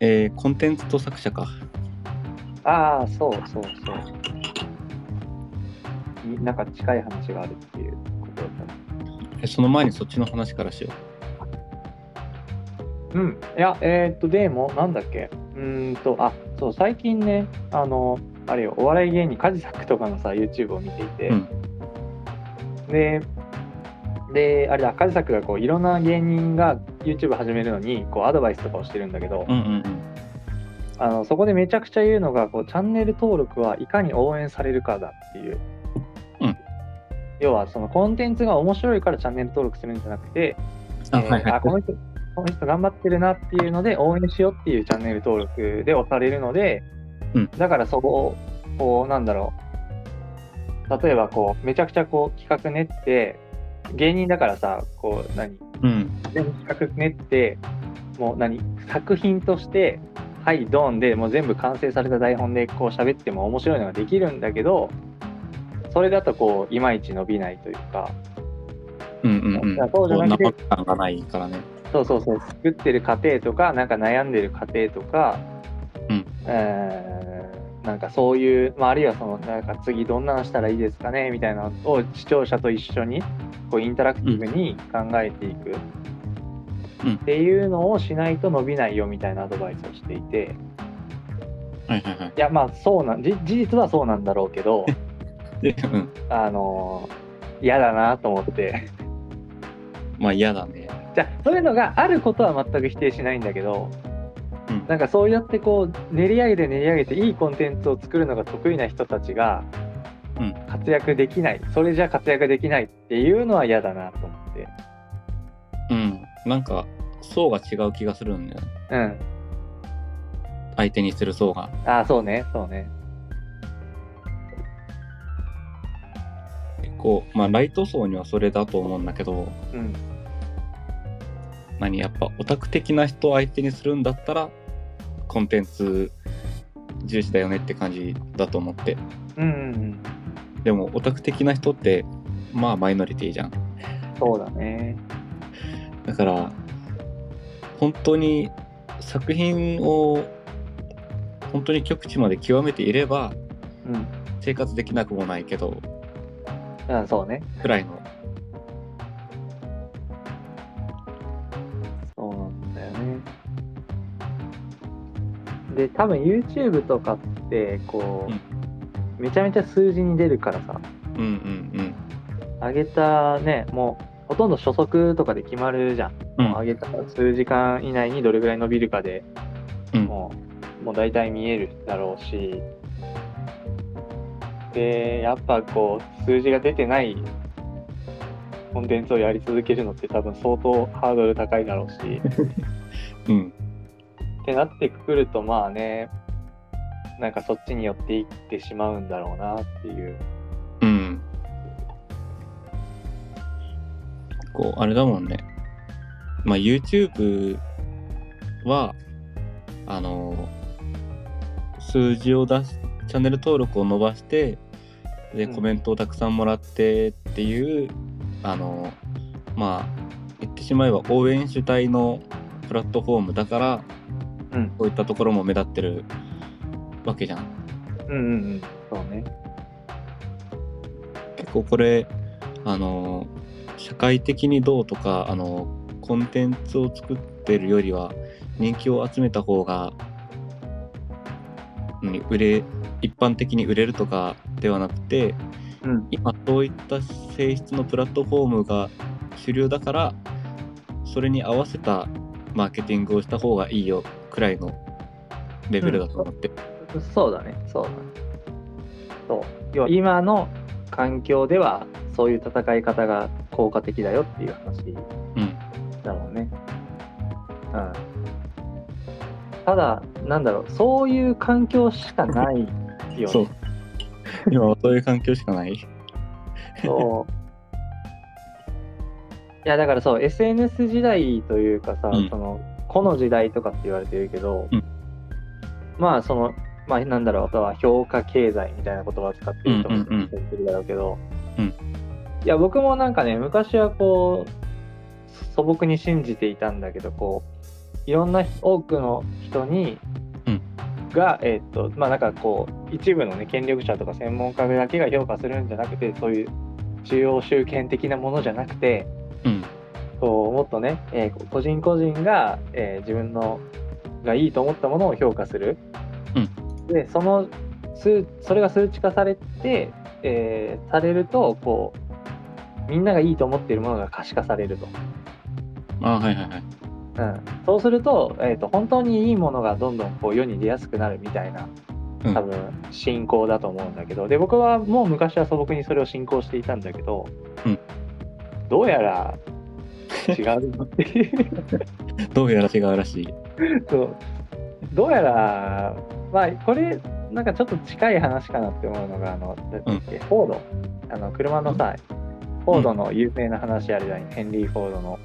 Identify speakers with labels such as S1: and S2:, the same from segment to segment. S1: えーコンテンツと作者か。
S2: ああ、そうそうそう。になんか近い話があるっていうことだったね
S1: えその前にそっちの話からしよ
S2: うん。いや、えーっと、でも、なんだっけ。うーんと、あ、そう、最近ね、あの、あれよ、お笑い芸人、カジサックとかのさ、YouTube を見ていて、
S1: うん
S2: で、で、あれだ、カジサックがこういろんな芸人が YouTube 始めるのに、こう、アドバイスとかをしてるんだけど、
S1: う。うんうんうん。
S2: あのそこでめちゃくちゃ言うのがこうチャンネル登録はいかに応援されるかだっていう、
S1: うん
S2: 要はそのコンテンツが面白いからチャンネル登録するんじゃなくて
S1: あ、
S2: えー
S1: はいはい。
S2: あこの人この人頑張ってるなっていうので応援しようっていうチャンネル登録で押されるので、
S1: うん
S2: だからそこをこうなんだろう例えばこうめちゃくちゃこう企画練って芸人だからさこう何
S1: うん。
S2: 全部企画練ってもう何作品としてはいドーンでもう全部完成された台本でこう喋っても面白いのができるんだけどそれだとこういまいち伸びないというか
S1: うんうんうん。
S2: いやそうじゃなくて
S1: こう生感がないからね。
S2: そうそうそう作ってる過程とかなんか悩んでる過程とか、
S1: うん
S2: えーなんかそういう、まあ、あるいはそのなんか次どんなのしたらいいですかねみたいなのを視聴者と一緒にこうインタラクティブに考えてい
S1: う
S2: く、
S1: ん
S2: っていうのをしないと伸びないよみたいなアドバイスをしていて
S1: はいはいはい
S2: やまあそうなんじ事実はそうなんだろうけ ど
S1: い。で、うん。
S2: あの嫌だなと思って。
S1: まあ嫌だね。
S2: じゃあそういうのがあることは全く否定しないんだけど、
S1: うん
S2: なんかそうやってこう練り上げて練り上げていいコンテンツを作るのが得意な人たちが
S1: うん
S2: 活躍できない、それじゃ活躍できないっていうのは嫌だなと思って、
S1: うん。なんか、層が違う気がするんだよね。
S2: うん、
S1: 相手にする層が。
S2: ああそうねそうね
S1: 結構、まあライト層にはそれだと思うんだけど、
S2: うん
S1: 何やっぱオタク的な人を相手にするんだったら、コンテンツ重視だよねって感じだと思って。
S2: うんうん
S1: でもオタク的な人って、まあマイノリティじゃん。
S2: うんそうだね
S1: だから本当に作品を本当に極致まで極めていれば
S2: うん
S1: 生活できなくもないけど
S2: うんそうね
S1: くらいの
S2: そうなんだよねで多分 YouTube とかってこう、
S1: うん
S2: めちゃめちゃ数字に出るからさ、
S1: うんうん
S2: 上げたねもうほとんど初速とかで決まるじゃん、
S1: うん
S2: もう上げた数時間以内にどれぐらい伸びるかで
S1: うん
S2: もうもう大体見えるだろうしでやっぱこう数字が出てないコンテンツをやり続けるのって多分相当ハードル高いだろうし
S1: うんうん
S2: ってなってくるとまあねなんかそっちに寄っていってしまうんだろうなっていう
S1: うんこうあれだもんねまあ YouTube はあの数字を出すチャンネル登録を伸ばしてで
S2: うん
S1: コメントをたくさんもらってっていう、あのまあ言ってしまえば応援主体のプラットフォームだから
S2: うん
S1: こういったところも目立ってるわけじゃん
S2: うんうんうんそうね
S1: 結構これあの社会的にどうとかあのコンテンツを作ってるよりは人気を集めた方が何売れ一般的に売れるとかではなくて
S2: うん
S1: 今そういった性質のプラットフォームが主流だからそれに合わせたマーケティングをした方がいいよくらいのレベルだと思って、
S2: そうだね、そうだね。そう。要は今の環境では、そういう戦い方が効果的だよっていう話
S1: うん
S2: だもんね。うん。ただ、なんだろう、そういう環境しかないよね。
S1: そう今はそういう環境しかない
S2: そう。いや、だからそう、SNS 時代というかさ、
S1: うん
S2: その、この時代とかって言われてるけど、
S1: うん
S2: まあ、その、まあ、なんだろう、あとは評価経済みたいな言葉を使ってる人も
S1: うんうんうん
S2: 言ってるだろうけど、
S1: うん
S2: いや、僕もなんかね、昔はこう、素朴に信じていたんだけど、こう、いろんな多くの人に、
S1: うん
S2: が、えっとまあ、なんかこう一部の、ね、権力者とか専門家だけが評価するんじゃなくてそういう中央集権的なものじゃなくて
S1: うん
S2: こうもっとね、えー個人個人が、えー自分のがいいと思ったものを評価する、でその数それが数値化されて、えーされるとこうみんながいいと思っているものが可視化されると。
S1: あはいはいはい
S2: うん、そうすると,、えー、と本当にいいものがどんどんこう世に出やすくなるみたいな
S1: うん
S2: 多分信仰だと思うんだけど、で僕はもう昔は素朴にそれを信仰していたんだけど、
S1: うん
S2: どうやら違うなっていう
S1: どうやら違うらしい
S2: そうどうやらまあこれなんかちょっと近い話かなって思うのがあのなんだっけ、フォードあの車のさ、フォードの有名な話あるじゃん、ヘンリー・フォードの。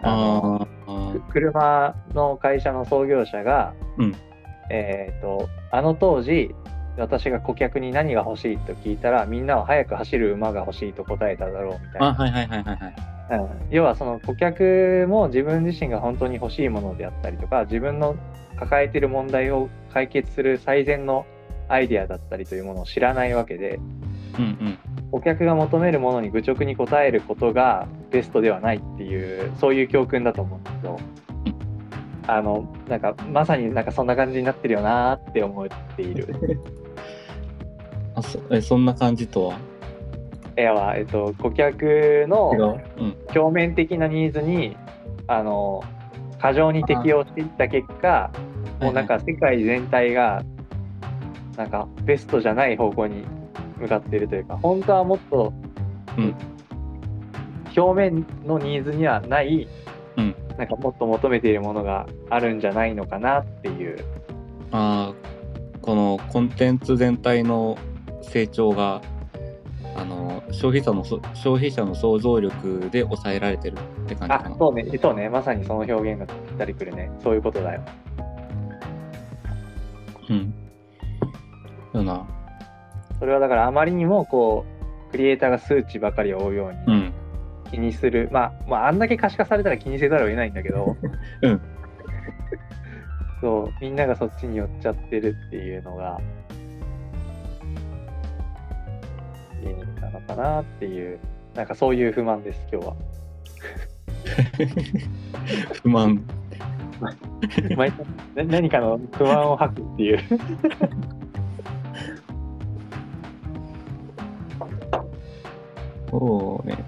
S2: あの
S1: ああ
S2: く車の会社の創業者が、
S1: うん
S2: えー、とあの当時私が顧客に何が欲しいと聞いたらみんなは速く走る馬が欲しいと答えただろうみたい
S1: あ
S2: な、
S1: はいはいはいはいはい
S2: うん要はその顧客も自分自身が本当に欲しいものであったりとか自分の抱えている問題を解決する最善のアイデアだったりというものを知らないわけで
S1: うん
S2: 顧客が求めるものに愚直に応えることがベストではないっていうそういう教訓だと思うんだけどあのなんかまさになんかそんな感じになってるよなーって思っている
S1: うんあそえそんな感じとは
S2: いやは、えっと、顧客の
S1: 違ううん
S2: 表面的なニーズにあの過剰に適応していった結果もうなん
S1: は
S2: か世界全体がなんかベストじゃない方向に向かっているというか本当はもっと、
S1: うん
S2: 表面のニーズにはない、
S1: うん
S2: なんかもっと求めているものがあるんじゃないのかなっていう
S1: いはいあーこのコンテンツ全体の成長があの消費者のそ消費者の想像力で抑えられてるって感じか
S2: あ
S1: な
S2: そうねそうねまさにその表現がぴったりくるねそういうことだよ
S1: うんそうな
S2: それはだからあまりにもこうクリエイターが数値ばかりを追うよ
S1: う
S2: うに
S1: ん
S2: 気にする、まあまああんだけ可視化されたら気にせざるを得ないんだけど
S1: うん
S2: そうみんながそっちに寄っちゃってるっていうのが原因なのかなっていうなんかそういう不満です今日は
S1: 不満
S2: 毎回な何かの不満を吐くっていう
S1: そうね。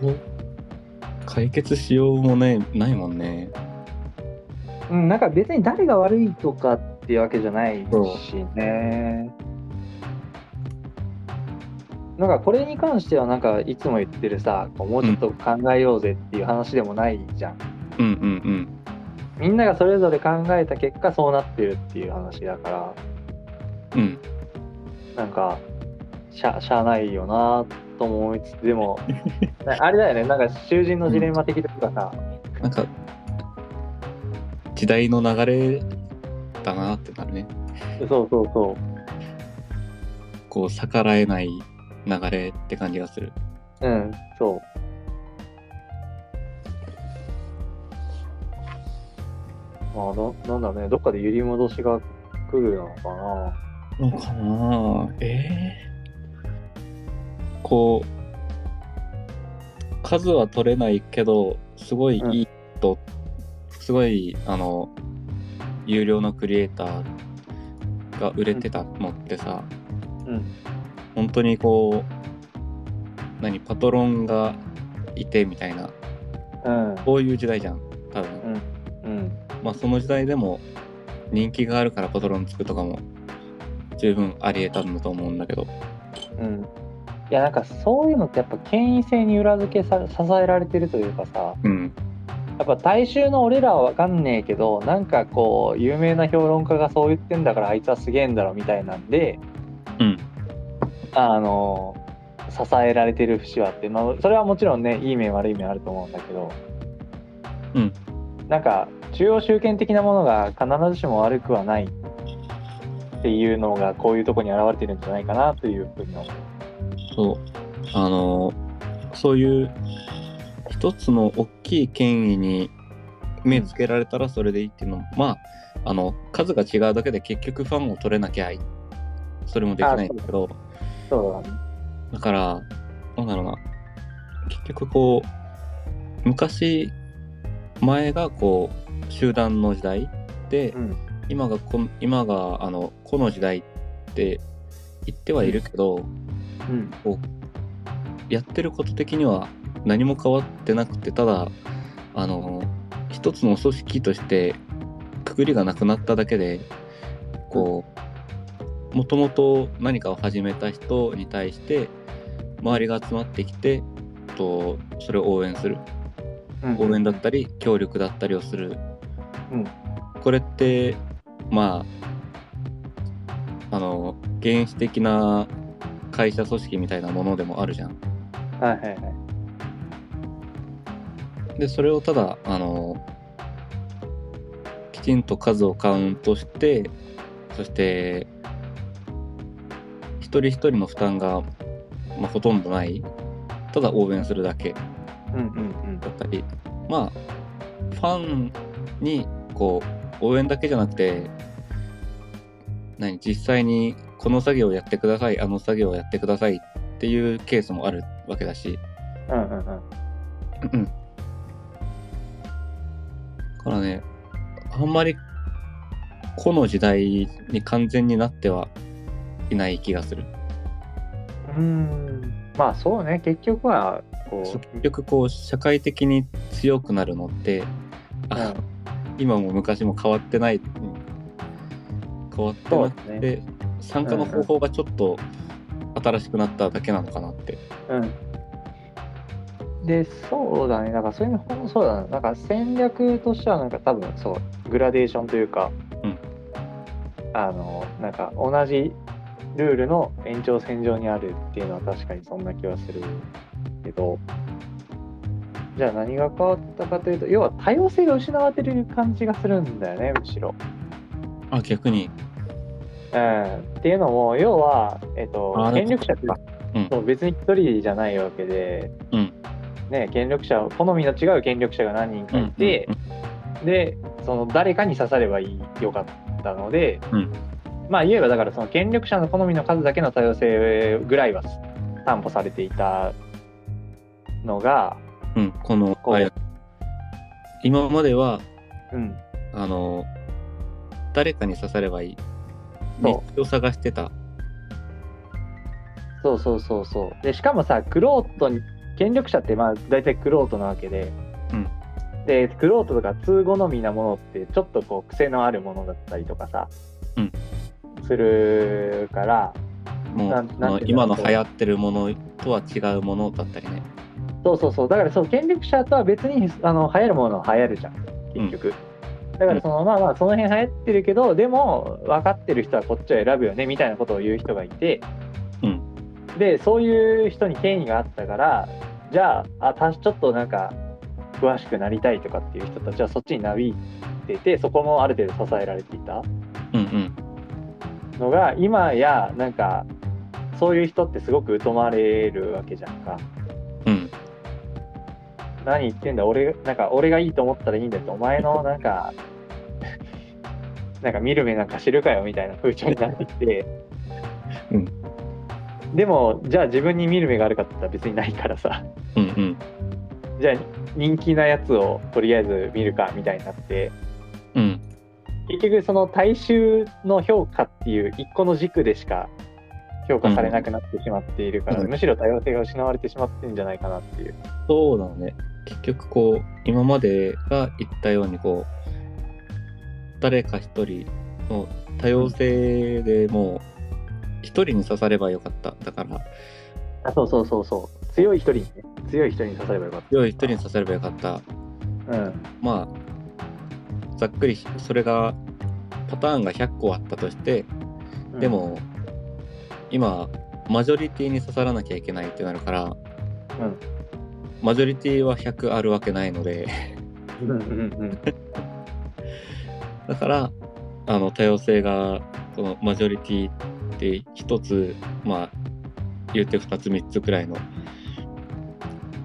S1: こう、解決しようもね、ないもんね。
S2: うん、なんか別に誰が悪いとかっていうわけじゃない
S1: そう
S2: しね。なんかこれに関してはなんかいつも言ってるさこうもうちょっと考えようぜっていう話でもないじゃん、
S1: うんうん
S2: みんながそれぞれ考えた結果そうなってるっていう話だから
S1: うん。うん。
S2: なんかしゃしゃあないよなとも思いつつで もなあれだよねなんか囚人のジレンマ的とかさ、
S1: なんか、時代の流れだなってなるね。
S2: そうそうそう
S1: こう、逆らえない流れって感じがする。
S2: うん、そう。まあ、ななんだね、どっかで揺り戻しが来るのかな。
S1: のかなあえーこう数は取れないけどすごいいいと、すごいあの有料のクリエイターが売れてたのってさ、
S2: うん、
S1: 本当にこう何パトロンがいてみたいな
S2: うん、
S1: こういう時代じゃん多分、
S2: うん、
S1: まあその時代でも人気があるからパトロンつくとかも十分ありえたんだと思うんだけど
S2: うん。いや、なんかそういうのってやっぱ権威性に裏付けさ支えられてるというかさ、
S1: うん
S2: やっぱ大衆の俺らはわかんねえけど、なんかこう、有名な評論家がそう言ってんだからあいつはすげえんだろみたいなんで、
S1: うん
S2: あの支えられてる節はあって、まあ、それはもちろんねいい面悪い面あると思うんだけど、
S1: うん
S2: なんか中央集権的なものが必ずしも悪くはないっていうのがこういうとこに表れてるんじゃないかなというふうに思う。
S1: そう。あの、そういう一つの大きい権威に目つけられたらそれでいいっていうのも、まああの数が違うだけで結局ファンを取れなきゃいそれもできないんだけど
S2: そうだね。
S1: だからなんだろうな結局こう昔前がこう集団の時代で、
S2: うん。
S1: 今がこん今があのこの時代って言ってはいるけど、
S2: うん。
S1: やってること的には何も変わってなくてただあの一つの組織としてくくりがなくなっただけでこうもともと何かを始めた人に対して周りが集まってきてとそれを応援する
S2: うん
S1: 応援だったり協力だったりをする、
S2: うん
S1: これってまああの原始的な会社組織みたいなものでもあるじゃん。
S2: はいはいはい。
S1: でそれをただあのきちんと数をカウントしてそして一人一人の負担が、まあ、ほとんどないただ応援するだけ
S2: うんうん
S1: だったりまあファンにこう応援だけじゃなくて何実際にこの作業をやってくださいあの作業をやってくださいっていうケースもあるわけだし
S2: うん。うんうんうん。
S1: うん。だからね、あんまり、この時代に完全になってはいない気がする。
S2: うーん。まあそうね、結局は、こ
S1: 結
S2: う、
S1: 局、こう、社会的に強くなるのって、あ、今も昔も変わってない。うん変わってなく
S2: そう
S1: て、参加の方法がちょっと新しくなっただけなのかなって。
S2: うん。で、そうだね、なんかそういうの、そうだね、なんか戦略としては、なんか多分そう、グラデーションというか、
S1: うん
S2: あの、なんか同じルールの延長線上にあるっていうのは確かにそんな気はするけど、じゃあ何が変わったかというと、要は多様性が失われてる感じがするんだよね、むしろ。
S1: あ、逆に。
S2: うん、っていうのも要は、えっと
S1: あ、ー
S2: 権力者って
S1: なんうん
S2: そう別に一人じゃないわけで、
S1: うん
S2: ね、権力者好みの違う権力者が何人かいて、でその誰かに刺さればいいよかったので、
S1: うん
S2: まあ言えばだからその権力者の好みの数だけの多様性ぐらいは担保されていたのが、
S1: うん、うんこの、
S2: こう
S1: あれ今までは、
S2: うん、
S1: あの、誰かに刺さればいい。
S2: そう
S1: 道を探してた。
S2: そうそうそうそうでしかもさクロートに権力者ってまあ大体クロートなわけで、
S1: うん
S2: でクロートとか通好みなものってちょっとこう癖のあるものだったりとかさ、
S1: うん
S2: するから
S1: もう
S2: な
S1: あ
S2: んなん
S1: の
S2: ていうの
S1: 今の流行ってるものとは違うものだったりね。
S2: そうそうそうだからそう権力者とは別にあの流行るものは流行るじゃん結局、だからそのまあまあその辺流行ってるけどでも分かってる人はこっちを選ぶよねみたいなことを言う人がいて、
S1: うん
S2: でそういう人に権威があったからじゃああたちょっとなんか詳しくなりたいとかっていう人たちはそっちになびいててそこもある程度支えられていた
S1: うんうん。
S2: のが今やなんかそういう人ってすごく疎まれるわけじゃんか。
S1: うん。
S2: 何言ってんだ俺なんか俺がいいと思ったらいいんだってお前のなんか なんか見る目なんか知るかよみたいな風潮になってきて、
S1: う
S2: でもじゃあ自分に見る目があるかって言ったら別にないからさ
S1: うんうん。
S2: じゃあ人気なやつをとりあえず見るかみたいになって
S1: うん。
S2: 結局その大衆の評価っていう一個の軸でしか評価されなくなってしまっているから、
S1: うん
S2: むしろ多様性が失われてしまってるんじゃないかなっていう。
S1: そうだね。結局こう、今までが言ったようにこう、誰か一人の多様性でもう、一人に刺さればよかった。だから、
S2: あそうそうそうそう強い一人にね強い一人に刺さればよかった。
S1: 要は一人に刺さればよかった。
S2: うん、
S1: まあ、ざっくりし、それが、パターンが100個あったとして、
S2: うん
S1: で、も、今、マジョリティに刺さらなきゃいけないってなるから、
S2: うん
S1: マジョリティは100あるわけないので、
S2: うんうん
S1: だから、あの、多様性が、このマジョリティって一つ、まあ、言うて二つ三つくらいの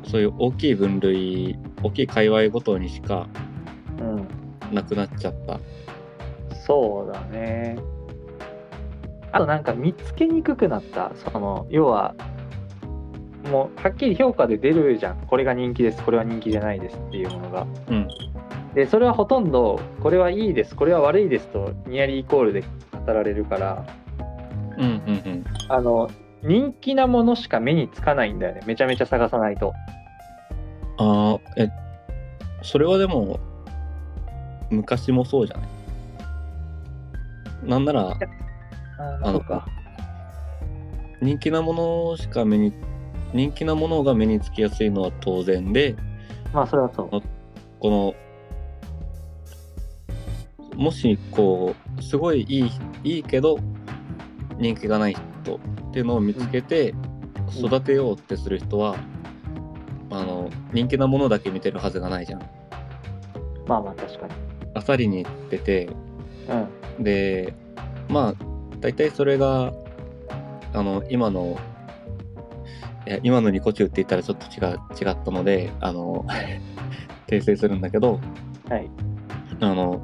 S1: そういう大きい分類大きい界隈ごとにしか
S2: うん、
S1: なくなっちゃった
S2: そうだね。あとなんか見つけにくくなった。その要はもうはっきり評価で出るじゃん。これが人気です。これは人気じゃないですっていうものが。
S1: うん
S2: でそれはほとんどこれはいいです。これは悪いですとニアリーイコールで語られるから、
S1: うんうん
S2: あの人気なものしか目につかないんだよね。めちゃめちゃ探さないと。
S1: うんああえそれはでも昔もそうじゃないなんなら
S2: あ
S1: あ
S2: そ
S1: の
S2: うか。
S1: 人気なものしか目に人気なものが目につきやすいのは当然で
S2: まあそれはそう。
S1: このもしこうすごいいいいいけど人気がない人っていうのを見つけて
S2: うん
S1: 育てようってする人は、あの人気なものだけ見てるはずがないじゃん。
S2: まあまあ確かに。
S1: あさりに行ってて
S2: うん。
S1: でまあ大体それがあの今のいや今のニコチュウって言ったらちょっと違う違ったのであの 訂正するんだけど
S2: はい。
S1: あの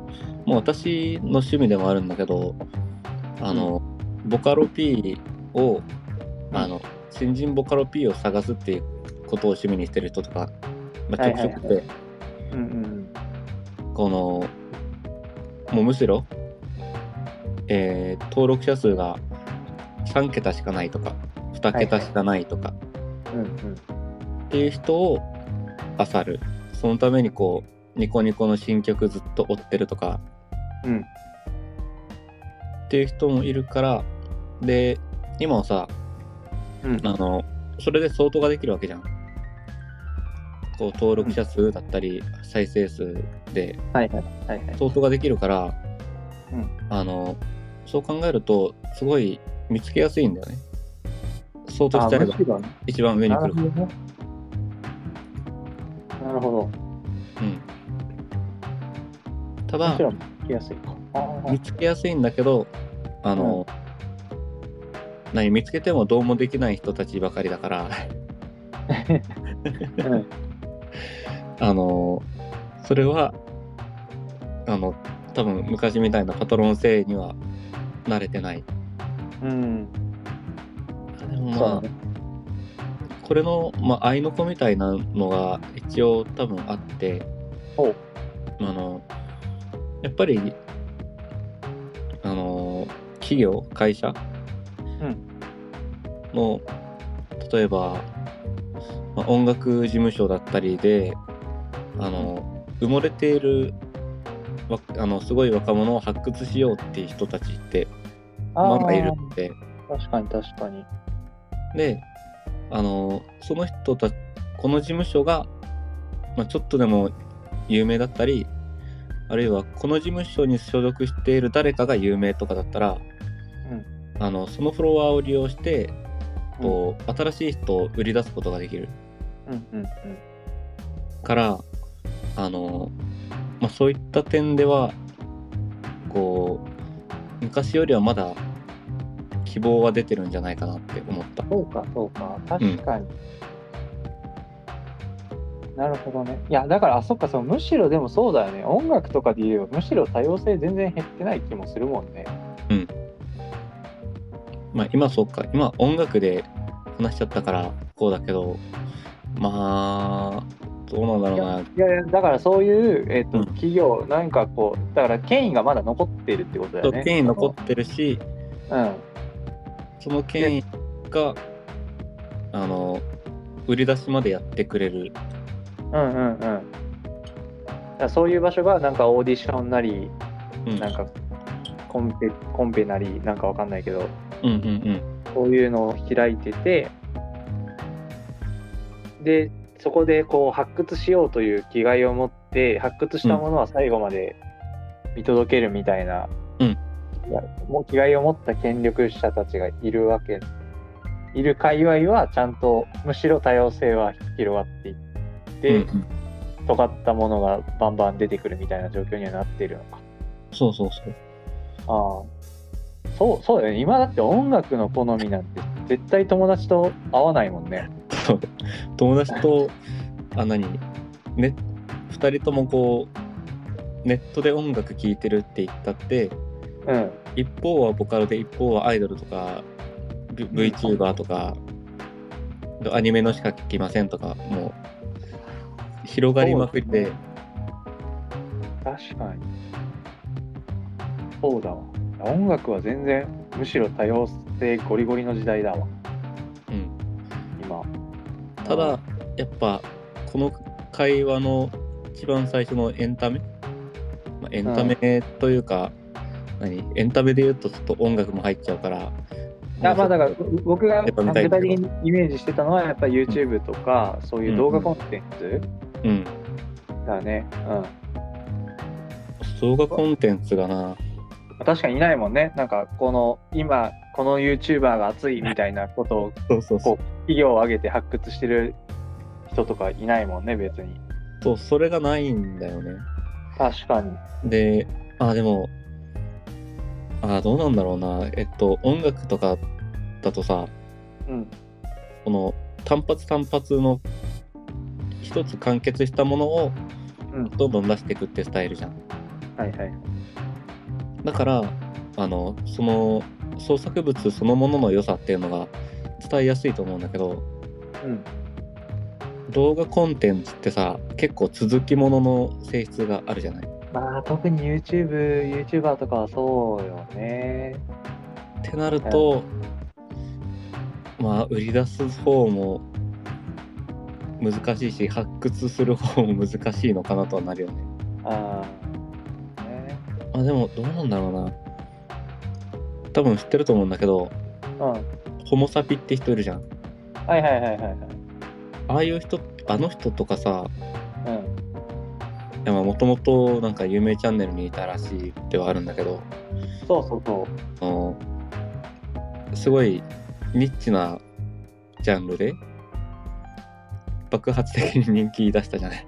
S1: もう私の趣味でもあるんだけどあの、ボカロ P をあの新人ボカロ P を探すっていうことを趣味にしてる人とか、まあ、ち
S2: はい
S1: ょくち
S2: はいはい
S1: ょくで、
S2: うんうん
S1: このもうむしろ、えー登録者数が3桁しかないとか2桁しかないとか
S2: うんうんうん。
S1: っていう人を漁るそのためにこうニコニコの新曲ずっと追ってるとか
S2: うん
S1: っていう人もいるからで今はさ
S2: うん
S1: あのそれで相当ができるわけじゃん。こう登録者数だったり再生数で
S2: はいはいはいはい。
S1: 相当ができるから、
S2: うん
S1: あのそう考えるとすごい見つけやすいんだよね。相当しちゃえば
S2: ろね。
S1: 一番上に来る。
S2: なるほどね。なるほ
S1: うん、た
S2: ど。
S1: だ
S2: もちろん聞きやすいか。あー
S1: 見つけやすいんだけどあの、何見つけてもどうもできない人たちばかりだから
S2: うん
S1: あのそれはあの多分昔みたいなパトロン制には慣れてない。
S2: うん。
S1: でも
S2: そう
S1: まあ
S2: だね。
S1: これの、まあ、愛の子みたいなのが一応多分あって
S2: ほう
S1: あのやっぱりあの企業会社、
S2: うん
S1: の例えば、まあ、音楽事務所だったりであの埋もれているわあのすごい若者を発掘しようっていう人たちって
S2: あ
S1: ま
S2: あ
S1: だいる
S2: ー
S1: ので。
S2: 確かに確かに。
S1: であのその人たこの事務所が、まあ、ちょっとでも有名だったりあるいはこの事務所に所属している誰かが有名とかだったら、あのそのフォロワーを利用してこう、新しい人を売り出すことができる
S2: うんうんうん。
S1: からあの、まあ、そういった点ではこう昔よりはまだ希望は出てるんじゃないかなって思った。
S2: そうかそうか。確かに。なるほどね。いやだからあそっかそうむしろでもそうだよね。音楽とかで言えばむしろ多様性全然減ってない気もするもんね。
S1: まあ今そうか今音楽で話しちゃったからこうだけどまあどうなんだろうない
S2: やいやだからそういう、えっと
S1: うん
S2: 企業なんかこうだから権威がまだ残ってるってことだ
S1: そ
S2: よ
S1: う
S2: ね。
S1: 権威残ってるし
S2: うん
S1: その権威があの売り出しまでやってくれる
S2: うんうんうん。だからそういう場所がなんかオーディションなり、
S1: うん
S2: なんかコンペコンペなり、なんかわかんないけど、
S1: うんうんうん
S2: そういうのを開いてて、で、そこでこう発掘しようという気概を持って、発掘したものは最後まで見届けるみたいな、
S1: うん
S2: いやもう気概を持った権力者たちがいるわけ、いる界隈はちゃんと、むしろ多様性は広がっていって、
S1: うんうん
S2: 尖ったものがバンバン出てくるみたいな状況にはなってるのか。
S1: そうそうそう
S2: ああ。そう、そうだよね。今だって音楽の好みなんて絶対友達と会わないもんね。
S1: そう 友達とあ何ね2人ともこうネットで音楽聴いてるって言ったって
S2: うん。
S1: 一方はボカロで一方はアイドルとか V- VTuber とかアニメのしか聴きませんとかもう広がりまくりで
S2: 確かに。そうだわ。音楽は全然、むしろ多様性ゴリゴリの時代だわ、
S1: うん、
S2: 今。
S1: ただやっぱこの会話の一番最初のエンタメ、まあ、エンタメというか、何エンタメで言うとちょっと音楽も入っちゃうから
S2: あまあだからう僕が
S1: やっぱ
S2: 具
S1: 見たい
S2: 体
S1: けど
S2: 的にイメージしてたのはやっぱ YouTube とかそういう動画コンテンツ
S1: うん
S2: だね、
S1: 動画コンテンツがな
S2: うん、確かにいないもんねなんかこの今この YouTuber が熱いみたいなことを
S1: そうそうそう
S2: こ企業を挙げて発掘してる人とかいないもんね別に
S1: そうそれがないんだよね
S2: 確かに
S1: であでもあどうなんだろうなえっと音楽とかだとさ
S2: うん
S1: この単発単発の一つ完結したものを
S2: うん
S1: どんどん出していくってスタイルじゃん
S2: はいはい
S1: だからあのその創作物そのものの良さっていうのが伝えやすいと思うんだけど
S2: うん
S1: 動画コンテンツってさ結構続きものの性質があるじゃない
S2: まあ特に YouTubeYouTuber とかはそうよね
S1: ってなると、まあ売り出す方も難しいし発掘する方も難しいのかなとはなるよね。
S2: ああね
S1: まあでもどうなんだろうな多分知ってると思うんだけど
S2: うんは
S1: ホモ・サピって人いるじゃん。
S2: いはいはいはいはい
S1: ああいう人あの人とかさ
S2: うん
S1: もともとなんか有名チャンネルにいたらしいではあるんだけど
S2: そうそうそう
S1: あのすごいニッチなジャンルで爆発的に人気出したじゃない。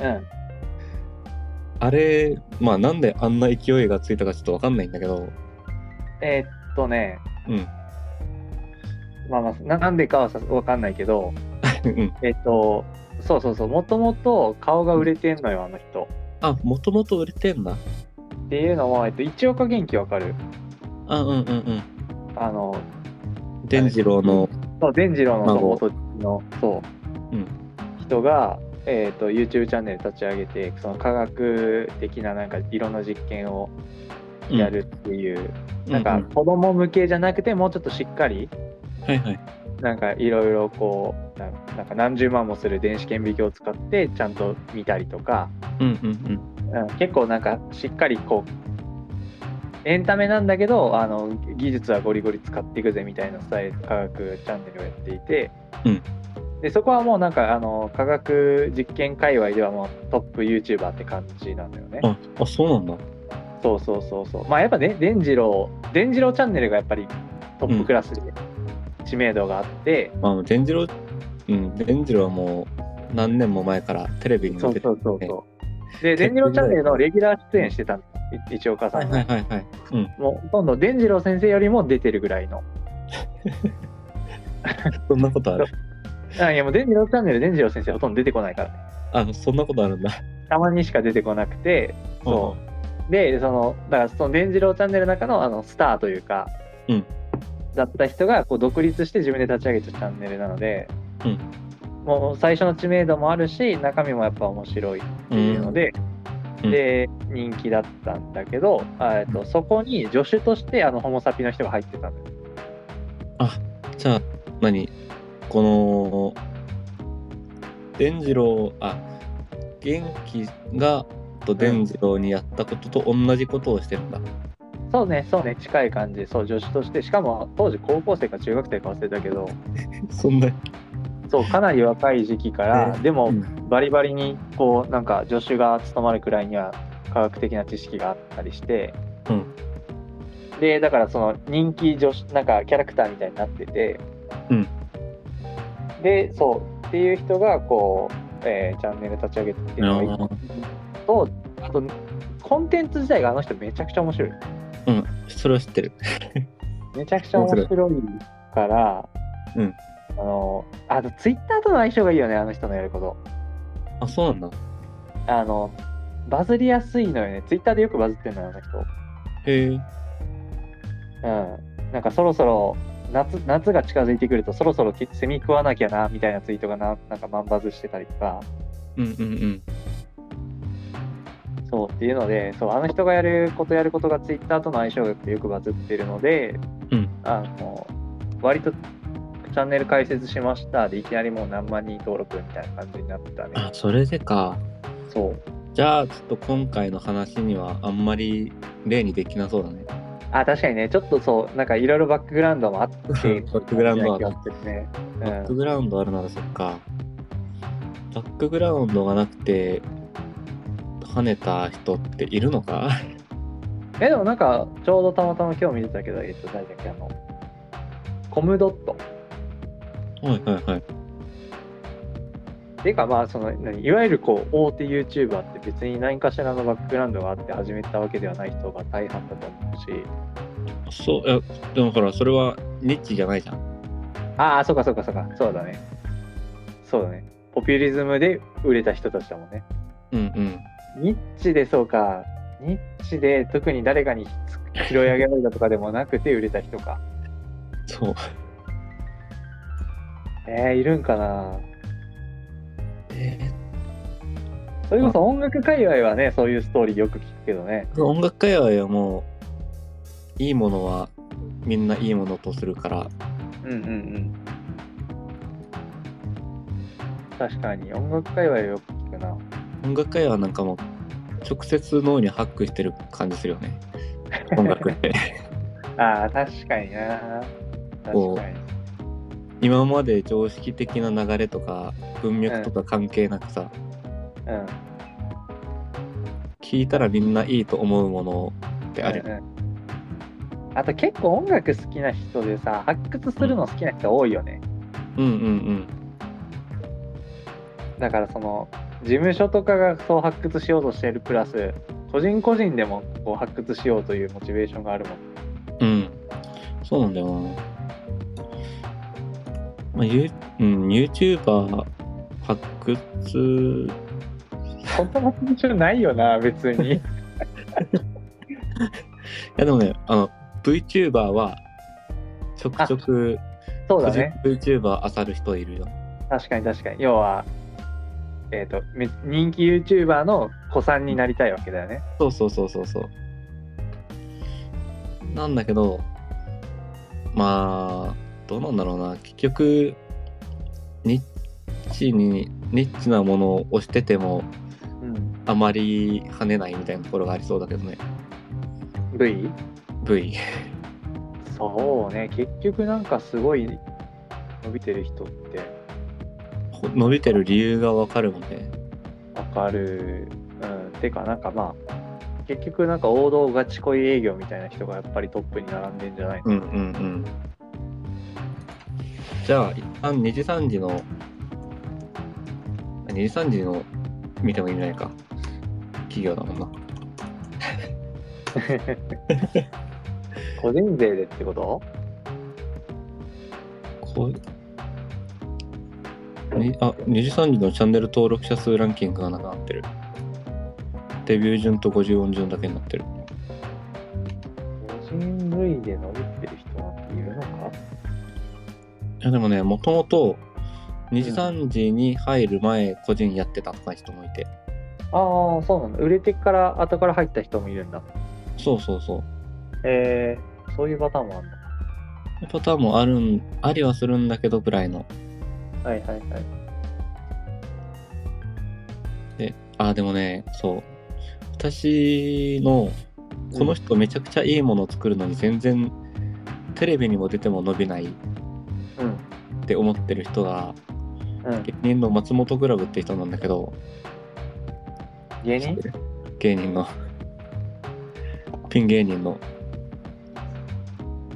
S2: うんうん
S1: あれ、まあなんであんな勢いがついたかちょっとわかんないんだけど、
S2: えーっとね、
S1: うん。
S2: まあまあ、ななんでかはさわかんないけど、
S1: うん
S2: えーっと、そうそうそう、もともと顔が売れてんのよ、あの人。
S1: あ、もともと売れてんだ。
S2: っていうのも、えっと、一岡元気わかる
S1: あ、うんうんうん。
S2: あの、
S1: 伝次郎の、
S2: そう、伝次郎のそう
S1: 孫
S2: 元の、そう、
S1: うん
S2: 人が、えーっと、YouTube チャンネル立ち上げて、その科学的な、なんか、いろんな実験を
S1: うん
S2: や、るっていう、
S1: う
S2: なんか、子供向けじゃなくて、もうちょっとしっかり、
S1: はいはい。
S2: なんかいろいろこうななんか何十万もする電子顕微鏡を使ってちゃんと見たりとか、
S1: うんうん
S2: うん、結構なんかしっかりこうエンタメなんだけどあの技術はゴリゴリ使っていくぜみたいなスタイル科学チャンネルをやっていて、
S1: うん
S2: でそこはもうなんかあの科学実験界隈ではもうトップ YouTuber って感じなんだよね
S1: う。ん。あ、あそうなんだ。
S2: そうそうそうそう。まあやっぱね、伝次郎、伝次郎チャンネルがやっぱりトップクラスで知名度があって、
S1: まあ、伝次郎、うん、伝次郎はもう何年も前からテレビに出
S2: そう
S1: て
S2: そうそう
S1: ね
S2: そう。で、伝次郎チャンネルのレギュラー出演してたの、い一岡さ
S1: はい
S2: ん
S1: は
S2: が
S1: い。はいはい。うん。
S2: もうほとんど伝次郎先生よりも出てるぐらいの。
S1: そんなことある。
S2: あいや、もう伝次郎チャンネル、伝次郎先生ほとんど出てこないから。
S1: あ、そんなことあるんだ。
S2: たまにしか出てこなくて、そう。で、その、だからその伝次郎チャンネルの中のあのスターというか、
S1: うん
S2: だった人がこう独立して自分で立ち上げたチャンネルなので、
S1: うん
S2: もう最初の知名度もあるし、中身もやっぱ面白いっていうので、
S1: うん
S2: で人気だったんだけど、あえっとそこに助手としてあのホモ・サピの人が入ってたのよ
S1: じゃあ何この伝次郎あ元気がと伝次郎にやったことと同じことをしてるんだ、
S2: そうねそうね近い感じそう助手としてしかも当時高校生か中学生か忘れたけど
S1: そんな
S2: そうかなり若い時期から、
S1: ね
S2: でも
S1: ん
S2: バリバリにこうなんか助手が務まるくらいには科学的な知識があったりして、
S1: うん
S2: でだからその人気女子なんかキャラクターみたいになってて、
S1: うん
S2: でそうっていう人がこう、えーチャンネル立ち上げてっていうのが一個とあとコンテンツ自体があの人めちゃくちゃ面白い
S1: うんそれは知ってる
S2: めちゃくちゃ面白いから、
S1: うん
S2: あのあとツイッターとの相性がいいよねあの人のやること
S1: あ、そうなんだ。
S2: あのバズりやすいのよねツイッターでよくバズってるのよあの人
S1: へえ。
S2: うんなんかそろそろ夏夏が近づいてくるとそろそろきセミ食わなきゃなみたいなツイートがななんか万バズしてたりとか
S1: うんうんうん。
S2: そうっていうのでそうあの人がやることやることがツイッターとの相性がよくよくバズってるので、
S1: うん
S2: あの割とチャンネル開設しましたでいきなりもう何万人登録みたいな感じになったね
S1: あ、それでか。
S2: そう
S1: じゃあ、ちょっと今回の話にはあんまり例にできなそうだね。
S2: あ確かにねちょっとそうなんかいろいろバックグラウンド もあってバ
S1: ックグラウンドは
S2: あってね、う
S1: バック
S2: ん、
S1: グラウンドあるならそっか。バックグラウンドがなくて、跳ねた人っているのか
S2: えでもなんかちょうどたまたま今日見てたけどえっと誰だっけあのコムドット
S1: はいはいはい。
S2: ていうかまあその何いわゆるこう大手 YouTuber って別に何かしらのバックグラウンドがあって始めたわけではない人が大半だと思うし
S1: そう、いやでもほら、それはニッチじゃないじゃん。
S2: ああそうかそうかそうかそうだねそうだねポピュリズムで売れた人たちだもんね
S1: うんうん。
S2: ニッチでそうかニッチで特に誰かに拾い上げられたとかでもなくて売れた人か
S1: そう。
S2: えー、いるんかな
S1: え
S2: それこそ音楽界隈はねそういうストーリーよく聞くけどね
S1: ー音楽界隈はもう、いいものはみんないいものとするから、
S2: うんうんうん確かに音楽界隈はよく聞くな
S1: 音楽界はなんかもう直接脳にハックしてる感じするよね音楽 って
S2: ああ、確かにな。確かに。
S1: 今まで常識的な流れとか文脈とか関係なくさ、
S2: うん。
S1: 聞いたらみんないいと思うものってある、
S2: うんうんあと結構音楽好きな人でさ、発掘するの好きな人多いよね。
S1: うん、うんうん
S2: だからその、事務所とかがそう発掘しようとしてるプラス、個人個人でもこう発掘しようというモチベーションがあるもん。
S1: うんそうなんだよな、まあユーうん、YouTuber 発掘
S2: そんなモチベーションないよな、別に。
S1: いやでもねあの VTuber はちょくちょく
S2: そう
S1: 個
S2: だ
S1: 人
S2: ね。
S1: VTuber 漁る人いるよ
S2: 確かに確かに。要は、えっ、と、め人気 YouTuber の子さんになりたいわけだよね。
S1: そうそうそうそうそう。なんだけど、まあ、どうなんだろうな。結局、ニッチに、ニッチなものを押してても、
S2: うん。
S1: あまり跳ねないみたいなところがありそうだけどね。
S2: V?
S1: V。
S2: そうね、結局なんかすごい伸びてる人って
S1: ほ伸びてる理由がわかるもんね。
S2: わかる。うん、てかなんかまあ、結局なんか王道ガチ恋営業みたいな人がやっぱりトップに並んでんじゃないの、
S1: うんうんうん。じゃあ、一旦2時3時の、2時3時の見ても意味ないか。企業だもんな。
S2: 個人税でってこと
S1: こうにあ2時3時のチャンネル登録者数ランキングがなくなってるデビュー順と50音順だけになってる
S2: 個人類で伸びてる人なんているのか
S1: いやでもねもともと2時3時に入る前個人やってたとか人もいて
S2: ああ、そうなんだ。売れてから後から入った人もいるんだ。
S1: そうそうそう
S2: えー、そういうパターンもあるん
S1: パターンもあるんありはするんだけどぐらいの
S2: だ。はいはいはい。
S1: であでもねそう私のこの人めちゃくちゃいいものを作るのに全然テレビにも出ても伸びないっ
S2: うん。
S1: て思ってる人が
S2: うん、
S1: 芸人の松本クラブって人なんだけど
S2: 芸人
S1: 芸人のピン芸人の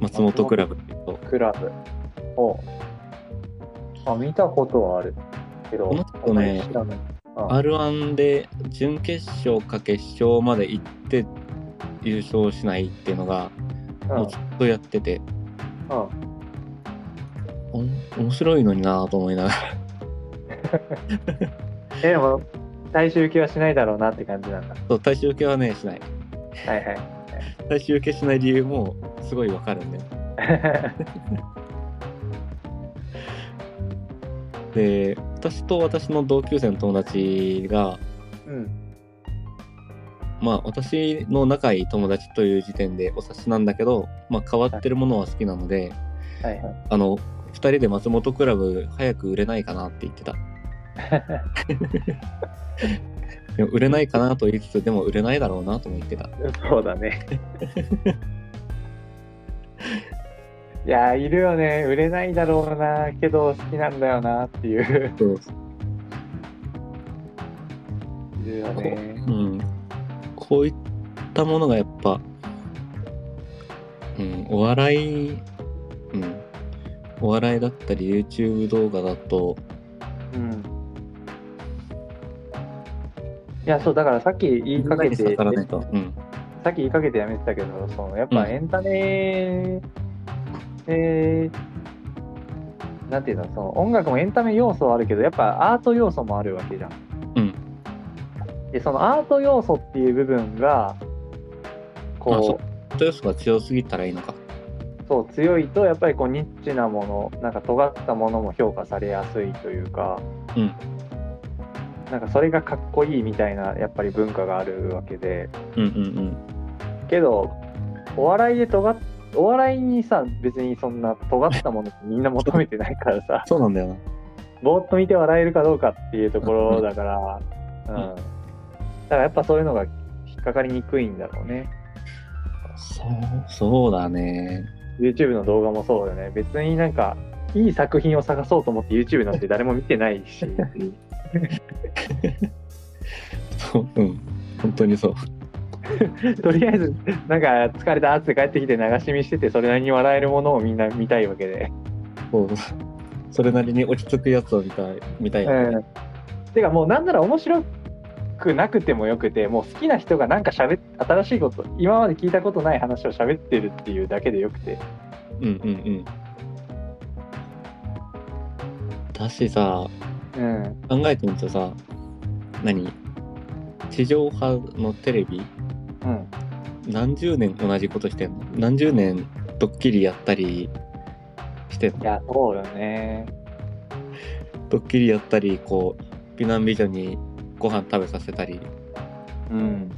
S1: 松本クラブって人
S2: クラブをあ見たことはあるけど
S1: この人ね
S2: あんまり知らない
S1: r 1で準決勝か決勝まで行って優勝しないっていうのが
S2: うん
S1: もうずっとやってて
S2: うん
S1: おん面白いのになぁと思いながら。
S2: えでも大衆受けはしないだろうなって感じなんだ
S1: そう、大衆受けはね、しない。
S2: はい はい
S1: 大衆受けしない理由もすごいわかるんだよ。で、私と私の同級生の友達が、
S2: うん
S1: まあ私の仲いい友達という時点でお察しなんだけど、まあ変わってるものは好きなので、
S2: はいはい
S1: あの、二人で松本クラブ早く売れないかなって言 ってた。でも売れないかなと言いつつ、でも売れないだろうなとも言ってた。
S2: そうだ ねいやいるよね売れないだろうなけど好きなんだよなっていう
S1: そう
S2: いるよね
S1: うん、こういったものがやっぱ、うん、お笑い、うん、お笑いだったり YouTube 動画だと、
S2: うんいやそうだからさっき言いかけて
S1: 刺さらないと、うん、
S2: さっき言いかけてやめてたけど、そのやっぱ
S1: うん
S2: エンタメ、えーなんていうの、その音楽もエンタメ要素はあるけど、やっぱアート要素もあるわけじゃん。
S1: うん
S2: で、そのアート要素っていう部分が、
S1: まあそ
S2: こう、
S1: 豊洲が強すぎたらいいのか。
S2: そう強いと、やっぱりこうニッチなもの、なんか尖ったものも評価されやすいというか、
S1: うん
S2: なんかそれがかっこいいみたいな、やっぱり文化があるわけで。
S1: うんうん
S2: けどお笑いで尖っお笑いにさ別にそんな尖ったものってみんな求めてないから さ
S1: そうなんだよな。
S2: ぼーっと見て笑えるかどうかっていうところだから、うん
S1: うん
S2: だからやっぱそういうのが引っかかりにくいんだろうね
S1: そう、そうだね。
S2: YouTube の動画もそうだよね別になんかいい作品を探そうと思って YouTube なんて誰も見てない し
S1: そう、うん。本当にそう。
S2: とりあえずなんか疲れたって帰ってきて流し見しててそれなりに笑えるものをみんな見たいわけで
S1: そうそれなりに落ち着くやつを見たい、見たいよね、
S2: うん、てかもうなんなら面白くなくてもよくてもう好きな人がなんか喋っ新しいこと今まで聞いたことない話を喋ってるっていうだけでよくて
S1: うんうんうん。だしさ、
S2: うん
S1: 考えてみるとさ何地上波のテレビ
S2: うん
S1: 何十年同じことしてんの何十年ドッキリやったりしてん
S2: い
S1: の
S2: やそうよね
S1: ドッキリやったりこう美男美女にご飯食べさせたり
S2: うん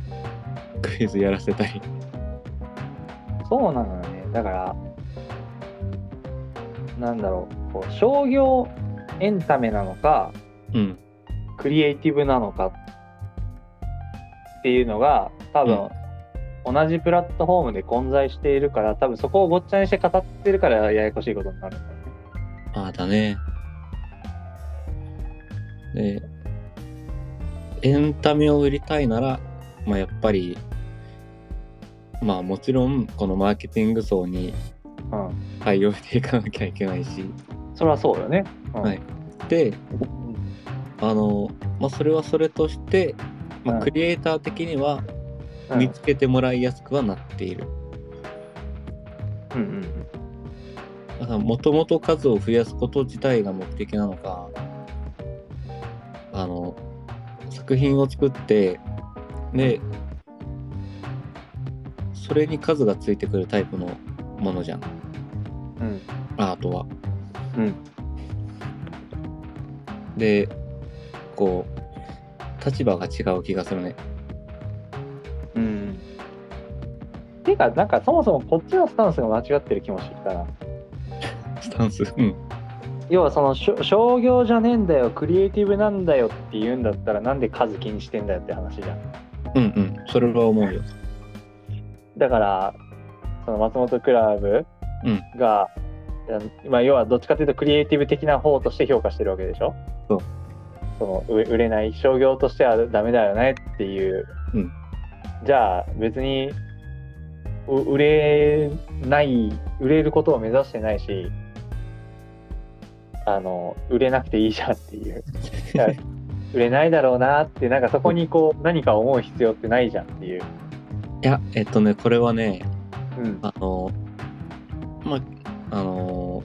S1: クイズやらせたり
S2: そうなのよねだからなんだろうこう商業エンタメなのか
S1: うん
S2: クリエイティブなのかっていうのが多分、同じプラットフォームで混在しているから多分そこをごっちゃにして語ってるからややこしいことになるんだよね。
S1: ああだねでエンタメを売りたいならまあやっぱりまあもちろんこのマーケティング層に
S2: うん、
S1: 対応していかなきゃいけないし
S2: それはそうよね。うん
S1: はいであの、まあ、それはそれとして、ま
S2: う
S1: あ、
S2: ん
S1: クリエイター的には
S2: うん
S1: 見つけてもらいやすくはなっている。
S2: うんうん
S1: だからもともと数を増やすこと自体が目的なのか、あの、作品を作って、で、それに数がついてくるタイプのものじゃん、
S2: うん
S1: アートは。
S2: うん
S1: で、こう、立場が違う気がするね。
S2: うんていうかなんかそもそもこっちのスタンスが間違ってる気もしてきたな。
S1: スタンス。うん。
S2: 要はそのしょ商業じゃねえんだよクリエイティブなんだよって言うんだったらなんで数気にしてんだよって話じゃん。
S1: うんうん。それは思うよ。
S2: だからその松本クラブ
S1: うん
S2: が、うんまあ、要はどっちかというとクリエイティブ的な方として評価してるわけでしょ
S1: そう
S2: その売売れない商業としてはダメだよねっていう、
S1: うん
S2: じゃあ別にう売れない売れることを目指してないしあの売れなくていいじゃんっていう だから売れないだろうなってなんかそこにこう何か思う必要ってないじゃんっていう。
S1: いや、えっとね、これはね、
S2: うん
S1: あの、まあ、あの、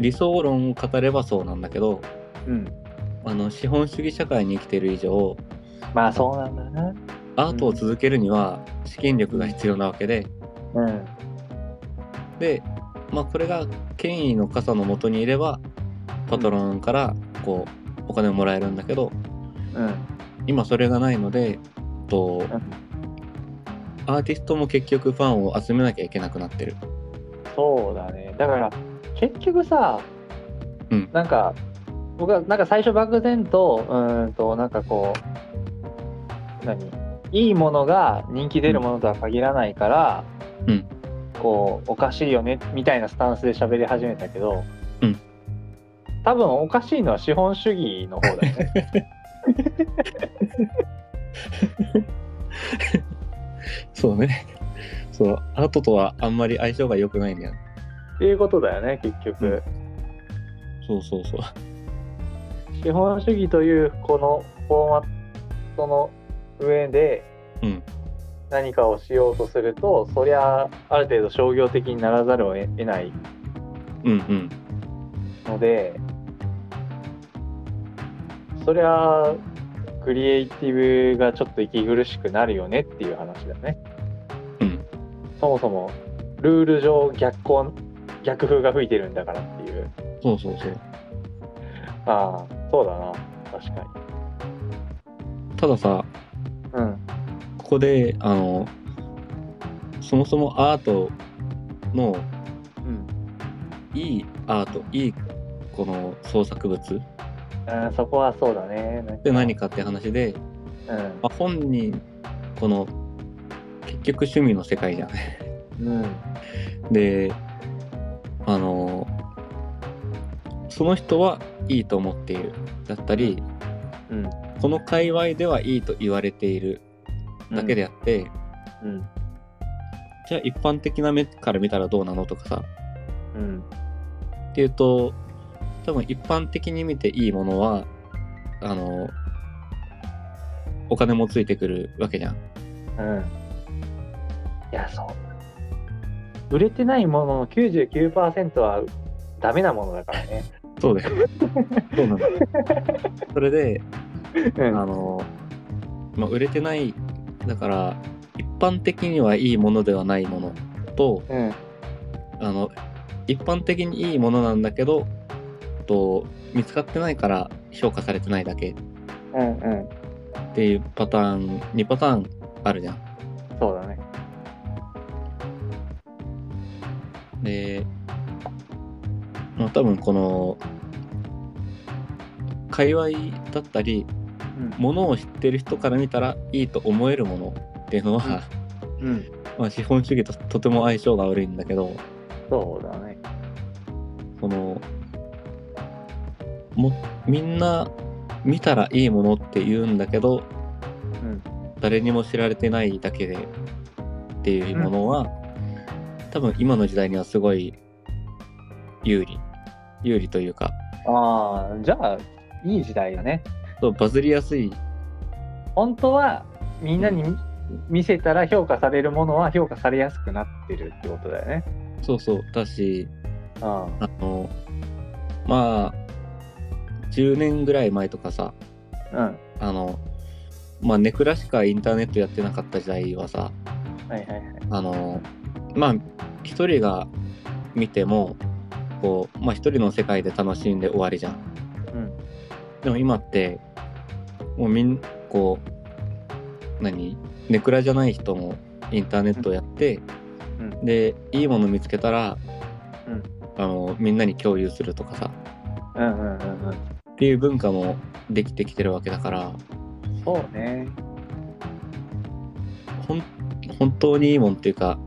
S1: 理想論を語ればそうなんだけど
S2: うん。
S1: あの資本主義社会に生きてる以上
S2: まあそうなんだな。
S1: アートを続けるには資金力が必要なわけで
S2: うん。
S1: で、まあ、これが権威の傘のもとにいればパトロンからこうお金をもらえるんだけど
S2: うん。
S1: 今それがないのでと
S2: うん
S1: アーティストも結局ファンを集めなきゃいけなくなってる。
S2: そうだね。だから結局さ、
S1: うん
S2: なんか僕はなんか最初漠然とうーんとなんかこう何いいものが人気出るものとは限らないから、
S1: うん
S2: こうおかしいよねみたいなスタンスで喋り始めたけど、
S1: うん
S2: 多分おかしいのは資本主義の方だよ ね。
S1: そうね。そう、アートとはあんまり相性が良くないんだよね。
S2: っていうことだよね結局。
S1: うんそうそうそう。
S2: 資本主義というこのフォーマットの上で
S1: うん
S2: 何かをしようとすると、そりゃある程度商業的にならざるを得ない
S1: うんうん。
S2: のでそりゃクリエイティブがちょっと息苦しくなるよねっていう話だね。
S1: うん
S2: そもそもルール上逆光逆風が吹いてるんだからっていう
S1: そうそうそう。
S2: ああそうだな確か
S1: たださ、
S2: に。うん
S1: ここで、あの、そもそもアートの
S2: うん
S1: いいアート、いいこの創作物っ
S2: あーそこはそうだね。なんか
S1: て何かって話で、
S2: う
S1: まあ、本人、この、結局趣味の世界じゃん。
S2: ん。うん。
S1: で、あの、その人はいいと思っているだったり、
S2: うん。
S1: この界隈ではいいと言われているだけであって、
S2: うん。
S1: じゃあ一般的な目から見たらどうなのとかさ
S2: うん。
S1: っていうと多分一般的に見ていいものはあのお金もついてくるわけじゃん。
S2: うん。いや、そう。売れてないものの99%はダメなものだからね。
S1: そうだよ。そうなんだ。それで
S2: う
S1: あ。の、まあ、売れてないだから一般的にはいいものではないものと
S2: うん。
S1: あの一般的にいいものなんだけどと見つかってないから評価されてないだけっ
S2: うん。うん。
S1: ていうパターン2パターンあるじゃん。
S2: そうだね。
S1: で、まあ、多分この界隈だったりものを知ってる人から見たらいいと思えるものっていうのは、
S2: うん。うん。
S1: まあ、資本主義ととても相性が悪いんだけど
S2: そうだね。
S1: そのもみんな見たらいいものって言うんだけど
S2: うん。
S1: 誰にも知られてないだけでっていうものは、多分今の時代にはすごい有利有利というか
S2: ああ、じゃあ、いい時代だね。
S1: そうバズりやすい
S2: 本当は、みんなに見せたら評価されるものは評価されやすくなってるってことだよね。
S1: そうそうだし
S2: うん。
S1: あのまあ10年ぐらい前とかさ
S2: うん。
S1: あのまあネクラしかインターネットやってなかった時代はさ
S2: はいはいはい。
S1: あのまあ一人が見てもこうまあ一人の世界で楽しんで終わりじゃん。
S2: うん。
S1: でも今ってもうみんこう何ネクラじゃない人もインターネットをやって、
S2: うん
S1: でいいもの見つけたら、
S2: うん
S1: あのみんなに共有するとかさ
S2: うんうんうんうん。
S1: っていう文化もできてきてるわけだから
S2: そうね。
S1: ほん本当にいいもんっていうか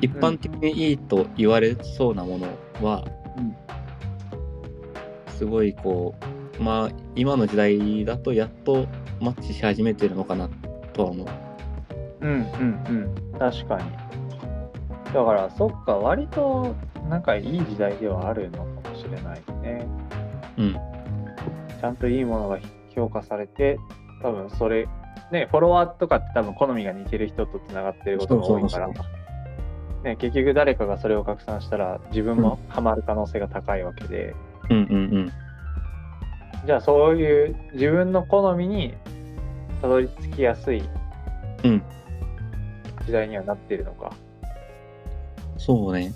S1: 一般的にいいと言われそうなものは、
S2: うん
S1: すごいこうまあ今の時代だとやっとマッチし始めてるのかなとは思う。
S2: うんうんうん確かにだからそっか割となんかいい時代ではあるのかもしれないね
S1: うん
S2: ちゃんといいものが評価されて多分それねフォロワーとかって多分好みが似てる人とつながってることが多いから
S1: そうそう
S2: ね、結局誰かがそれを拡散したら自分もハマる可能性が高いわけで、
S1: うんうん
S2: じゃあそういう自分の好みにたどり着きやすい
S1: うん。うん。
S2: 時代にはなってるのか
S1: そうね。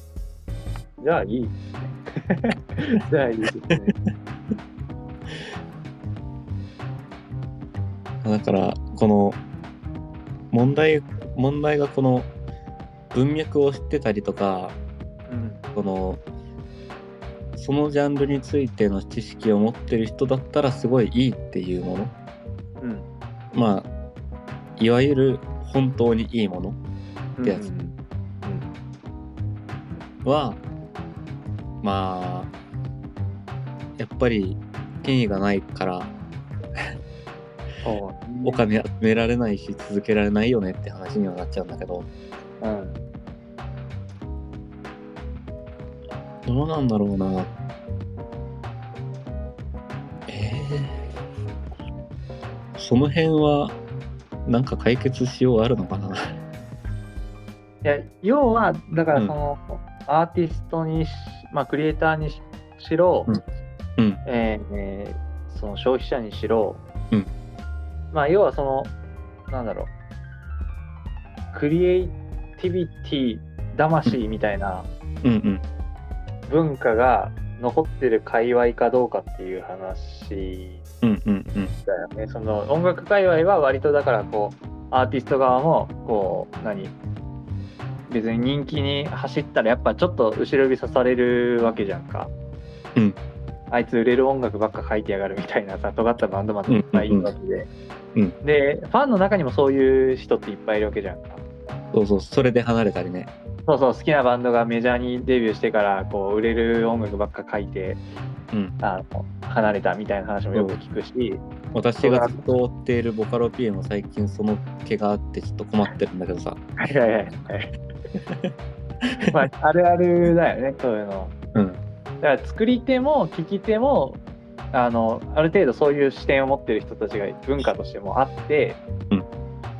S2: じゃあい いですねじゃあいいですね
S1: だから、この、問題、問題がこの、文脈を知ってたりとか、
S2: うん
S1: この、そのジャンルについての知識を持ってる人だったらすごいいいっていうもの。
S2: うん
S1: まあ、いわゆる本当にいいものってやつ
S2: うん
S1: は、まあ、やっぱり権威がないから
S2: そう
S1: お金集められないし続けられないよねって話にはなっちゃうんだけど、
S2: うん
S1: どうなんだろうな。ええその辺は、なんか解決しようあるのかな。
S2: いや要はだから
S1: うん
S2: その、アーティストにし、まあ、クリエイターにししろ、
S1: うんうん
S2: えーえーその消費者にしろ、
S1: うん
S2: まあ要はそのなんだろうクリエイティビティ魂みたいな
S1: うんうん。
S2: 文化が残ってる界隈かどうかっていう話
S1: うんうんうん。
S2: だよねその音楽界隈は割とだからこうアーティスト側もこう何別に人気に走ったらやっぱちょっと後ろ指さされるわけじゃんか、
S1: うん
S2: あいつ売れる音楽ばっか書いてやがるみたいなさ尖ったバンドマンっていっぱいいるわけで、
S1: うんう
S2: でファンの中にもそういう人っていっぱいいるわけじゃんか
S1: そうそう、それで離れたりね。
S2: そうそう好きなバンドがメジャーにデビューしてからこう売れる音楽ばっか書いて
S1: うん。
S2: あの離れたみたいな話もよく聞くし、
S1: 私がずっと追っているボカロ P も最近その毛があってちょっと困ってるんだけどさ。
S2: はいはいはいはい。まあ、あるあるだよね、そういうの。
S1: うん。
S2: だから作り手も聞き手も、あの、ある程度そういう視点を持ってる人たちが文化としてもあって、
S1: うん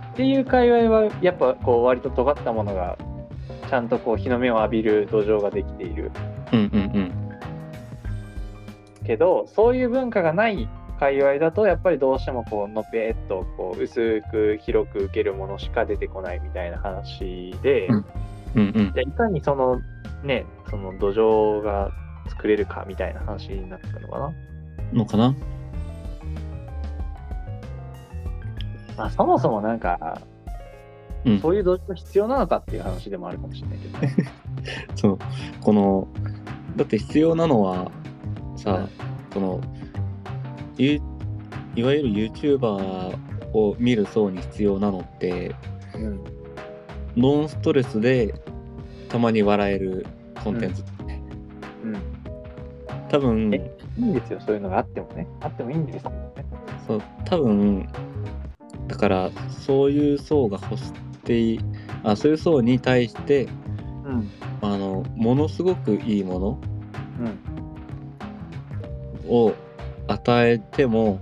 S2: っていう界隈は、やっぱこう、割と尖ったものが、ちゃんとこう、日の目を浴びる土壌ができている
S1: うんうんうん。
S2: けど、そういう文化がない界隈だと、やっぱりどうしてもこう、のぺーっと、こう、薄く広く受けるものしか出てこないみたいな話で、
S1: うんうんうん。
S2: じゃあいかにそのねその土壌が作れるかみたいな話になってくのかな、
S1: のかな
S2: まあ、そもそもなんか、
S1: うん
S2: そういう土壌が必要なのかっていう話でもあるかもしれないけど、ね、
S1: そうこのだって必要なのは
S2: は
S1: さ
S2: い
S1: このいいわゆる YouTuber を見る層に必要なのって
S2: うん、
S1: ノンストレスでたまに笑えるコンテンツ、
S2: うん
S1: 多分
S2: えいいんですよそういうのがあってもねあってもいいんですけどね
S1: そう多分だからそういう層が欲していあそういう層に対して
S2: うん
S1: あのものすごくいいもの
S2: うん
S1: を与えても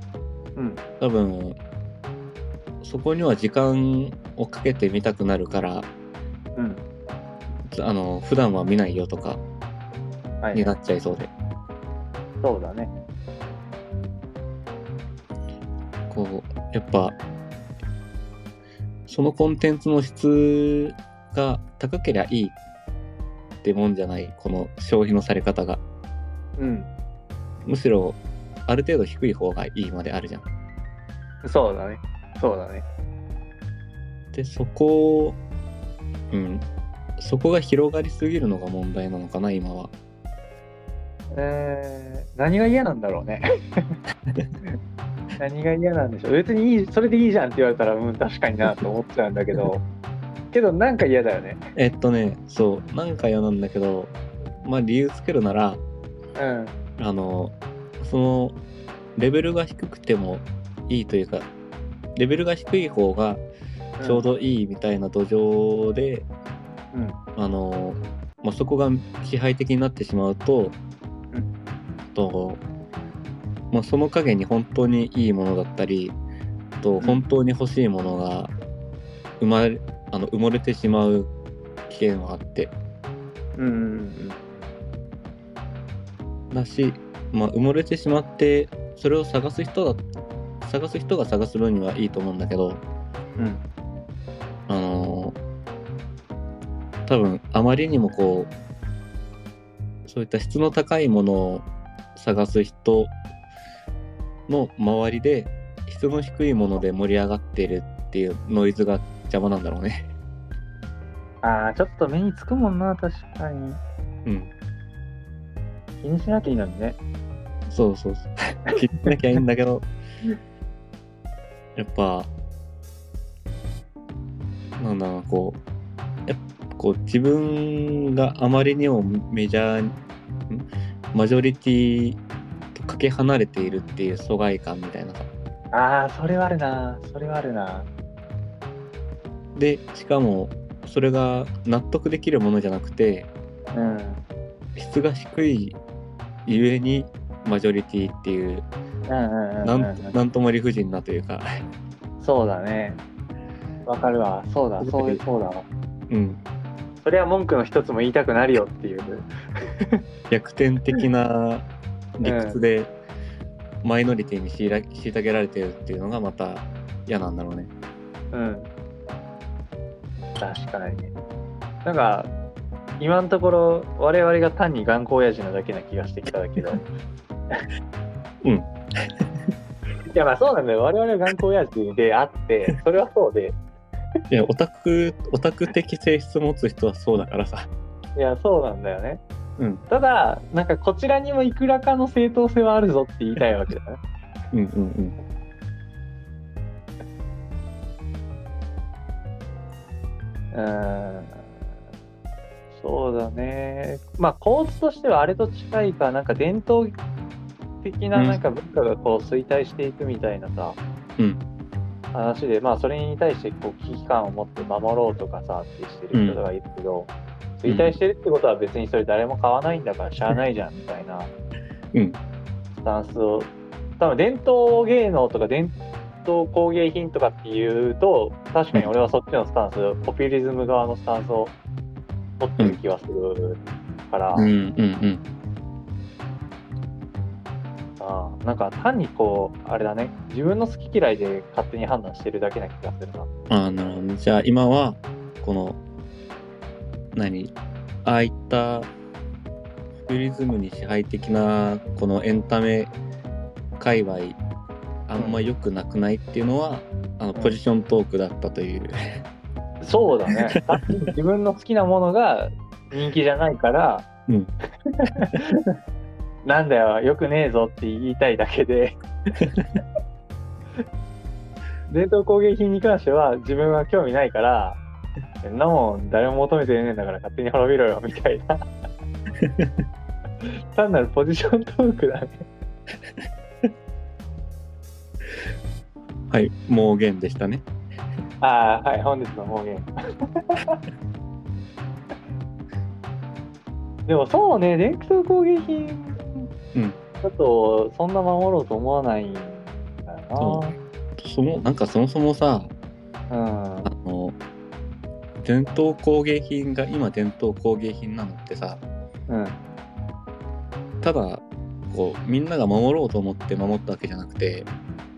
S2: うん
S1: 多分そこには時間をかけて見たくなるから
S2: うん
S1: あの普段は見ないよとか
S2: はい
S1: になっちゃいそうで、
S2: そうだね
S1: こうやっぱそのコンテンツの質が高けりゃいいってもんじゃないこの消費のされ方が
S2: うん
S1: むしろある程度低い方がいいまであるじゃん。
S2: そうだねそうだね
S1: でそこをうんそこが広がりすぎるのが問題なのかな今は。
S2: えー何が嫌なんだろうね何が嫌なんでしょう別にいいそれでいいじゃんって言われたらうん確かになと思っちゃうんだけどけどなんか嫌だよね
S1: えっとね、そう、なんか嫌なんだけど、まあ理由つけるなら、
S2: うん
S1: あの、その、レベルが低くてもいいというか、レベルが低い方がちょうどいいみたいな土壌で、
S2: うん
S1: あの、まあ、そこが支配的になってしまうと、
S2: うん
S1: と、まあ、その陰に本当にいいものだったり、と
S2: ん
S1: 本当に欲しいものが生まれ、あの埋もれてしまう危険はあって
S2: うんうん
S1: だし、まあ、埋もれてしまってそれを探す人だ探す人が探す分にはいいと思うんだけど
S2: うんうん
S1: あのー多分あまりにもこうそういった質の高いものを探す人の周りで質の低いもので盛り上がってるっていうノイズが邪魔なんだろうね。
S2: ああちょっと目につくもんな確かに
S1: うん、
S2: 気にしなきゃいいのにね
S1: そうそうそう。気にしなきゃいいんだけど
S2: うん、
S1: やっぱ、なんだろうな、こう、やっぱこう自分があまりにもメジャー、んマジョリティとかけ離れているっていう疎外感みたいなさ。
S2: ああそれはあるなそれはあるな
S1: で、しかも、それが納得できるものじゃなくて、
S2: うん
S1: 質が低いゆえにマジョリティっていう、
S2: うんうんうんうん
S1: な
S2: うん
S1: んなんとも理不尽なというか。
S2: そうだねわかるわそうだそういうそうだわ
S1: うん
S2: それは文句の一つも言いたくなるよっていう
S1: 逆転的な理屈でマイノリティに強いら虐げられてるっていうのがまた嫌なんだろうね。
S2: うん。確かにね。なんか、今のところ、我々が単に頑固親父なだけな気がしてきただけど。
S1: うん
S2: いや、まあそうなんだよ。我々は頑固親父であって、それはそうで、
S1: いやオタクオタク的性質持つ人はそうだからさ。
S2: いや、そうなんだよね。
S1: うん
S2: ただ、なんかこちらにもいくらかの正当性はあるぞって言いたいわけだね。
S1: うんうんうん。
S2: うーんそうだね。まあ構図としてはあれと近いか、なんか伝統的な
S1: うん
S2: なんか文化がこう衰退していくみたいなさ、
S1: うん
S2: 話で、まあそれに対してこう危機感を持って守ろうとかさってしてる人がいるけど、
S1: うん
S2: 衰退してるってことは別にそれ誰も買わないんだからしゃあないじゃんみたいな
S1: うん
S2: スタンスを、多分伝統芸能とか伝統工芸品とかっていうと確かに俺はそっちのスタンス、ポピュリズム側のスタンスを持ってる気はするから、
S1: うんうん
S2: あーなんか単にこうあれだね自分の好き嫌いで勝手に判断してるだけな気がするな
S1: うん。ああなるほどね。じゃあ今はこの何ああいったフリズムに支配的なこのエンタメ界隈あんま良くなくないっていうのは、あのポジショントークだったという。
S2: そうだ ね単に自分の好きなものが人気じゃないから、
S1: うん
S2: なんだよよくねえぞって言いたいだ けで伝統工芸品に関しては自分は興味ないからそんなもん誰も求めてねえんだから勝手に滅びろよみたい な単なるポジショントークだね
S1: はい、盲言でしたね。
S2: ああ、はい、本日の方言。 でもそうね、伝統工芸品
S1: うん
S2: だと、そんな守ろうと思わないんだ
S1: そ
S2: よ
S1: そのなんかそもそもさ
S2: な。うん
S1: あの伝統工芸品が今伝統工芸品なのってさ
S2: うん
S1: ただこうみんなが守ろうと思って守ったわけじゃなくて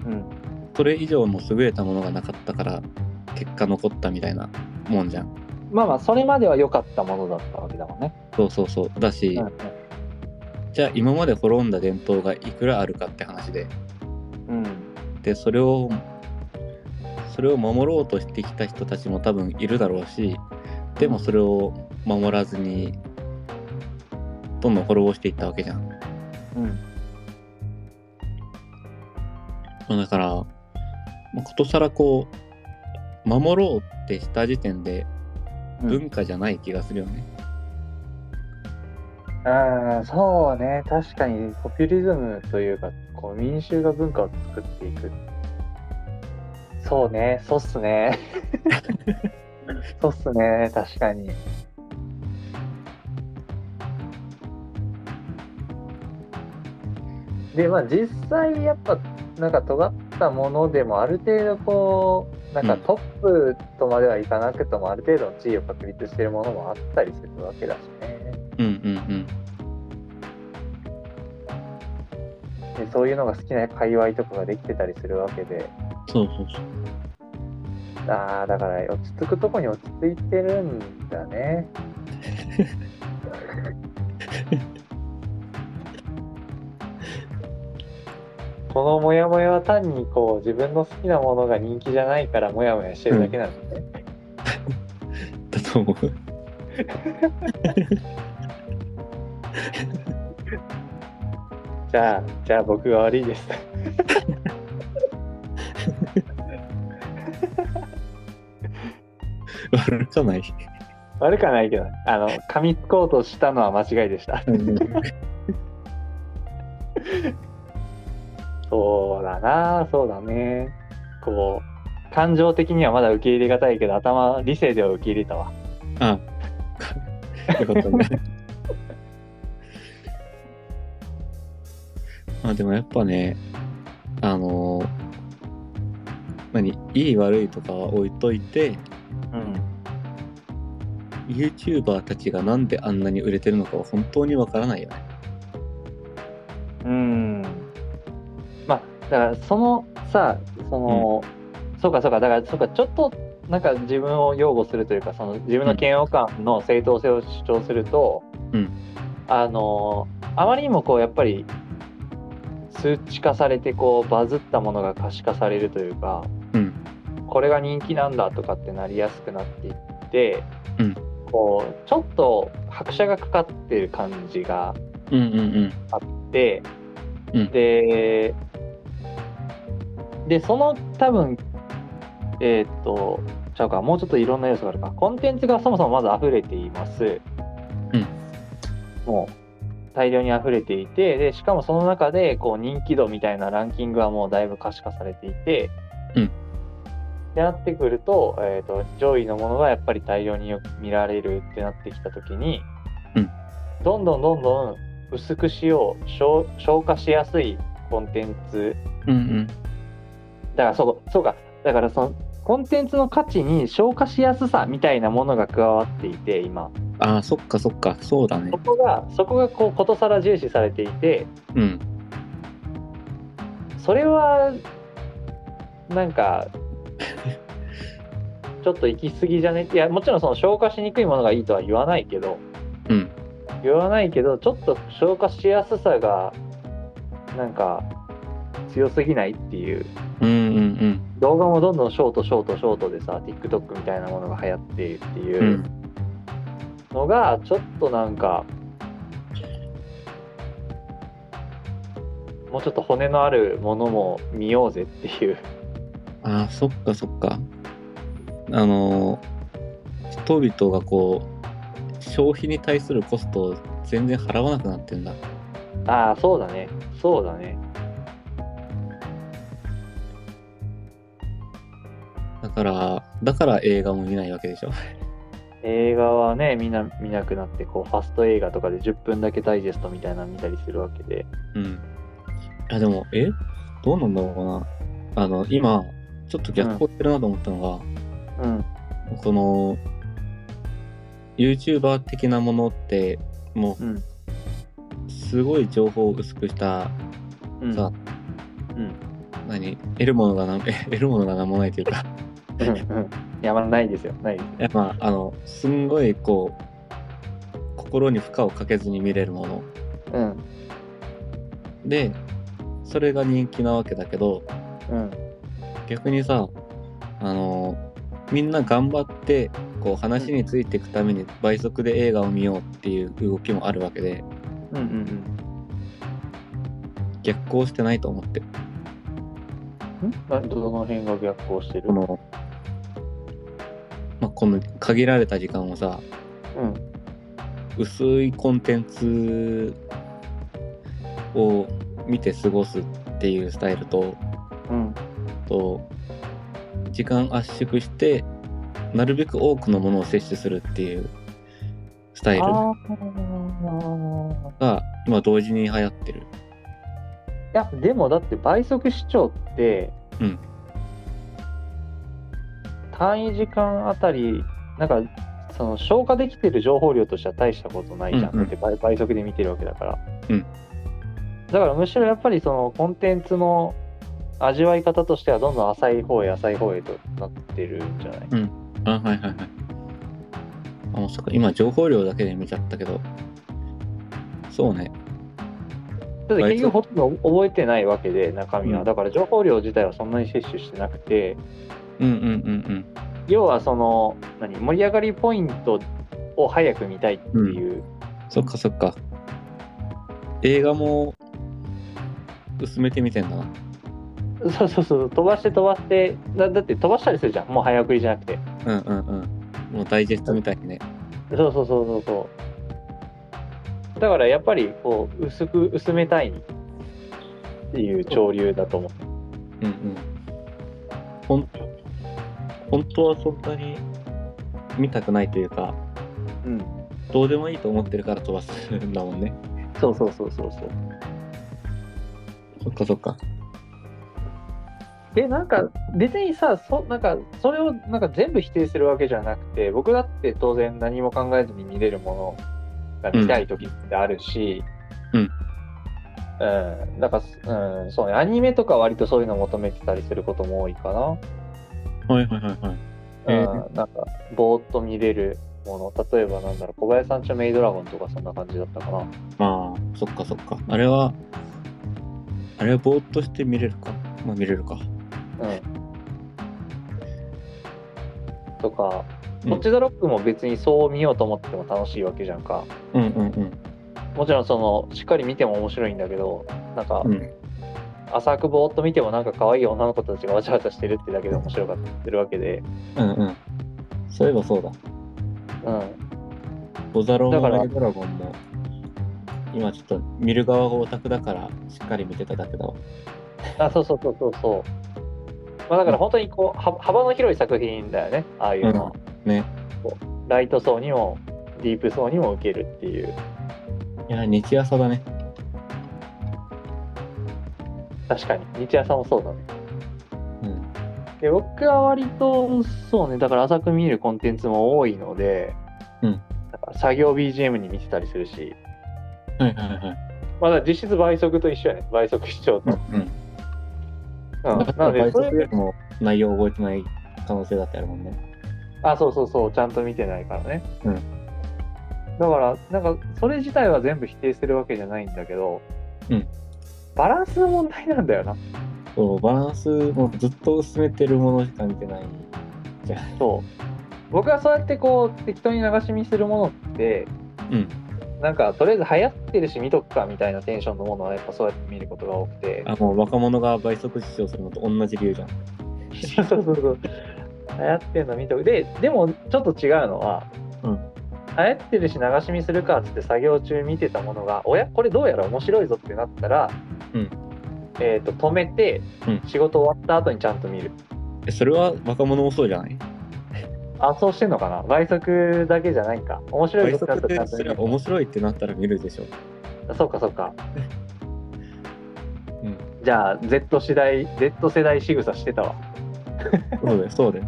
S2: うん
S1: それ以上の優れたものがなかったから結果残ったみたいなもんじゃん。
S2: まあまあ、それまでは良かったものだったわけだもんね。
S1: そうそうそうだし、
S2: うん
S1: じゃあ今まで滅んだ伝統がいくらあるかって話で
S2: うん
S1: でそれをそれを守ろうとしてきた人たちも多分いるだろうしでもそれを守らずにどんどん滅ぼしていったわけじゃん、ま
S2: うん
S1: あ、だから、まあことさらこう守ろうってした時点で
S2: うん
S1: 文化じゃない気がするよね、
S2: うん、そうね、確かにポピュリズムというか、こう民衆が文化を作っていく。そうね、そうっすね。そうっすね、確かに。で、まあ実際やっぱ、なんか尖ったものでもある程度こう、なん
S1: う
S2: か
S1: ん
S2: トップとまではいかなくともある程度の地位を確立してるものもあったりするわけだしね
S1: うんうん
S2: でそういうのが好きな界隈とかができてたりするわけで
S1: そうそうそう
S2: ああだから落ち着くとこに落ち着いてるんだ ねこのモヤモヤは単にこう自分の好きなものが人気じゃないからモヤモヤしてるだけなんだね、
S1: だと思う
S2: じゃあじゃあ僕が悪いです
S1: 悪かない
S2: 悪くはないけどあの噛みつこうとしたのは間違いでしたそうだなそうだねこう感情的にはまだ受け入れがたいけど頭理性では受け入れたわ
S1: あよかったね まあでもやっぱねあの何いい悪いとかは置いといて
S2: うん、
S1: YouTuber たちがなんであんなに売れてるのかは本当にわからないよね
S2: うん、まあだからそのさその、そうかそうかだからそうかちょっとなんか自分を擁護するというかその自分の嫌悪感の正当性を主張すると、
S1: うん
S2: あのあまりにもこうやっぱり数値化されてこうバズったものが可視化されるというか、
S1: うん
S2: これが人気なんだとかってなりやすくなっていって、
S1: うん
S2: こうちょっと拍車がかかってる感じが
S1: うんうん
S2: で、
S1: うん
S2: ででその多分えーっとちゃうかもうちょっといろんな要素があるかコンテンツがそもそもまず溢れています、
S1: うん
S2: もう大量に溢れていてでしかもその中でこう人気度みたいなランキングはもうだいぶ可視化されていて、
S1: うん
S2: ってなってくると,、えーっと上位のものがやっぱり大量によく見られるってなってきた時に、
S1: うん
S2: どんどんどんどん薄くしよう消消化しやすいコンテンツ
S1: うんうん
S2: だからそうそうかだからそのコンテンツの価値に消化しやすさみたいなものが加わっていて今
S1: ああそっかそっかそうだね
S2: そこがそこがこうことさら重視されていて
S1: うん
S2: それはなんかちょっと行き過ぎじゃねいやもちろんその消化しにくいものがいいとは言わないけど
S1: うん
S2: 言わないけどちょっと消化しやすさがなんか強すぎないっていう
S1: うんうん
S2: 動画もどんどんショートショートショートでさ TikTok みたいなものが流行っているって
S1: うんう
S2: いうんのがちょっとなんか、もうちょっと骨のあるものも見ようぜっていう
S1: ああそっかそっかあのー人々がこう消費に対するコストを全然払わなくなってんだ
S2: ああそうだねそうだね
S1: だからだから映画も見ないわけでしょ
S2: 映画はねみんな見なくなってこうファスト映画とかで10分だけダイジェストみたいなの見たりするわけで
S1: うんいやでもえどうなんだろうかなあの今ちょっと逆行してるなと思ったのが、
S2: うん
S1: この YouTuber 的なものっても
S2: うん
S1: うすごい情報を薄くした
S2: うん
S1: さ
S2: うん
S1: 何得るものがなん 得るものが何もないというか
S2: うんうんやまないですよないです
S1: いやまああのすんごいこう心に負荷をかけずに見れるもの
S2: うん
S1: でそれが人気なわけだけど
S2: うん
S1: 逆にさあのみんな頑張ってこう話についていくために倍速で映画を見ようっていう動きもあるわけで
S2: うんうん
S1: 逆行してないと思って
S2: うんんなどの辺が逆行してる
S1: この、まあ、この限られた時間をさ
S2: うん
S1: 薄いコンテンツを見て過ごすっていうスタイルと
S2: うん
S1: と時間圧縮してなるべく多くのものを摂取するっていうスタイル
S2: あー
S1: が今同時に流行ってる
S2: いやでもだって倍速視聴って、
S1: うん
S2: 単位時間あたりなんかその消化できてる情報量としては大したことないじゃん、
S1: うんうん
S2: だって倍倍速で見てるわけだから、
S1: うん
S2: だからむしろやっぱりそのコンテンツの味わい方としてはどんどん浅い方へ浅い方へとなってるんじゃない、
S1: あ、はいはいはい。あ、まさか、今、情報量だけで見ちゃったけど。そうね。
S2: だって結
S1: あいつ
S2: 局ほとんど覚えてないわけで中身は、
S1: うん
S2: だから情報量自体はそんなに摂取してなくて、
S1: うんうんうん
S2: 要はその何盛り上がりポイントを早く見たいってい
S1: う
S2: う、
S1: ん。そっかそっか。映画も薄めてみてんだな。
S2: そうそうそう飛ばして飛ばしてだだって飛ばしたりするじゃんもう早送りじゃなくて
S1: うんうんうん。もうダイジェストみたいにね。
S2: そうそうそうそうそうだからやっぱりこう薄く薄めたいっていう潮流だと思う
S1: うんうん。ほん、本当はそんなに見たくないというか、
S2: うん
S1: どうでもいいと思ってるから飛ばすんだもんね。
S2: そうそうそうそうそう
S1: そっかそっか。
S2: でなんか別にさそなんかそれをなんか全部否定するわけじゃなくて僕だって当然何も考えずに見れるものが見たい時ってあるし、
S1: うん
S2: うんだから、うん、そうねアニメとか割とそういうの求めてたりすることも多いかな、
S1: はいはいはいはい。えー
S2: うん、なんかぼーっと見れるもの例えばなんだろう小林さんちのメイドラゴンとかそんな感じだったかな
S1: まあ、そっかそっか。あれは、あれはぼーっとして見れるか。まあ見れるか。
S2: うんとか、
S1: うん
S2: こっちザロックも別にそう見ようと思っても楽しいわけじゃんか。
S1: うんうんうん。
S2: もちろんそのしっかり見ても面白いんだけどなんか
S1: うん、
S2: 浅くぼーっと見てもなんか可愛い女の子たちがわちゃわちゃしてるってだけで面白かったるわけで、
S1: うんうん。そういえばそうだ。
S2: うん、
S1: ボザロン
S2: だか
S1: も
S2: ら
S1: メイドラゴンも、今ちょっと見る側がオタクだから、しっかり見てただけど。
S2: あそうそうそうそうそう、まあ、だから本当にこうは幅の広い作品だよねああいうのは、
S1: うんね
S2: こうライト層にもディープ層にも受けるっていう
S1: いや、日朝だね。
S2: 確かに日朝もそうだね
S1: うん。
S2: で僕は割とそうねだから浅く見るコンテンツも多いので、
S1: うん
S2: だから作業 BGM に見てたりするし
S1: はいはいはい。
S2: まあだから実質倍速と一緒やね倍速視聴と、
S1: うんうん。
S2: う
S1: だ
S2: ん、
S1: か
S2: な
S1: ら
S2: ので
S1: 倍
S2: そ
S1: 速よ
S2: れ
S1: りも内容覚えてない可能性だってあるもんね。
S2: あそうそうそうちゃんと見てないからね、
S1: うん
S2: だからなんかそれ自体は全部否定するわけじゃないんだけど、
S1: うん
S2: バランスの問題なんだよな
S1: そう、バランスもずっと進めてるものしか見てない。
S2: そう僕はそうやってこう適当に流し見するものって、
S1: うん
S2: なんかとりあえず流行ってるし見とくかみたいなテンションのものはやっぱそうやって見ることが多くて
S1: あ、もう若者が倍速視聴するのと同じ理由じゃん。
S2: そうそうそう流行ってるの見とくででもちょっと違うのは、
S1: うん
S2: 流行ってるし流し見するかっつって作業中見てたものがおやこれどうやら面白いぞってなったら、
S1: うん
S2: えー、と止めて
S1: うん
S2: 仕事終わった後にちゃんと見る、
S1: えそれは若者もそうじゃない
S2: あそうしてんのかな倍速だけじゃないか面白い
S1: 倍
S2: ぞってな
S1: 速
S2: ったらち
S1: でそ
S2: ゃんと見
S1: れ
S2: る
S1: は面白いってなったら見るでしょ。
S2: そうかそうか
S1: うん。
S2: じゃあ Z 世代 Z 世代仕草してたわ
S1: そうだよ、そうだよ。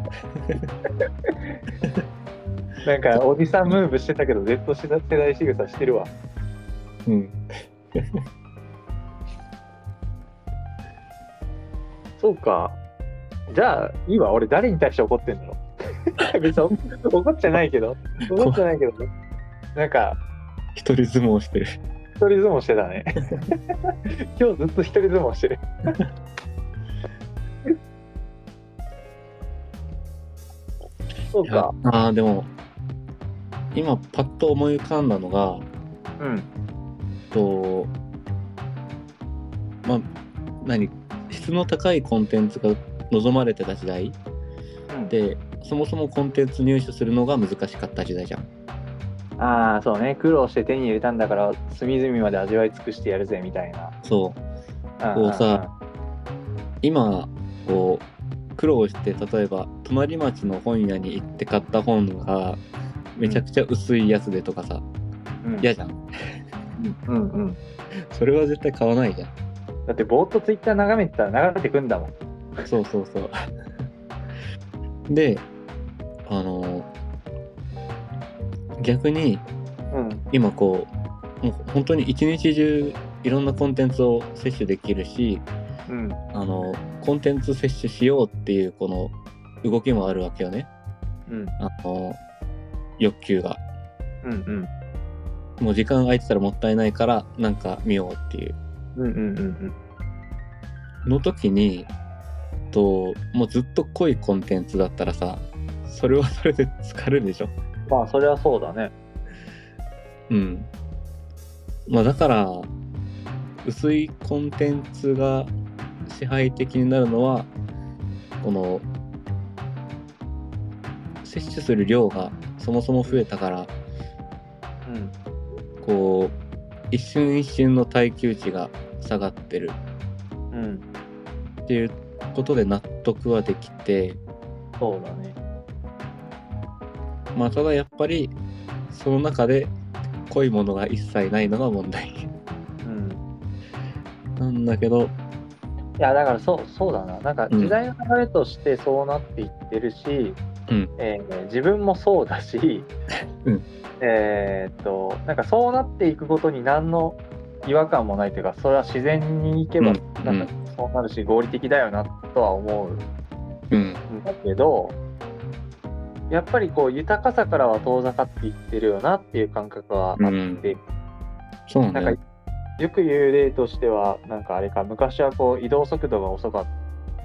S2: なんかおじさんムーブしてたけど Z 世代仕草してるわ
S1: うん。
S2: そうかじゃあいいわ俺誰に対して怒ってんの 別に怒ってないけど怒ってないけどねなんか
S1: 一人相撲してる。
S2: 一人相撲してたね 今日ずっと一人相撲してる そう
S1: いや
S2: か
S1: ああ、でも、今パッと思い浮かんだのが、
S2: うん
S1: と、まあ、何、質の高いコンテンツが望まれてた時代で、そもそもコンテンツ入手するのが難しかった時代じゃん。
S2: ああそうね苦労して手に入れたんだから隅々まで味わい尽くしてやるぜみたいな
S1: そう。
S2: んんん
S1: こうさ今、こう、苦労して、例えば、隣町の本屋に行って買った本が、めちゃくちゃ薄いやつでとかさ、
S2: うん
S1: 嫌じゃん。
S2: うんうん
S1: それは絶対買わないじゃん。
S2: だってぼーっとツイッター眺めてたら流れてくんだもん
S1: そうそうそう。で、あの逆に
S2: うん
S1: 今こうもう本当に一日中いろんなコンテンツを摂取できるし
S2: うん
S1: あのコンテンツ摂取しようっていうこの動きもあるわけよね
S2: うん
S1: あの欲求が
S2: うんうん
S1: もう時間空いてたらもったいないからなんか見ようっていう
S2: うんうんうん
S1: の時にともうずっと濃いコンテンツだったらさそれはそれで疲れるでしょ
S2: まあそれはそうだね
S1: うん。まあだから、薄いコンテンツが支配的になるのは、この、摂取する量がそもそも増えたから、
S2: うん
S1: こう、一瞬一瞬の耐久値が下がってる
S2: うん
S1: っていうことで納得はできて、
S2: そうだね
S1: まあただやっぱり、その中で濃いものが一切ないのが問題
S2: うん
S1: なんだけど、
S2: いやだからそうそうだななんか
S1: うん
S2: 時代の流れとしてそうなっていってるし、
S1: うん
S2: えー自分もそうだし、
S1: うん
S2: えーっとなんかそうなっていくことに何の違和感もないというかそれは自然にいけば
S1: うん
S2: なんかそうなるし合理的だよなとは
S1: う
S2: 思
S1: ん。
S2: うんだけどやっぱりこう豊かさからは遠ざかっていってるよなっていう感覚はあって、
S1: そうなんだ
S2: なん
S1: よ
S2: かよく言う例としてはなんかあれか昔はこう移動速度が遅かっ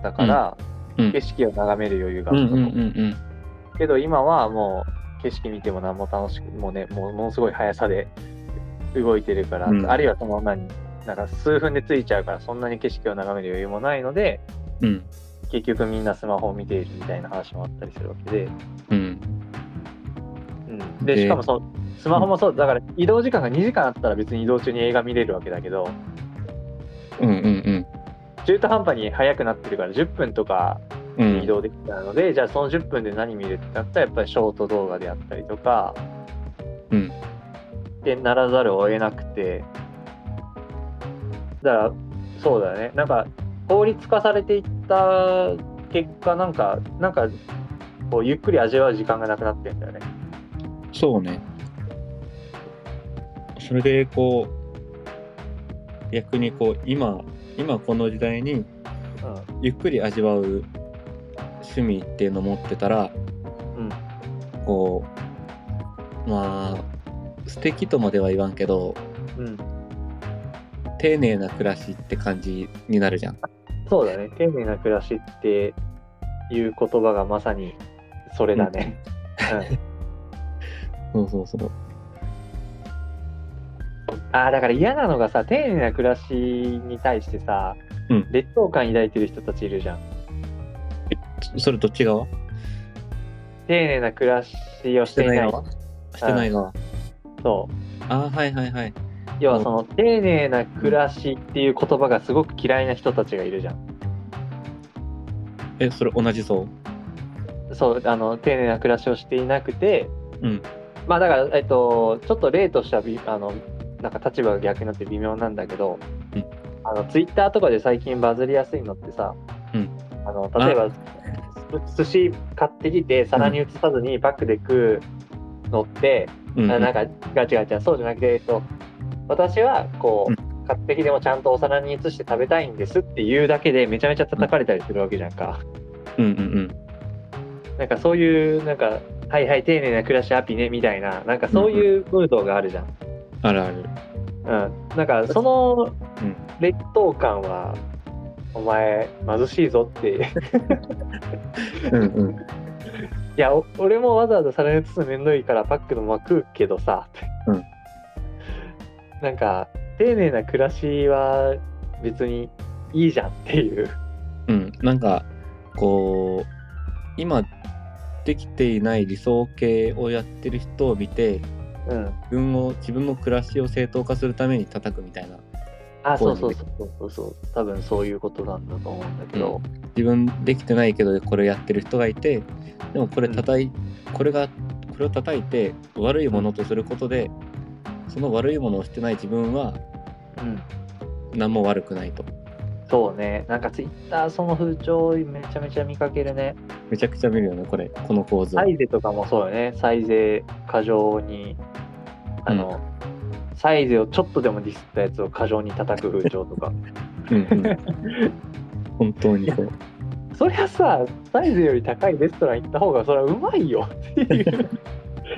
S2: たから、
S1: うんうん
S2: 景色を眺める余裕があ
S1: う
S2: っ
S1: んう
S2: た
S1: んう
S2: と、
S1: んうん。
S2: けど今はもう景色見ても何も楽しくもうねもうものすごい速さで動いてるから、
S1: うん
S2: あるいはその何なんか数分で着いちゃうからそんなに景色を眺める余裕もないので
S1: うん。
S2: 結局みんなスマホを見ているみたいな話もあったりするわけで、
S1: うん。
S2: うん、で
S1: で
S2: しかもそのスマホもそうだから移動時間が2時間あったら別に移動中に映画見れるわけだけど、
S1: うんうん
S2: 中途半端に速くなってるから10分とか
S1: うん。うん。
S2: 移動できたので、じゃあその10分で何見るってなったらやっぱりショート動画であったりとか
S1: うん。
S2: でならざるを得なくてだからそうだよねなんか効率化されていった結果なんかなんかこうゆっくり味わう時間がなくなってんだよね。
S1: そうね。それで、こう、逆にこう、今、今この時代に、ゆっくり味わう趣味っていうのを持ってたら、
S2: うん
S1: こう、まあ、素敵とまでは言わんけど、
S2: うん、うん、
S1: 丁寧な暮らしって感じになるじゃん。
S2: そうだね丁寧な暮らしっていう言葉がまさにそれだね。う
S1: そ
S2: ん
S1: うそうそう。
S2: あーだから嫌なのがさ丁寧な暮らしに対してさ、
S1: うん
S2: 劣等感抱いてる人たちいるじゃん
S1: そそれどっち側
S2: 丁寧な暮らしをしていない
S1: してない側。
S2: そう
S1: ああ、はいはいはい。
S2: 要はその丁寧な暮らしっていう言葉がすごく嫌いな人たちがいるじゃん
S1: え、それ同じ層
S2: そうあの丁寧な暮らしをしていなくて
S1: うん。
S2: まあだからえっとちょっと例としてはびあのなんか立場が逆になって微妙なんだけど、
S1: うん
S2: あのツイッターとかで最近バズりやすいのってさ、
S1: うん
S2: あの例えばす寿司買ってきて皿に移さずにパックで食うのって、
S1: うん
S2: あなんかガチガチそうじゃなくて、えっと、私はこう、
S1: う
S2: 買ってきてもちゃんとお皿に移して食べたいんですっていうだけでめちゃめちゃ叩かれたりするわけじゃんか。
S1: うんうん
S2: なんかそういうなんかはいはい丁寧な暮らしアピねみたいななんかそういうムードがあるじゃん。
S1: うん。あるある。
S2: うん、なんかその
S1: うん
S2: 劣等感は、お前貧しいぞって
S1: うんうん。
S2: いやお俺もわざわざ皿に移すのめんどいからパックのまま食うけどさ、
S1: うん
S2: なんか丁寧な暮らしは別にいいじゃんっていう
S1: うん。なんか、こう、今、できていない理想形をやってる人を見て、
S2: うん
S1: 自分を、自分の暮らしを正当化するために叩くみたいな。
S2: あ
S1: こ
S2: そう
S1: いうう
S2: そ
S1: の
S2: う
S1: ね
S2: そうそうそう多分そういうことなんだと思うんだけど、
S1: 自分できてないけど、これやってる人がいて、でもこれ叩い、これが、これを叩いて、悪いものとすることで、その悪いものをしてない自分は、
S2: うん、
S1: 何も悪くないと。
S2: そうねなんかツイッターその風潮めちゃめちゃ見かけるね
S1: めちゃくちゃ見るよね、これ、この構図。
S2: サイゼとかもそうよね。サイゼ過剰に、あの、サイゼをちょっとでもディスったやつを過剰に叩く風潮とか。
S1: うんうん、 本当にそう。
S2: そりゃさ、サイゼより高いレストラン行った方が、それはうまいよ っていう。い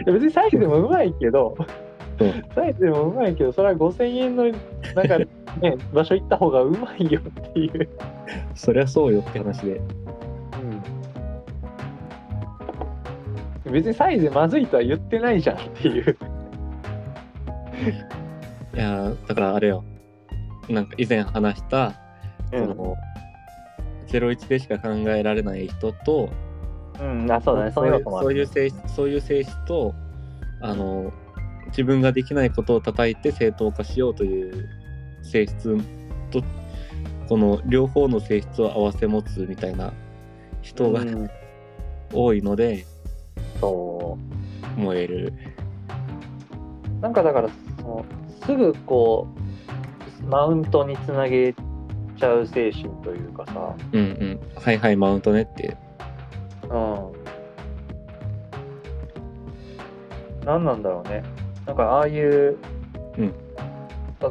S2: や別にサイゼもうまいけど
S1: そう、
S2: サイゼもうまいけど、それは5000円の、なんかね、 場所行った方がうまいよっていう。
S1: そりゃそうよって話で。
S2: 別にサイゼまずいとは言ってないじゃんっていう。
S1: いやーだからあれよ。なんか以前話した、その、01でしか考えられない人と、
S2: うん、あ、そうだね、その要素もあ
S1: そうい
S2: る。
S1: う性質そういう性質とあの自分ができないことを叩いて正当化しようという性質とこの両方の性質を併せ持つみたいな人が
S2: うん
S1: 多いので
S2: そ
S1: 燃える、
S2: う。なんかだから、そのすぐこう、マウントにつなげちゃう精神というかさ、
S1: うんうん、はいはいマウントねって
S2: うん。何なんだろうね。なんかああいう、
S1: うん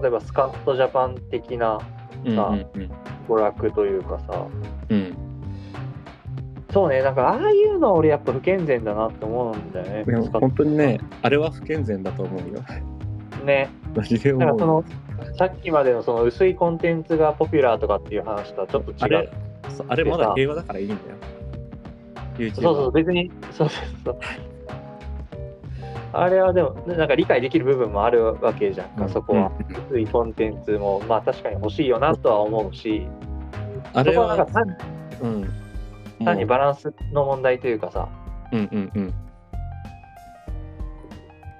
S2: 例えばスカットジャパン的な
S1: うんう
S2: あ
S1: んうん
S2: 娯楽というかさ、
S1: うん
S2: そうね、なんかああいうのは俺やっぱ不健全だなって思うんだよね。
S1: いや
S2: スカット
S1: 本当にね。あれは不健全だと思うよ
S2: ね。
S1: マジで
S2: だから
S1: 思
S2: そうの、さっきまでのその薄いコンテンツがポピュラーとかっていう話とはちょっと
S1: あ
S2: 違
S1: れ
S2: う。
S1: そうあれまだ平和だからいいんだよ YouTube
S2: そうそう、別に、そうそうそう。あれはでも、なんか理解できる部分もあるわけじゃんか、そこは。ついコンテンツも、まあ確かに欲しいよなとは思うし、
S1: あ
S2: そ
S1: れ
S2: こはなん
S1: は
S2: か単
S1: うんもう
S2: 単にバランスの問題というかさ、
S1: うんうんうん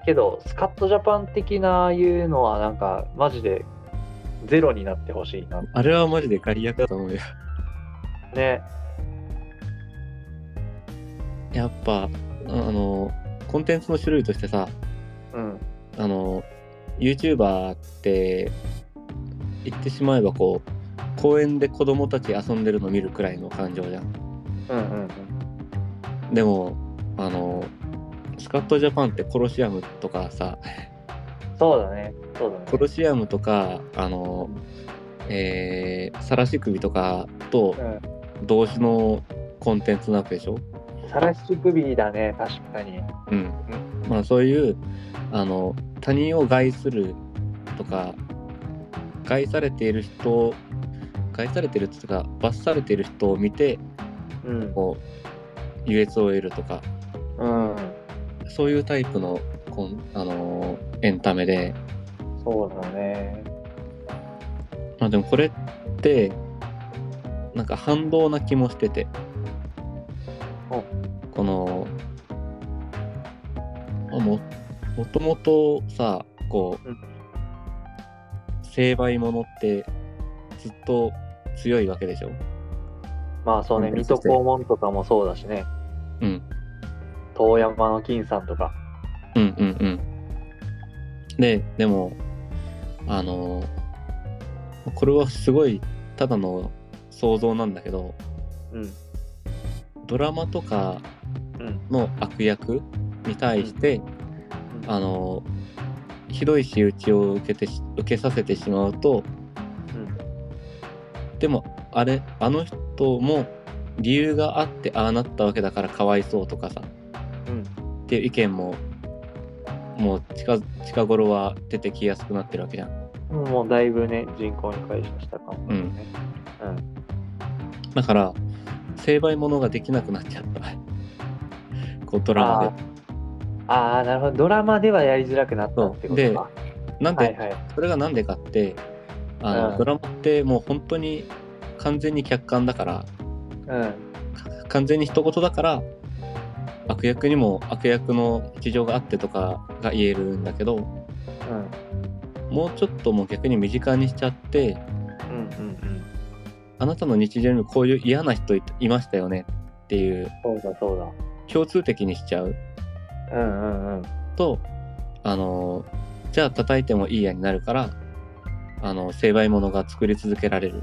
S2: けど、スカットジャパン的なああいうのは、なんか、マジでゼロになってほしいな。
S1: あれはマジでガリ役だと思うよ
S2: ね。
S1: やっぱあのコンテンツの種類としてさ
S2: うん。
S1: あの YouTuber って言ってしまえばこう公園で子供たち遊んでるの見るくらいの感情じゃん
S2: うんうん
S1: でもあのスカットジャパンってコロシアムとかさ
S2: うん。そうだね。そうだね。
S1: コロシアムとかあのえー、さらし首とかと同種のコンテンツなわけでしょ
S2: うん。さらし首だね、確かに。
S1: うん、まあそういうあの他人を害するとか害されている人害されてるっていうか罰されている人を見て
S2: うん。
S1: こう優越を得るとか
S2: うん。
S1: そういうタイプのこん、あのーエンタメで、
S2: そうだね。
S1: まあ、でもこれってなんか反動な気もしてて
S2: お
S1: このまあももともとさこう、
S2: うん
S1: 成敗者ってずっと強いわけでしょ、
S2: まあそうね、
S1: うん
S2: 水戸黄門とかもそうだしね、
S1: うん、
S2: 遠山の金さんとか。
S1: うんうんうんででもあのこれはすごいただの想像なんだけど
S2: うん。
S1: ドラマとか
S2: うん。
S1: の悪役に対して、
S2: うん
S1: あのひどい仕打ちを受けてし受けさせてしまうと
S2: うん
S1: でもあれあの人も理由があってああなったわけだからかわいそうとかさ
S2: うん。
S1: っていう意見ももう近近頃は出てきやすくなってるわけじゃん。
S2: もうだいぶね、人口に回収したかも、ね。うん。
S1: だから成敗者ができなくなっちゃった。 こうドラマ
S2: ああああ、なるほど。ドラマではやりづらくなったってことか。
S1: で。なん
S2: は
S1: で、
S2: いはい。
S1: それがなんでかってあの、
S2: うん
S1: ドラマってもう本当に完全に客観だから
S2: うん。
S1: 完全に一言だから悪役にも悪役の事情があってとかが言えるんだけど
S2: うん。
S1: もうちょっともう逆に身近にしちゃって
S2: うんうん
S1: あなたの日常にもこういう嫌な人いいましたよねっていう
S2: うん。そうだそうだ。
S1: 共通的にしちゃう
S2: うんうんうん。
S1: とあのじゃあ叩いてもいいやになるからあの成敗者が作り続けられる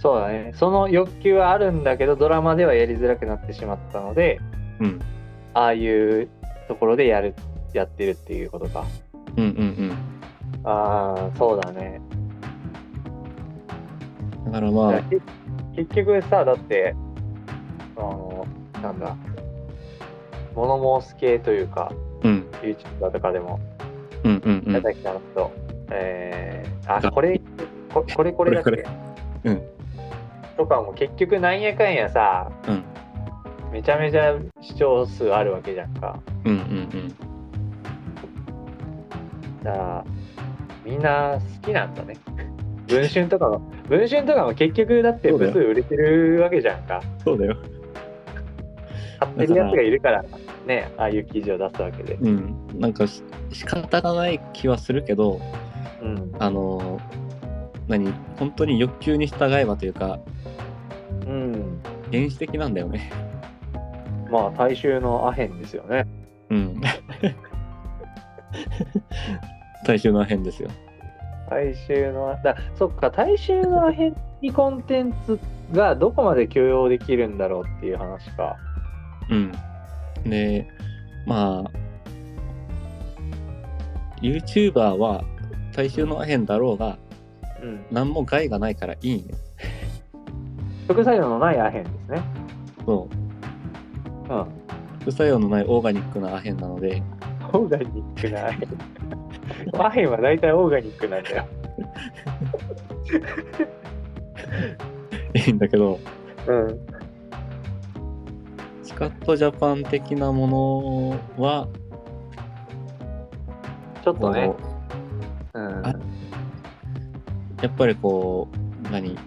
S2: そうだねその欲求はあるんだけどドラマではやりづらくなってしまったので
S1: うん
S2: ああいうところでやるやってるっていうことか
S1: うんうん
S2: ああそうだね
S1: うん。だからまあ、
S2: け結局さだってあのなんだ物申す系というか
S1: うん、
S2: YouTuber とかでも
S1: うんうんうん。
S2: 矢崎さんと、えー、あこれここれこれだっけ
S1: これこうん
S2: とかも結局なんやかんやさ、
S1: うん
S2: めちゃめちゃ視聴数あるわけじゃんか
S1: うんうん
S2: だからみんな好きなんだ ね文春とかも文春とかも結局だって
S1: そうだ
S2: 部
S1: よ
S2: 数売れてるわけじゃんか
S1: うん。そうだよ。
S2: 買ってるやつがいるからねああいう記事を出すわけで、
S1: うん。なんかし仕方がない気はするけど、
S2: うん
S1: あの何本当に欲求に従えばというか
S2: うん、
S1: 原始的なんだよね。
S2: まあ大衆のアヘンですよね
S1: うん。大衆の変ですよ。
S2: 大衆のだそっか大衆の変にコンテンツがどこまで許容できるんだろうっていう話か
S1: うん。で、まあ、YouTuber は大衆の変だろうが、
S2: うん
S1: 何も害がないからいいんよ。
S2: 副作用のないアヘンですね
S1: そう。
S2: うん
S1: 副作用のないオーガニックなアヘンなので、
S2: オーガニックなアヘン アヘンは大体オーガニックなんだよ
S1: いいんだけど、
S2: うん
S1: スカットジャパン的なものは、
S2: ちょっとね
S1: こ
S2: うん
S1: あうやっぱりこう、何、ま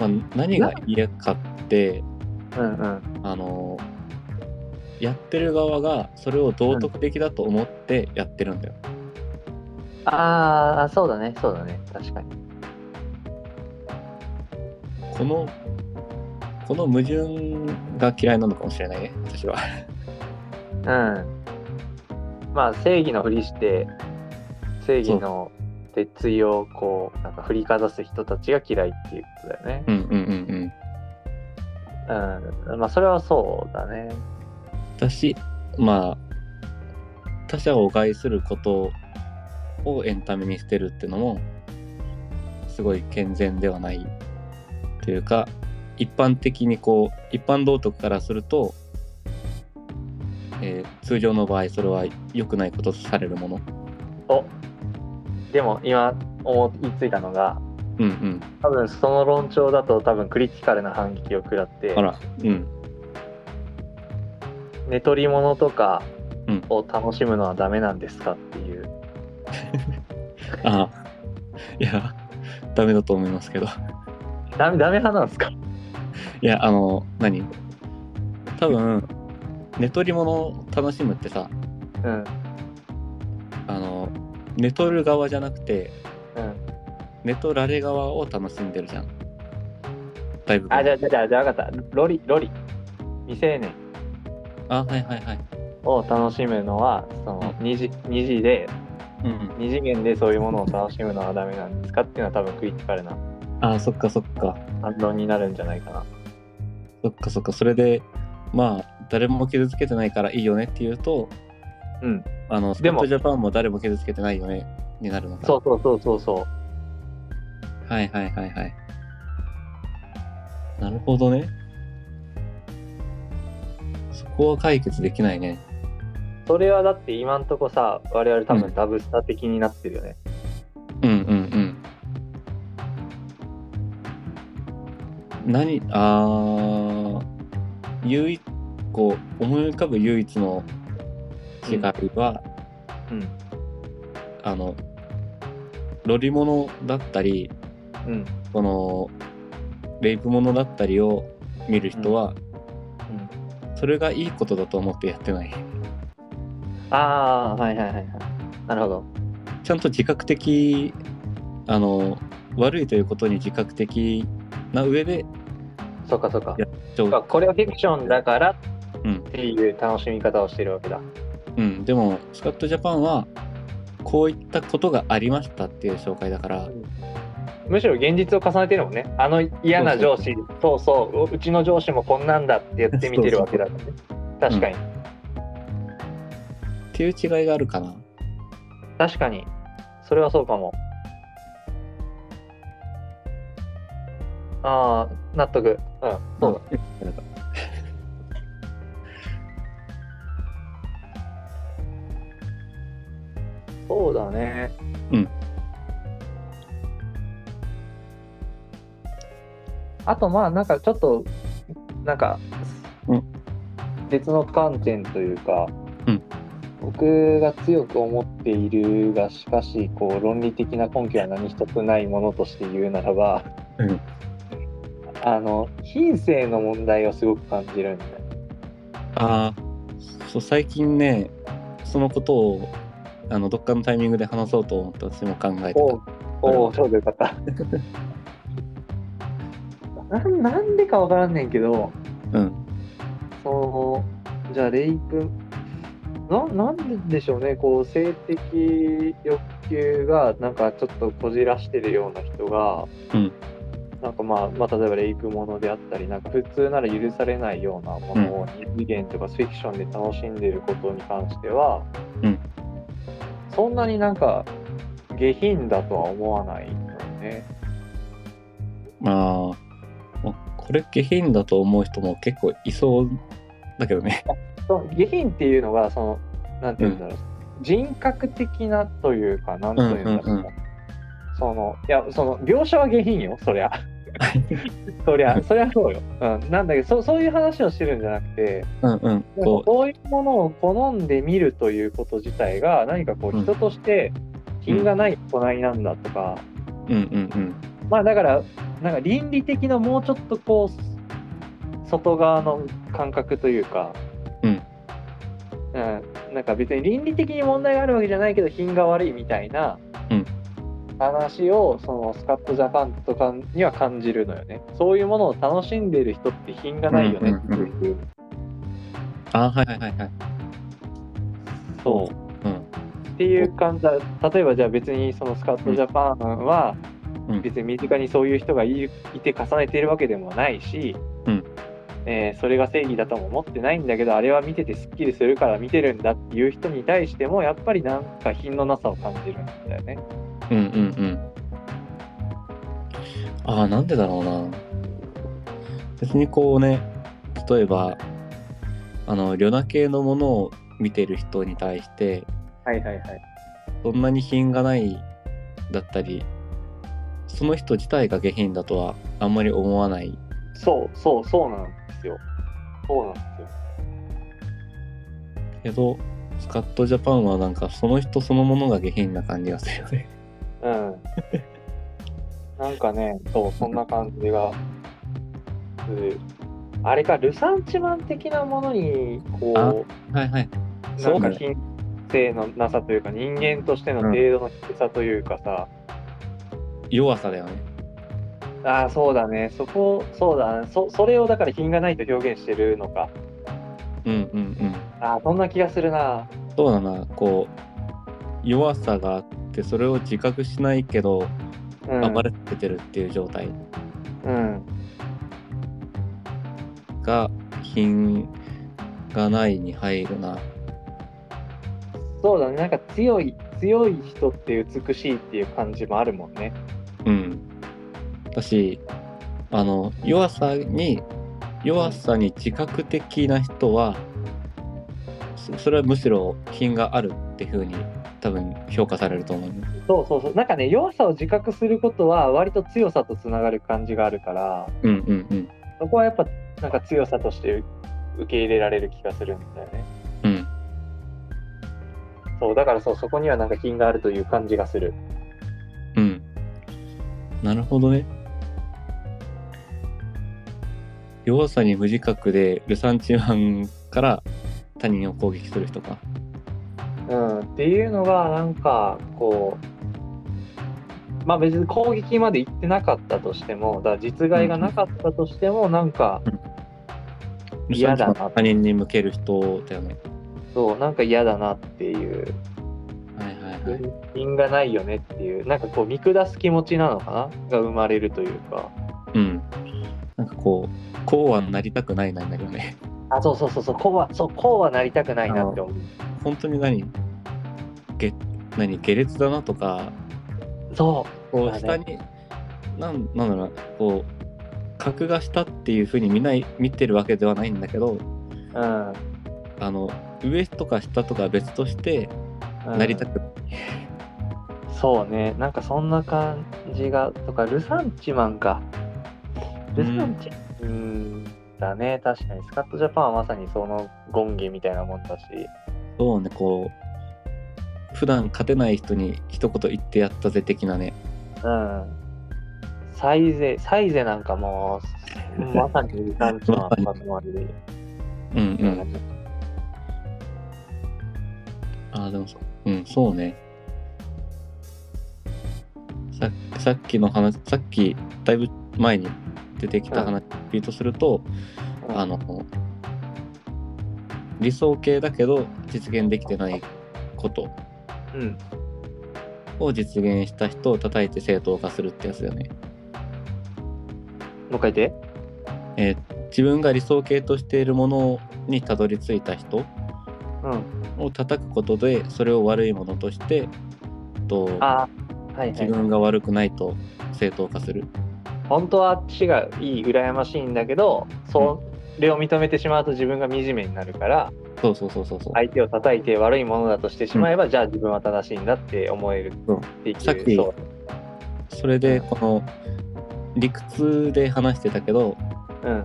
S1: あ、何が嫌かって、
S2: うんうん
S1: あの、やってる側がそれを道徳的だと思ってやってるんだよ。
S2: ああそうだねそうだね確かに
S1: このこの矛盾が嫌いなのかもしれないね私は
S2: うんまあ正義のふりして正義の鉄槌をこうなんか振りかざす人たちが嫌いっていうことだよね
S1: うんうんうんうん
S2: うん、まあそれはそうだね。
S1: 私まあ他者を害することをエンタメにしてるってのもすごい健全ではないというか一般的にこう一般道徳からすると、えー通常の場合それは良くないこととされるもの
S2: おでも今思いついたのが
S1: うんうん
S2: 多分その論調だと多分クリティカルな反撃を食らって
S1: あらうん
S2: 寝取り物とか
S1: うん
S2: を楽しむのはダメなんですかっていう、
S1: あいやダメだと思いますけど
S2: ダメダメ派なんですか
S1: いや、あの、何多分、寝取り物を楽しむってさ、
S2: うん
S1: あの、寝取る側じゃなくて、
S2: うん
S1: 寝取られ側を楽しんでるじゃん。だいぶ。
S2: あじゃあじゃあじゃあ分かったロリロリ未成年
S1: あはいはいはい。
S2: を楽しむのはその二次二次で
S1: うん。
S2: 二次元でそういうものを楽しむのはダメなんですかっていうのは多分クリティカルな
S1: あ、そっかそっか。
S2: 反論になるんじゃないかな
S1: そっかそっか。それで、まあ、誰も傷つけてないからいいよねっていうと、
S2: うん
S1: あの、スカ
S2: で
S1: ッ
S2: も
S1: トジャパンも誰も傷つけてないよねになるのか。
S2: そうそうそうそうそう
S1: はいはいはいはい。なるほどね。そこは解決できないね。
S2: それはだって今んとこさ我々多
S1: う
S2: 分
S1: ん
S2: ダブスター的になってるよね、
S1: うんうんうん。何あー唯一こう思い浮かぶ唯一の違いは、
S2: うん
S1: あのロリものだったり
S2: うん
S1: このレイプものだったりを見る人は、それがいいことだと思ってやってない
S2: ああーはいはいはいはいなるほど
S1: ちゃんと自覚的あの悪いということに自覚的な上で
S2: そっかそっか
S1: いやちょ
S2: そっかこれはフィクションだから
S1: うん
S2: っていう楽しみ方をしてるわけだ
S1: うん、でもスカットジャパンはこういったことがありましたっていう紹介だから
S2: むしろ現実を重ねてるもんねあの嫌な上司そうそううちの上司もこんなんだってやってみてるわけだからね確かに、
S1: っていう違いがあるかな。
S2: 確かにそれはそうかもああ納得うんそうだ、 そうだね
S1: うん
S2: あとまあなんかちょっとなんか、
S1: うん
S2: 別の観点というか、
S1: うん
S2: 僕が強く思っているがしかしこう論理的な根拠は何一つないものとして言うならば、
S1: うん
S2: あの品性の問題をすごく感じるんだよ
S1: ああ、そう、最近ね、そのことを、あの、どっかのタイミングで話そうと思って私も考えて
S2: おうお
S1: う
S2: う、ちょうどよかった。 なんなんでかわからんねんけど、
S1: た。うん。
S2: そのじゃあレイプななんででしょうねこう性的欲求がなんかちょっとこじらしてるような人が、
S1: うん
S2: なんかまあ、まあ、例えばレイプものであったりなんか普通なら許されないようなものを二次元とかフィクションで楽しんでることに関しては、
S1: うん
S2: そんなになんか下品だとは思わないのよね。
S1: まあ、まあこれ下品だと思う人も結構いそうだけど ね。
S2: その下品っていうのがそのなんて言うんだろう、人格的なというかなんというんだろう,、
S1: うんうんうん
S2: そのいやその描写は下品よ そりゃそりゃそりゃそうよ、うん、なんだけどそそういう話をしてるんじゃなくて
S1: うんうん。
S2: なんか
S1: こ
S2: そういうものを好んで見るということ自体が何かこ
S1: う
S2: うん人として品がない行いなんだとか、
S1: う、うんうんうん。
S2: まあだからなんか倫理的なもうちょっとこう外側の感覚というか、
S1: うん
S2: うんなんか別に倫理的に問題があるわけじゃないけど品が悪いみたいな
S1: うん
S2: 話をそのスカットジャパンとかには感じるのよねそういうものを楽しんでいる人って品がないよねっていう、
S1: ああ、はいはいはいはい。
S2: そ
S1: う
S2: う
S1: ん。
S2: っていう感じだ例えばじゃあ別にそのスカットジャパンは
S1: うん
S2: 別に身近にそういう人がいるいて重ねているわけでもないし、
S1: うん
S2: えーそれが正義だとも思ってないんだけどあれは見ててすっきりするから見てるんだっていう人に対してもやっぱりなんか品のなさを感じるんだよね。
S1: うんうんうん。ああ、なんでだろうな。別にこうね、例えば、あの、旅ナ系のものを見てる人に対して、
S2: はいはいはい。
S1: そんなに品がないだったり、その人自体が下品だとはあんまり思わない。
S2: そうそうそうなんですよ。そうなんですよ。
S1: けど、スカットジャパンはなんかその人そのものが下品な感じがするよね。
S2: うん。 なんかね、そう、そんな感じがする。あれか、ルサンチマン的なものに、こ
S1: はいはい。
S2: う、な
S1: そうんね
S2: か品性のなさというか、人間としての程度の低さというかさ、
S1: 弱さだよね。
S2: ああ、そうだね、そこ、そうだね、そそれをだから品がないと表現してるのか。
S1: うんうんうん。
S2: ああ、そんな気がするな。
S1: そうだな、こう、弱さがあって、それを自覚しないけど、
S2: うん。
S1: 暴れててるっていう状態
S2: うん。
S1: が、品がないに入るな。
S2: そうだね、なんか強い、強い人って美しいっていう感じもあるもんね。
S1: うん。だし、あの、弱さに、弱さに自覚的な人は、そそれはむしろ品があるっていうふうに多分評価されると思うね。
S2: そうそうそうなんかね弱さを自覚することは割と強さとつながる感じがあるから
S1: うんうんうん。
S2: そこはやっぱなんか強さとして受け入れられる気がするんだよね
S1: うん。
S2: そうだからそうそこにはなんか品があるという感じがする
S1: うん。なるほどね。弱さに無自覚でルサンチマンから他人を攻撃する人か。
S2: うんっていうのがなんかこうまあ別に攻撃まで行ってなかったとしてもだから実害がなかったとしてもなんか
S1: ルサ
S2: 嫌
S1: ンチマ
S2: だな
S1: ン他人に向ける人だよね。
S2: そうなんか嫌だなっていう
S1: はいはいはい。はい。
S2: 品がないよねっていうなんかこう見下す気持ちなのかなが生まれるというか
S1: うん。なんかこう、こうはなりたくないなんだけどね。
S2: あそうそうそうそうこうはそうこうはなりたくないなって思う
S1: 本当に何、げ何、下劣だなとか、
S2: そ
S1: こう
S2: そう
S1: 下
S2: だね
S1: に、なんなんだろうなこう格が下っていうふうに見ない見てるわけではないんだけど
S2: う、うん
S1: あの上とか下とかは別として
S2: うん
S1: なりたく、
S2: そうねなんかそんな感じがとかルサンチマンかルサンチマン、うんだね確かにスカットジャパンはまさにその権限みたいなもんだし
S1: そうねこう普段勝てない人に一言言ってやったぜ的なね
S2: うんサイゼサイゼなんかもうまさにルサンチマンまとまりで、
S1: うんうんあーでもそうんそうねささっきの話さっきだいぶ前に出てきた話、リピートすると、
S2: うん
S1: あの理想形だけど実現できてないこと
S2: うん
S1: を実現した人を叩いて正当化するってやつだよね。
S2: もう一回言って
S1: 自分が理想形としているものにたどり着いた人
S2: うん
S1: を叩くことでそれを悪いものとしてと
S2: あはいは
S1: 自
S2: い
S1: 分が悪くないと正当化する。
S2: 本当はあっちがいい羨ましいんだけどそれを認めてしまうと自分が惨めになるから、
S1: そうそうそうそうそう。
S2: 相手を叩いて悪いものだとしてしまえば、じゃあ自分は正しいんだって思える
S1: そう
S2: っていう
S1: さっき
S2: そ
S1: それでこの理屈で話してたけど
S2: う、うん、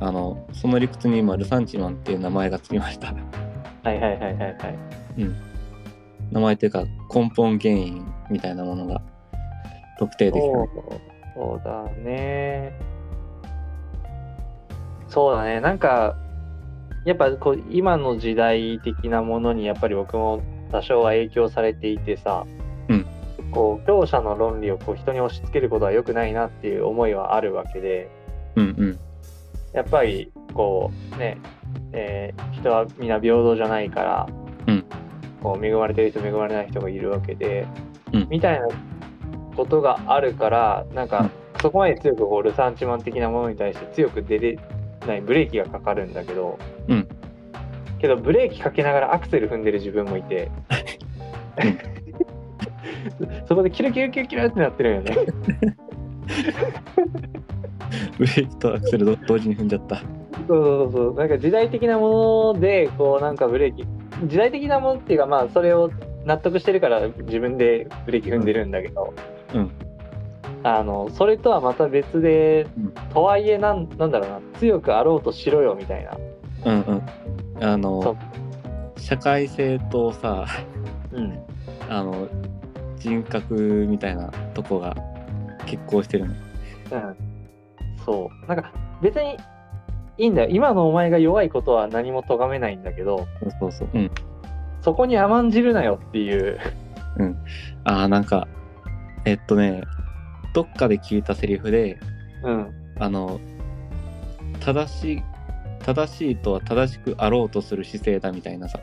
S1: あのその理屈に今ルサンチマンっていう名前がつきました。
S2: はいはいはいはいはい
S1: 名前というか根本原因みたいなものが特定でき
S2: そ
S1: る
S2: うそうだねそうだねなんかやっぱこう今の時代的なものにやっぱり僕も多少は影響されていてさ、
S1: うん
S2: こう強者の論理をこう人に押し付けることは良くないなっていう思いはあるわけで、
S1: うんうん
S2: やっぱりこうね、えー人は皆平等じゃないか
S1: う
S2: ら、
S1: ん
S2: こう恵まれてる人恵まれない人がいるわけで、
S1: うん
S2: みたいなことがあるからなん
S1: う
S2: か
S1: ん
S2: そこまで強くこうルサンチマン的なものに対して強く出れないブレーキがかかるんだけど、
S1: うん
S2: けどブレーキかけながらアクセル踏んでる自分もいて。 そこでキュルキュルキュルキュルってなってるよね。
S1: ブレーキとアクセルど同時に踏んじゃった
S2: そうそうそうなんか時代的なものでこうなんかブレーキ時代的なものっていうかまあそれを納得してるから自分でブレーキ踏んでるんだけど、
S1: うん
S2: あのそれとはまた別で、
S1: うん
S2: とはいえなんなんだろうな強くあろうとしろよみたいな
S1: うんうんあ
S2: そ
S1: の
S2: う
S1: 社会性とさ
S2: うん
S1: あの人格みたいなとこが拮抗してるの
S2: うんそうなんか別にいいんだよ今のお前が弱いことは何も咎めないんだけど
S1: そうそううん
S2: そこに甘んじるなよっていう
S1: ああなんかえっとねどっかで聞いたセリフで
S2: うん
S1: あの正しい正しいとは正しくあろうとする姿勢だみたいなさ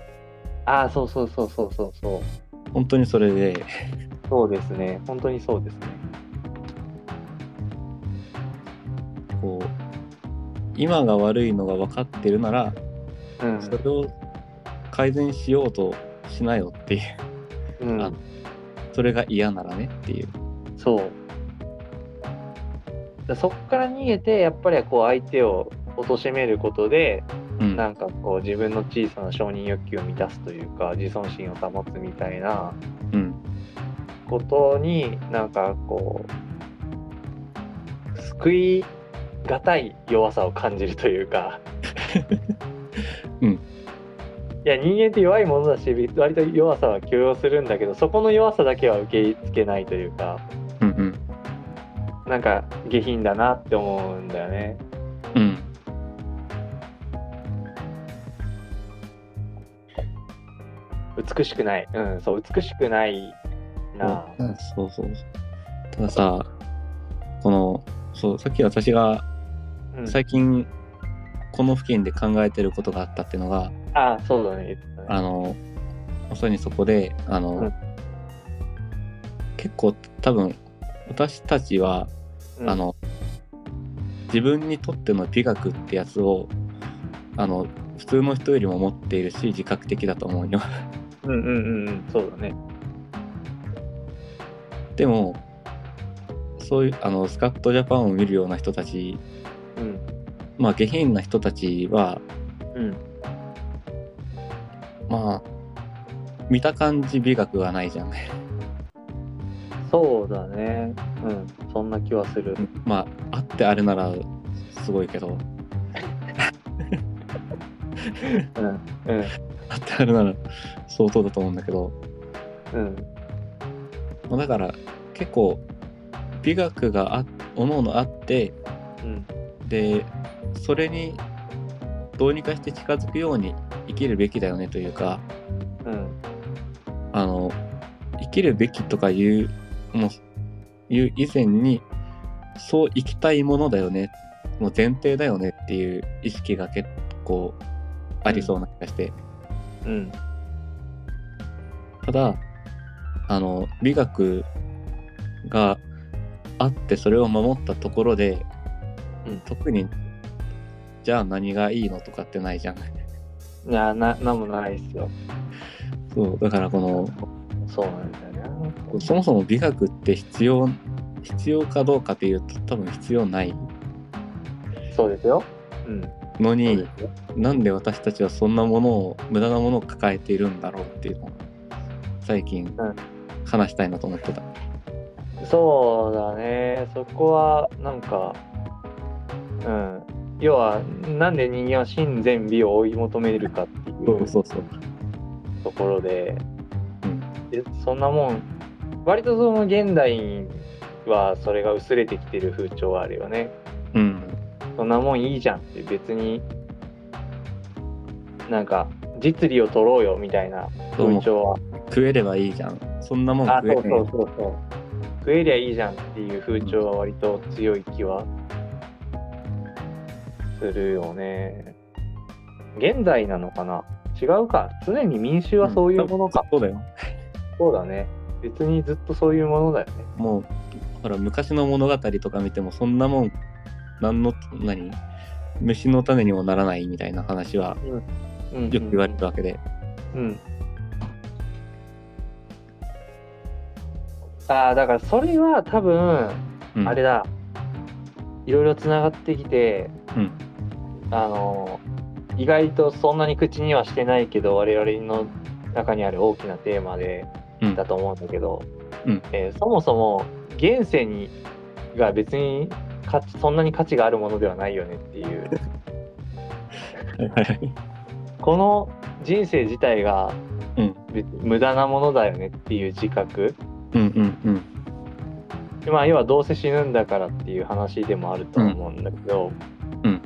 S2: ああそうそうそうそうそうそう
S1: 本当にそれで
S2: そうですね本当にそうですね
S1: こう今が悪いのが分かってるなら、
S2: うん
S1: それを改善しようとしなよっていう
S2: う
S1: あの
S2: ん、
S1: それが嫌ならねっていう
S2: そうだそこから逃げてやっぱりこう相手を貶めることで、
S1: うん
S2: なんかこう自分の小さな承認欲求を満たすというか自尊心を保つみたいな
S1: うん
S2: ことになんかこう救いがたい弱さを感じるというか
S1: うん
S2: いや人間って弱いものだし割と弱さは許容するんだけどそこの弱さだけは受け付けないというか
S1: うんうん
S2: なんか下品だなって思うんだよね。
S1: うん
S2: 美しくない。うん、そう、美しくないな。
S1: うんそうそうそうたださこのそうさっき私が
S2: うん、
S1: 最近この付近で考えてることがあったっていうのが、
S2: あ、そうだね、言ってたね。
S1: あのまさにそこであの、
S2: うん
S1: 結構多分私たちは、
S2: うん
S1: あの自分にとっての美学ってやつをあの普通の人よりも持っているし自覚的だと思うよ。
S2: うんうんうんうんそうだね
S1: でもそういうあのスカットジャパンを見るような人たち
S2: うん
S1: まあ下品な人たちは
S2: うん
S1: まあ見た感じ美学はないじゃん。
S2: そうだねうんそんな気はする
S1: まああってあれならすごいけど
S2: うんう
S1: あ
S2: ん
S1: ってあれなら相当だと思うんだけど。
S2: うん
S1: まあだから結構美学があおののあって
S2: うん
S1: でそれにどうにかして近づくように生きるべきだよねというか
S2: うん
S1: あの生きるべきとかいうもういう以前にそう生きたいものだよねもう前提だよねっていう意識が結構ありそうな気がして、
S2: うん
S1: ただあの美学があってそれを守ったところで、
S2: うん
S1: 特にじゃあ何がいいのとかってないじゃん。
S2: いやななんもないっすよ
S1: そうだからこの
S2: そうなんだよね
S1: こうそもそも美学って必要必要かどうかっていうと多分必要ない
S2: そうですようん
S1: の
S2: そう
S1: に
S2: ですよ
S1: なんで私たちはそんなものを無駄なものを抱えているんだろうっていうのを最近
S2: うん
S1: 話したいなと思ってた。
S2: そうだねそこはなんかうん要はなんで人間は真善美を追い求めるかっていう
S1: そうそう。
S2: ところで,、
S1: うん
S2: でそんなもん割とその現代はそれが薄れてきてる風潮はあるよね
S1: うん
S2: そんなもんいいじゃんって別になんか実利を取ろうよみたいな風潮は
S1: 食えればいいじゃん。そんなもん
S2: あ
S1: 食え
S2: そ
S1: れ
S2: う
S1: ばいい
S2: そうそうそう食えりゃいいじゃんっていう風潮は割と強い気はするよね現代なのかな違うか常に民衆はそういうものか、
S1: そうだよ。
S2: そうだね別にずっとそういうものだよね
S1: もうほら昔の物語とか見てもそんなもん何の何虫の種にもならないみたいな話は
S2: うん
S1: よく言われるわけで、
S2: うんああだからそれは多分
S1: うん
S2: あれだ、いろいろつながってきて、
S1: うん
S2: あの意外とそんなに口にはしてないけど我々の中にある大きなテーマで
S1: うん
S2: だと思うんだけど、
S1: うん
S2: えーそもそも現世にが別に価値そんなに価値があるものではないよねって いう
S1: はいはい
S2: この人生自体が
S1: うん
S2: 別に無駄なものだよねっていう自覚
S1: うんうん
S2: まあ要はどうせ死ぬんだからっていう話でもあると思うんだけど、
S1: うん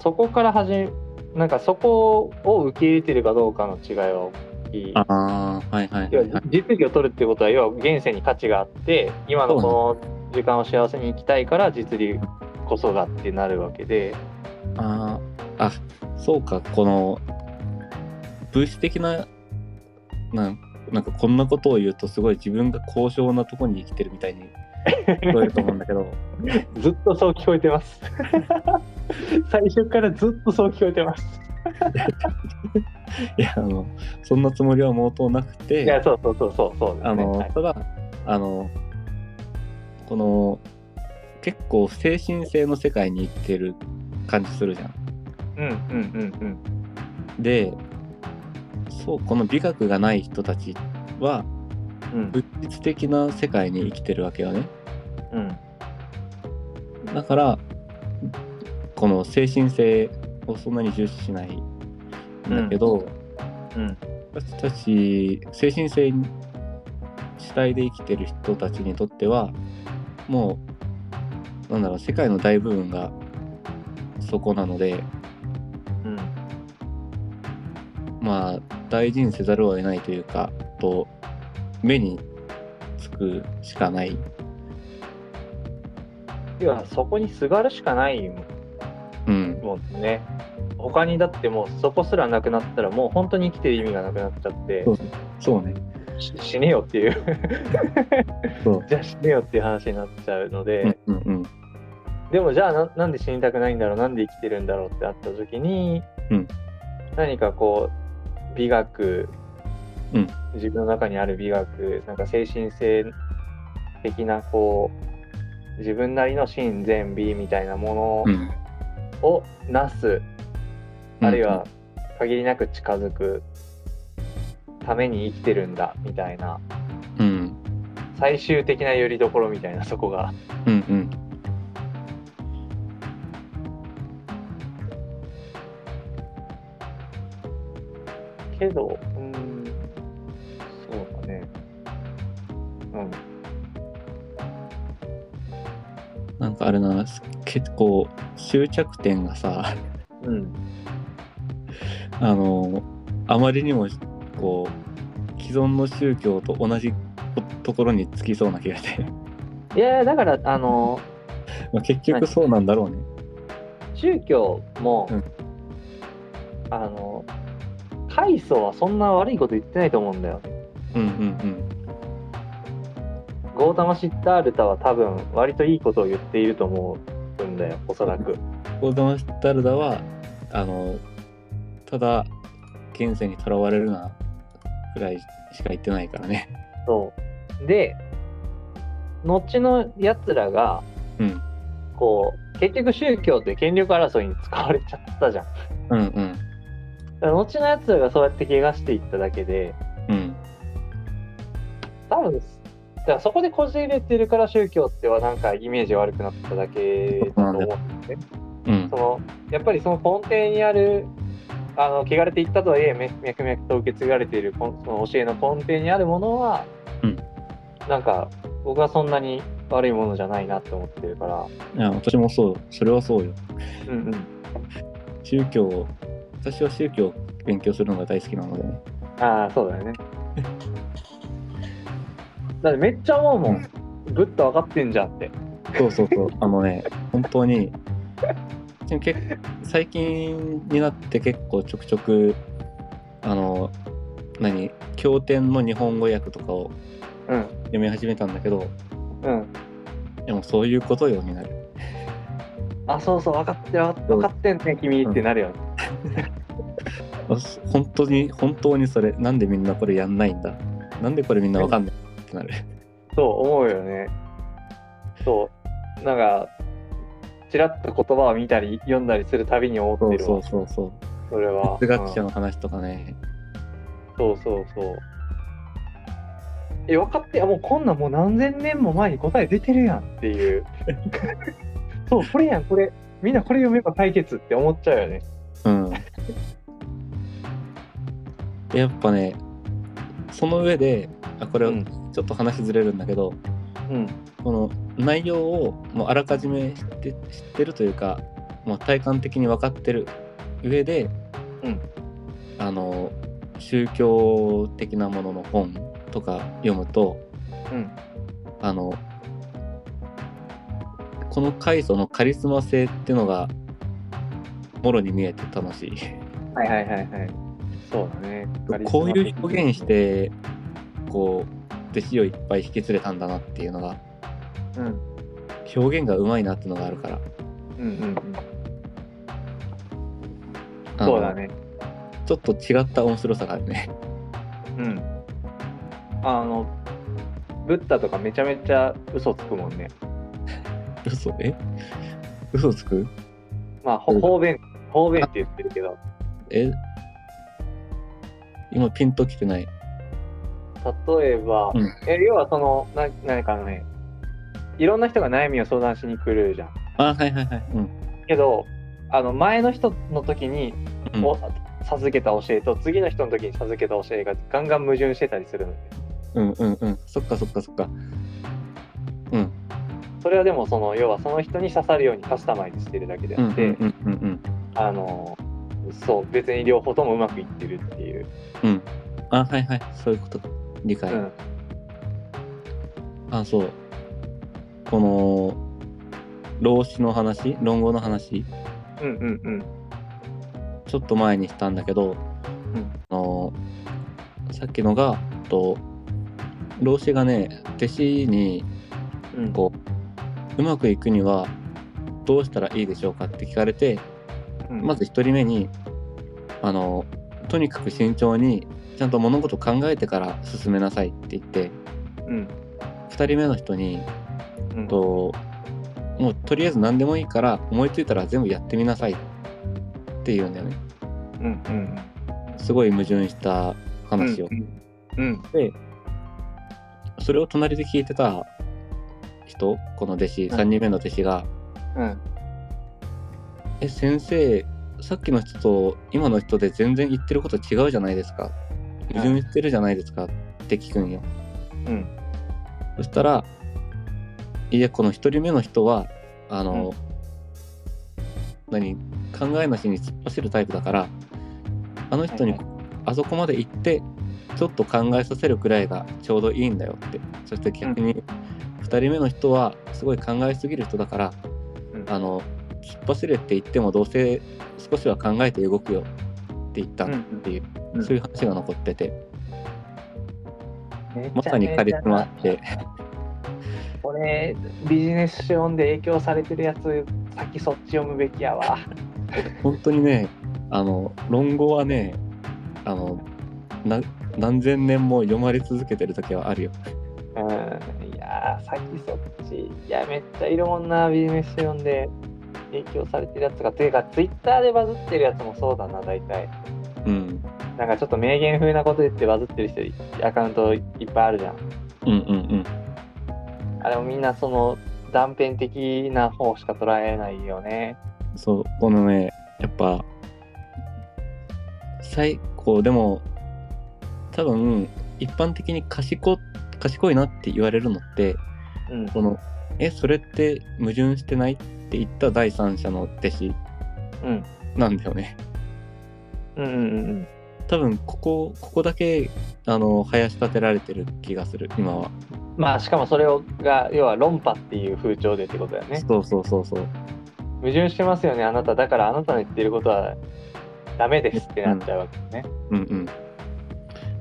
S2: そこから始めなんかそこを受け入れてるかどうかの違いは大きい
S1: うん。ああはいはい
S2: 要
S1: は
S2: はい
S1: はい。
S2: 実利を取るってことは要は現世に価値があって今のこの時間を幸せに生きたいから実利こそがってなるわけで
S1: あーあそうかこの物質的ななんなんかこんなことを言うとすごい自分が高尚なとこに生きてるみたい に聞こえると思うんだけど
S2: ずっとそう聞こえてます 最初からずっとそう聞こえてます
S1: いやあのそんなつもりは毛頭なくて
S2: いやそうそうそうそうそうですね
S1: あの、
S2: はい
S1: ただあのこの結構精神性の世界に生きてる感じするじゃん。
S2: うんうんうんうん
S1: でそうこの美学がない人たちは
S2: うん
S1: 物質的な世界に生きてるわけよね。
S2: うん
S1: だからこの精神性をそんなに重視しないんだけど、
S2: うん
S1: 私たち精神性主体で生きてる人たちにとってはもうなんだろう世界の大部分がそこなので
S2: うん
S1: まあ大事にせざるを得ないというかと目につくしかない
S2: 要はそこにすがるしかない
S1: うん
S2: もんね他にだってもうそこすらなくなったらもう本当に生きてる意味がなくなっちゃって
S1: そうそうね
S2: し死ねよっていう
S1: そう
S2: じゃあ死ねよっていう話になっちゃうので、
S1: うんうんうん
S2: でもじゃあななんで死にたくないんだろうなんで生きてるんだろうってあった時に、
S1: うん
S2: 何かこう美学、
S1: うん
S2: 自分の中にある美学なんか精神性的なこう自分なりの真善美みたいなも
S1: う
S2: の
S1: ん
S2: をなす、
S1: うん
S2: あるいは限りなく近づくために生きてるんだみたいな
S1: うん
S2: 最終的な拠り所みたいなそこが
S1: うんうん
S2: けど、うーん、そうだね。うん。
S1: なんかあれだなす結構終着点がさ
S2: うん。
S1: あのあまりにもこう既存の宗教と同じこところにつきそうな気がして、
S2: いやいやだから、あの、
S1: まあ、結局そうなんだろうね、
S2: 宗教も、
S1: うん
S2: あの、階層はそんな悪いこと言ってないと思うんだよ。
S1: うんうん
S2: ゴータマ・シッタールタは多分、割といいことを言っていると思うんだよ、おそらく。
S1: うんゴーダマ・スタルダはあのただ現世にとらわれるなくらいしか言ってないからね
S2: そう。で、後のやつらが、
S1: うん
S2: こう、結局宗教って権力争いに使われちゃったじゃん。
S1: うんうん
S2: だから後のやつらがそうやって怪我していっただけで
S1: うん
S2: 多分だからそこでこじ入れてるから宗教ってはなんかイメージ悪くなっただけだと思うんですね。
S1: うん
S2: そのやっぱりその根底にあるあの汚れていったとはいえめ脈々と受け継がれているこんその教えの根底にあるものは、
S1: うん
S2: なんか僕はそんなに悪いものじゃないなって思ってるから、
S1: いや私もそうそれはそうよ
S2: うん
S1: 宗教私は宗教を勉強するのが大好きなのでね
S2: うん、ああそうだよね。だってめっちゃ思うもん、ぶっと分かってんじゃんって。
S1: そうそうそう、あのね、本当に、でも結最近になって結構ちょくちょく、あの、何、経典の日本語訳とかを
S2: うん
S1: 読み始めたんだけど、
S2: うん
S1: でもそういうことよになる。
S2: あ、そうそう、分かってる、分かって
S1: うん
S2: 分かってんね、君ってなるよね。
S1: あそ本当に、本当にそれ、なんでみんなこれやんないんだなんでこれみんなわかんないってなる。
S2: そう、思うよね。そう、なんか、ちらっと言葉を見たり、読んだりするたびに思
S1: そ
S2: っ
S1: う
S2: てる
S1: そ
S2: わ
S1: う、そうそう。
S2: それは。
S1: 哲学者
S2: うん
S1: の話とかね、
S2: そうそうそう。え、分かって、あもうこんなんもう何千年も前に答え出てるやんって いう。そう、これやん、これ。みんなこれ読めば解決って思っちゃうよね。
S1: うん。でやっぱね、その上で、あこれ
S2: うん
S1: ちょっと話ずれるんだけど、
S2: うん。
S1: この内容をもうあらかじめ知って知ってるというか、もう体感的に分かってる上で、
S2: うん
S1: あの宗教的なものの本とか読むと、
S2: うん
S1: あのこの階層のカリスマ性っていうのがもろに見えて楽しい。
S2: はいはいはいはい。そうだね。
S1: こういう表現し。てこう弟子をいっぱい引き連れたんだなっていうのが
S2: うん。
S1: 表現がうまいなっていうのがあるから。
S2: うんうんうん。
S1: あの
S2: そうだね。
S1: ちょっと違った面白さがあるね。
S2: うん。あの、ブッダとかめちゃめちゃ嘘つくもんね。
S1: 嘘え嘘つく
S2: まあ、ほ方便、方便って言ってるけど、
S1: え今ピンときてない。
S2: 例えば、
S1: うん
S2: え要はその、な何かね、いろんな人が悩みを相談しに来るじゃん。
S1: あはいはいはい。うん。
S2: けど、あの前の人の時に、
S1: うん
S2: お授けた教えと次の人の時に授けた教えがガンガン矛盾してたりするので
S1: うんうんうん。そっかそっかそっか。うん。
S2: それはでもその要はその人に刺さるようにカスタマイズしてるだけで
S1: うん
S2: あ
S1: うん
S2: って、
S1: うんうん
S2: あのそう別に両方ともうまくいってるっていう
S1: うん。うん。あはいはい。そういうこと。理解。
S2: うん
S1: あそう。この、老子の話論語の話
S2: うんうんうん
S1: ちょっと前にしたんだけど、
S2: うん
S1: あのさっきのがと老子がね弟子に
S2: うん
S1: こううまくいくにはどうしたらいいでしょうかって聞かれて
S2: うん
S1: まず1人目にあのとにかく慎重にちゃんと物事を考えてから進めなさいって言って
S2: うん
S1: 2人目の人に
S2: うん
S1: ともうとりあえず何でもいいから思いついたら全部やってみなさいっていうんだよね
S2: うんうん
S1: すごい矛盾した話を、
S2: うんうん
S1: それを隣で聞いてた人この弟子
S2: ん
S1: 3人目の弟子が
S2: うん
S1: 「え先生さっきの人と今の人で全然言ってること違うじゃないですか矛盾してるじゃないですか」って聞くんよ
S2: うん
S1: そしたら「いやこの1人目の人はあの、何考えなしに突っ走るタイプだからあの人に
S2: はい
S1: あそこまで行ってちょっと考えさせるくらいがちょうどいいんだよってそして逆に2人目の人はすごい考えすぎる人だから
S2: うん
S1: あの突っ走れって言ってもどうせ少しは考えて動くよって言った
S2: うん
S1: っていう、
S2: うん
S1: そういう話が残ってて、
S2: めちゃめちゃ
S1: まさにカリスマって
S2: これビジネス書読んで影響されてるやつ先そっち読むべきやわ
S1: 本当にねあの論語はねあのな何千年も読まれ続けてる時はあるよ
S2: うんいやー先そっちいやめっちゃいるもんなビジネス書読んで影響されてるやつがていうかツイッターでバズってるやつもそうだな大体
S1: うん
S2: なんかちょっと名言風なこと言ってバズってる人アカウントいっぱいあるじゃん
S1: うんうん
S2: あれもみんなその断片的な方しか捉えないよね
S1: うんそうこのねやっぱ最高でも多分一般的に賢賢いなって言われるのって
S2: うん
S1: この「えそれって矛盾してない?」って言った第三者の弟子
S2: うん
S1: なんだよね
S2: うんうん
S1: 多分ここここだけあの林立てられてる気がする今は、
S2: うんまあしかもそれをが要は論破っていう風潮でってことだよね
S1: そうそうそうそう
S2: 矛盾してますよねあなただからあなたの言ってることはダメですってなっちゃうわけね、
S1: うんうん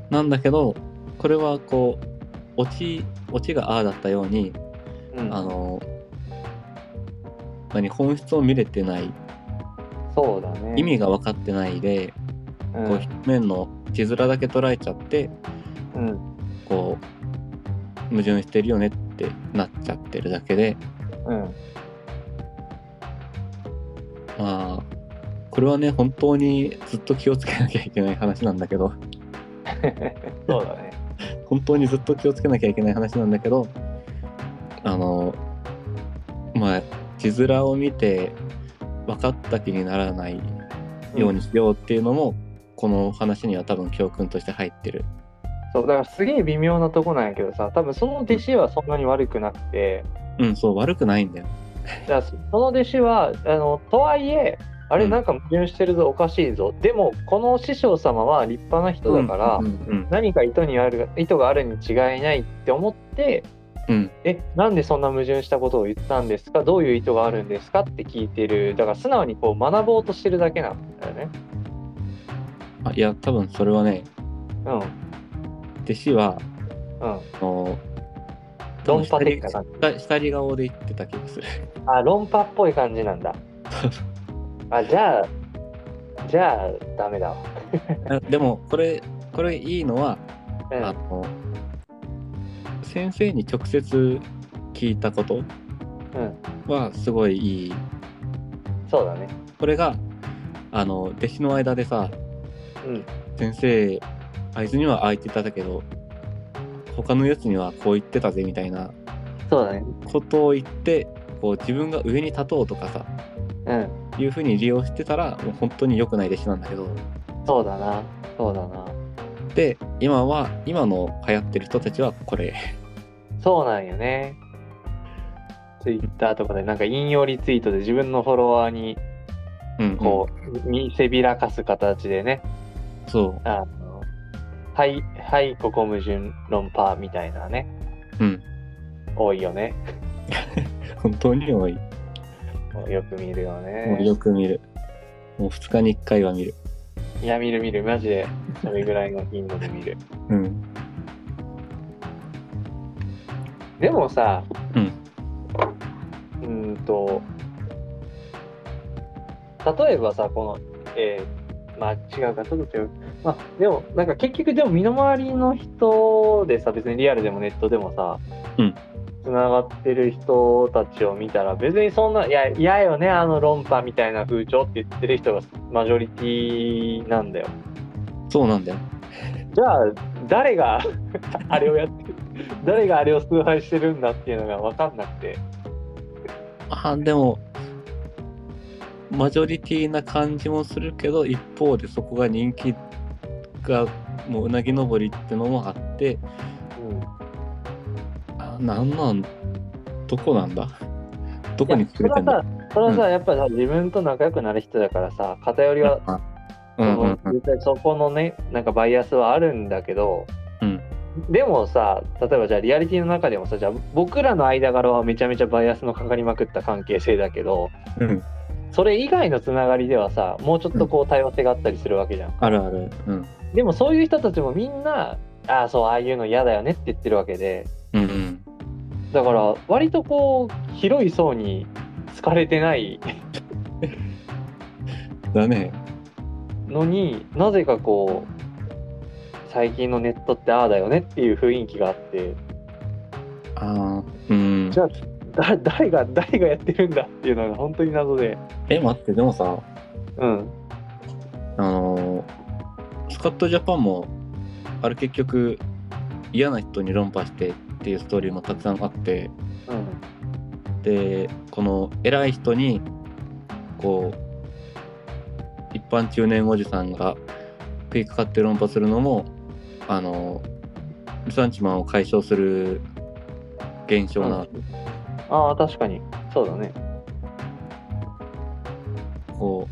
S1: なんだけどこれはこうオチオチがああだったように
S2: うん
S1: あの何本質を見れてない
S2: そうだね
S1: 意味が分かってないで、
S2: うん
S1: こう表面の字面だけ捉えちゃって
S2: うん
S1: こう矛盾してるよねってなっちゃってるだけで
S2: うん
S1: まあこれはね本当にずっと気をつけなきゃいけない話なんだけど
S2: そうだね
S1: 本当にずっと気をつけなきゃいけない話なんだけどあのまあ字面を見て分かった気にならないようにしようっていうのも、この話には多分教訓として入ってる。
S2: そうだからすげえ微妙なとこなんやけどさ多分その弟子はそんなに悪くなくて
S1: うんそう悪くないんだよ。
S2: だからその弟子はあのとはいえあれ
S1: うん
S2: なんか矛盾してるぞおかしいぞでもこの師匠様は立派な人だから、
S1: うんうん
S2: 何か意図にある意図があるに違いないって思って
S1: うん
S2: えなんでそんな矛盾したことを言ったんですかどういう意図があるんですかって聞いてるだから素直にこう学ぼうとしてるだけなんだよね。
S1: あいや多分それはね
S2: うん
S1: 弟子は
S2: うん、
S1: あの
S2: 論破的な感
S1: 下り下り顔で言ってた気がする。
S2: あ論破っぽい感じ なんだ。あじゃあじゃあダメだわ。
S1: あでもこれこれいいのは、
S2: うん
S1: あの先生に直接聞いたこと
S2: うん、
S1: はすごいいい
S2: そうだね。
S1: これがあの弟子の間でさ
S2: うん
S1: 「先生あいつにはああ言ってただけど他のやつにはこう言ってたぜ」みたいな
S2: そうだね。
S1: ことを言ってこう自分が上に立とうとかさ
S2: うん
S1: いうふうに利用してたらもう本当に良くない弟子なんだけど
S2: そうだなそうだな
S1: で今は今の流行ってる人たちはこれ
S2: そうなんよね。ツイッターとかでなんか引用リツイートで自分のフォロワーに
S1: うん
S2: こう、見せびらかす形でね
S1: うんそ
S2: あの、はい、はい、ここ矛盾論破みたいなね、
S1: ううん
S2: 多いよね。
S1: 本当に多い
S2: よく見るよ
S1: もうよ
S2: ね。
S1: く見る。もう2日に1回は見る。
S2: いや、見る見る、マジで、それぐらいの頻度で見る。
S1: うん。
S2: でもさ、
S1: うん
S2: うーんと例えばさこのえーまあ違うかちょっと違うまあでもなんか結局でも身の回りの人でさ別にリアルでもネットでもさ
S1: うん
S2: つながってる人たちを見たら別にそんないや嫌よねあの論破みたいな風潮って言ってる人がマジョリティなんだよ
S1: そうなんだよ。
S2: じゃあ誰が あれをやってる誰があれを崇拝してるんだっていうのが分かんなくて
S1: あでもマジョリティな感じもするけど一方でそこが人気がもううなぎ登りってのもあってあなんなんどこなんだどこに
S2: そ
S1: 作
S2: れ
S1: れて
S2: は
S1: んだ
S2: さそれはさ、
S1: う
S2: やっぱさ自分と仲良くなる人だからさ偏りは、
S1: う
S2: そ
S1: んう
S2: の
S1: んうん
S2: 絶対そこのねなんかバイアスはあるんだけど、
S1: うん
S2: でもさ例えばじゃあリアリティの中でもさじゃあ僕らの間柄はめちゃめちゃバイアスのかかりまくった関係性だけど
S1: うん
S2: それ以外のつながりではさもうちょっとこう多様性があったりするわけじゃん。
S1: あるあるうん
S2: でもそういう人たちもみんなああそうああいうの嫌だよねって言ってるわけで
S1: うんうん
S2: だから割とこう広い層に好かれてない
S1: だね
S2: のになぜかこう最近のネットってああだよねっていう雰囲気があって
S1: あーうん
S2: じゃあだ誰が誰がやってるんだっていうのが本当に謎で
S1: え待ってでもさ
S2: うん
S1: あのースカットジャパンもあれ結局嫌な人に論破してっていうストーリーもたくさんあって、
S2: うん
S1: でこの偉い人にこう一般中年おじさんが食いかかって論破するのもあのルサンチマンを解消する現象な、
S2: ああ確かにそうだね
S1: こ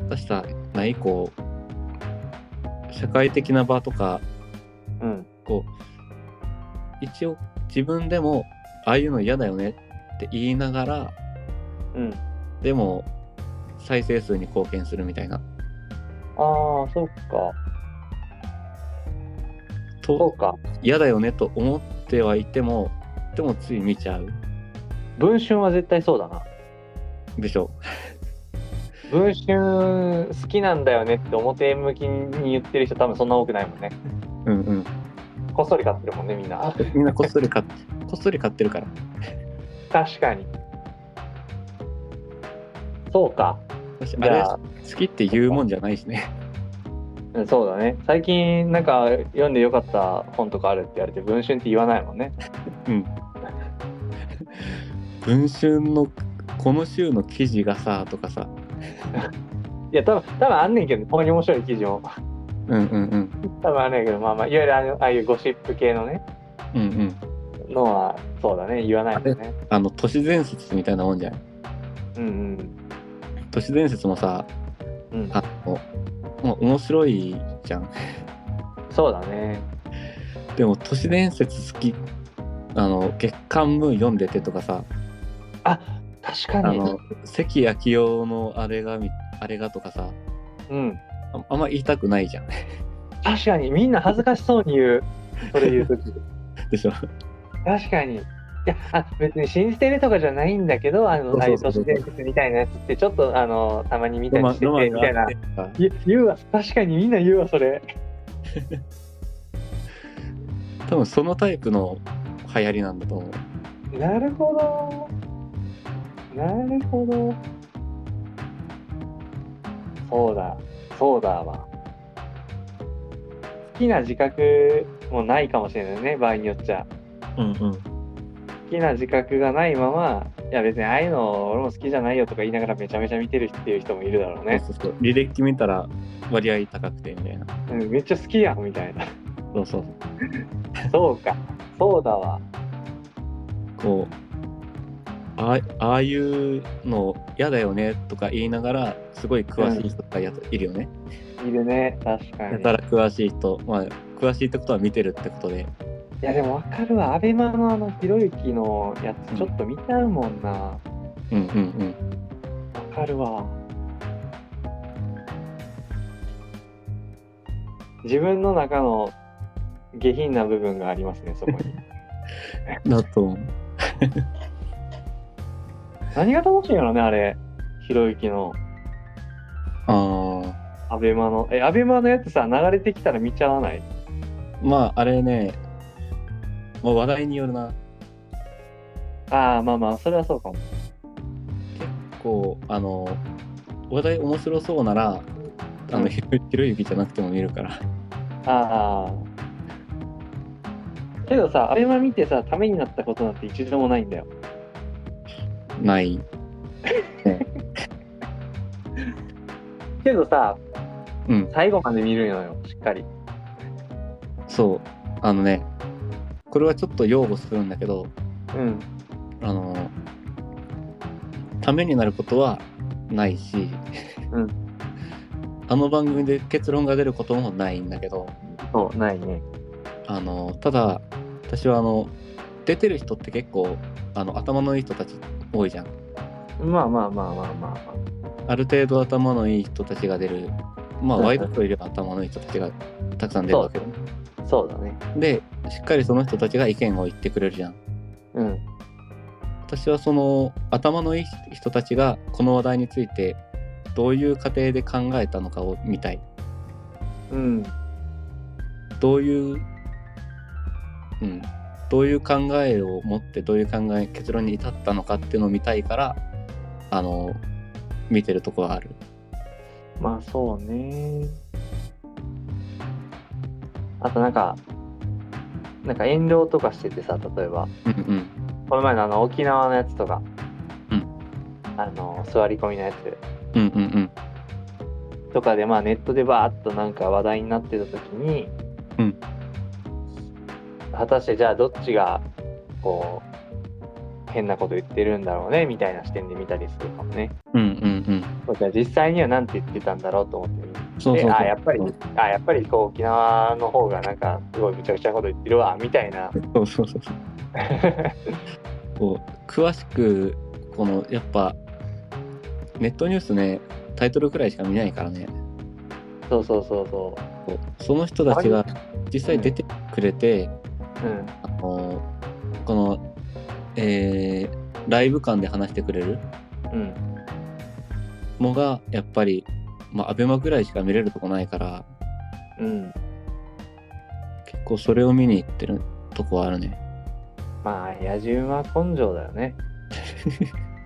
S1: う私さないこう社会的な場とか
S2: うん
S1: こう一応自分でもああいうの嫌だよねって言いながら
S2: うん
S1: でも再生数に貢献するみたいな。
S2: ああそっか
S1: と
S2: そうか
S1: 嫌だよねと思ってはいてもでもつい見ちゃう
S2: 文春は絶対そうだな
S1: でしょ
S2: 文春好きなんだよねって表向きに言ってる人多分そんな多くないもんね
S1: うんうん
S2: こっそり買ってるもんねみんな
S1: みんなこっそり買っ こっそり買ってるから
S2: 確かにそうか
S1: 私
S2: じ
S1: あれ
S2: ゃあ
S1: 好きって言うもんじゃないしね
S2: うんそうだね最近なんか読んでよかった本とかあるって言われて文春って言わないもんね
S1: 文春のこの週の記事がさとかさ
S2: いや多分多分あんねんけどたまに面白い記事も
S1: うんうんうん
S2: 多分あんねんけどまあまあいわゆるあのああいうゴシップ系のね
S1: うんうん
S2: のはそうだね言わないもんね
S1: あの都市伝説みたいなもんじゃない
S2: うんうん
S1: 都市伝説もさ
S2: うん
S1: あのもう面白いじゃん
S2: そうだね
S1: でも都市伝説好きあの月刊ムーン読んでてとかさ
S2: あ確
S1: あ
S2: かに
S1: の関昭夫のあれがみあれがとかさ
S2: うん
S1: ああんま言いたくないじゃん。
S2: 確かにみんな恥ずかしそうに言うそれ言 う時
S1: でしょ
S2: 確かにいやあ別に信じてるとかじゃないんだけどあのああいう都市伝説みたいなやつってちょっとあのたまに見た
S1: ロ
S2: り
S1: マ
S2: し
S1: ン
S2: て
S1: ロマ
S2: て
S1: ン
S2: みたい
S1: があっ
S2: な
S1: てさ
S2: 言言うわ確かにみんな言うわそれ
S1: 多分そのタイプの流行りなんだと思う。
S2: なるほどなるほどそうだそうだわ好きな自覚もないかもしれないね場合によっちゃ
S1: うんうん。
S2: 好きな自覚がないままいや別にああいうの俺も好きじゃないよとか言いながらめちゃめちゃ見てるっていう人もいるだろうね、
S1: そうそう履歴見たら割合高くてみたいな。
S2: うん、めっちゃ好きやんみた いな
S1: そうそう。
S2: そうかそうだわ
S1: こうあああいうの嫌だよねとか言いながらすごい詳しい人とかやいるよね。
S2: いるね確か
S1: や
S2: に
S1: たら詳しい人、まあ詳しいってことは見てるってことで。
S2: いやでもわかるわ、アベマのあのひろゆきのや
S1: う
S2: つ
S1: ん
S2: ちょっと見ちゃうもんな。わ、
S1: うんうんうん。
S2: かるわ。 自分の中の下品な部分がありますね、そこに。
S1: だと、
S2: 何が楽しいんやろね、あれ。ひろゆきの、
S1: ああ、
S2: アベマの。え、アベマのやつさ、流れてきたら見ちゃわない
S1: まあ、あれね、まあ、話題によるな。
S2: ああ、まあまあ、それはそうかも。
S1: こう、あの、話題面白そうなら、あ
S2: う
S1: の、
S2: ん
S1: ひろひろゆきじゃなくても見るから。
S2: ああ。けどさ、アベマ見てさ、ためになったことなんて一度もないんだよ。
S1: ない。
S2: けどさ、
S1: うん、
S2: 最後まで見るのよ、しっかり。
S1: そう。あのね、これはちょっと擁護するんだけど、
S2: うん。
S1: あの、ためになることはないし、
S2: うん
S1: あの番組で結論が出ることもないんだけど、
S2: そう、ないね。
S1: あの、ただ、私はあの、出てる人って結構、あの、頭のいい人たち多いじゃん。
S2: まあまあまあまあまあ、ま
S1: ある程度頭のいい人たちが出る、まあ、
S2: うんうん
S1: ワイドショーよりは頭のいい人たちがたくさん出るわけだ
S2: あ。そうだね。
S1: で、しっかりその人たちが意見を言ってくれるじゃん。
S2: うん。
S1: 私はその頭のいい人たちがこの話題についてどういう過程で考えたのかを見たい
S2: うん。
S1: どういううんどういう考えを持ってどういう考え結論に至ったのかっていうのを見たいからあの見てるとこはある
S2: まあそうね。あとなんか、なんか遠慮とかしててさ、例えば、
S1: うんうん
S2: この前のあの沖縄のやつとか、
S1: うん
S2: あの座り込みのやつ
S1: うんうん
S2: とかで、まあネットでバーっとなんか話題になってた時に、
S1: うん
S2: 果たしてじゃあどっちが、こう、変なこと言ってるんだろうね、みたいな視点で見たりするかもね。
S1: うんうんうん
S2: じゃあ実際には何て言ってたんだろうと思って見て
S1: うんそうそうそう
S2: であやっぱりあやっぱりこう沖縄の方がなんかすごいむちゃくちゃなこと言ってるわみたいな
S1: そうそうそうそうこう詳しくこのやっぱネットニュースねタイトルくらいしか見ないからね
S2: そうそうそうそ
S1: こうその人たちが実際出てくれて、
S2: ううん
S1: あのこの、えーライブ感で話してくれる
S2: うん
S1: のがやっぱり、まあ、アベマぐらいしか見れるとこないから
S2: うん
S1: 結構それを見に行ってるとこはあるね。
S2: まあ野獣は根性だよね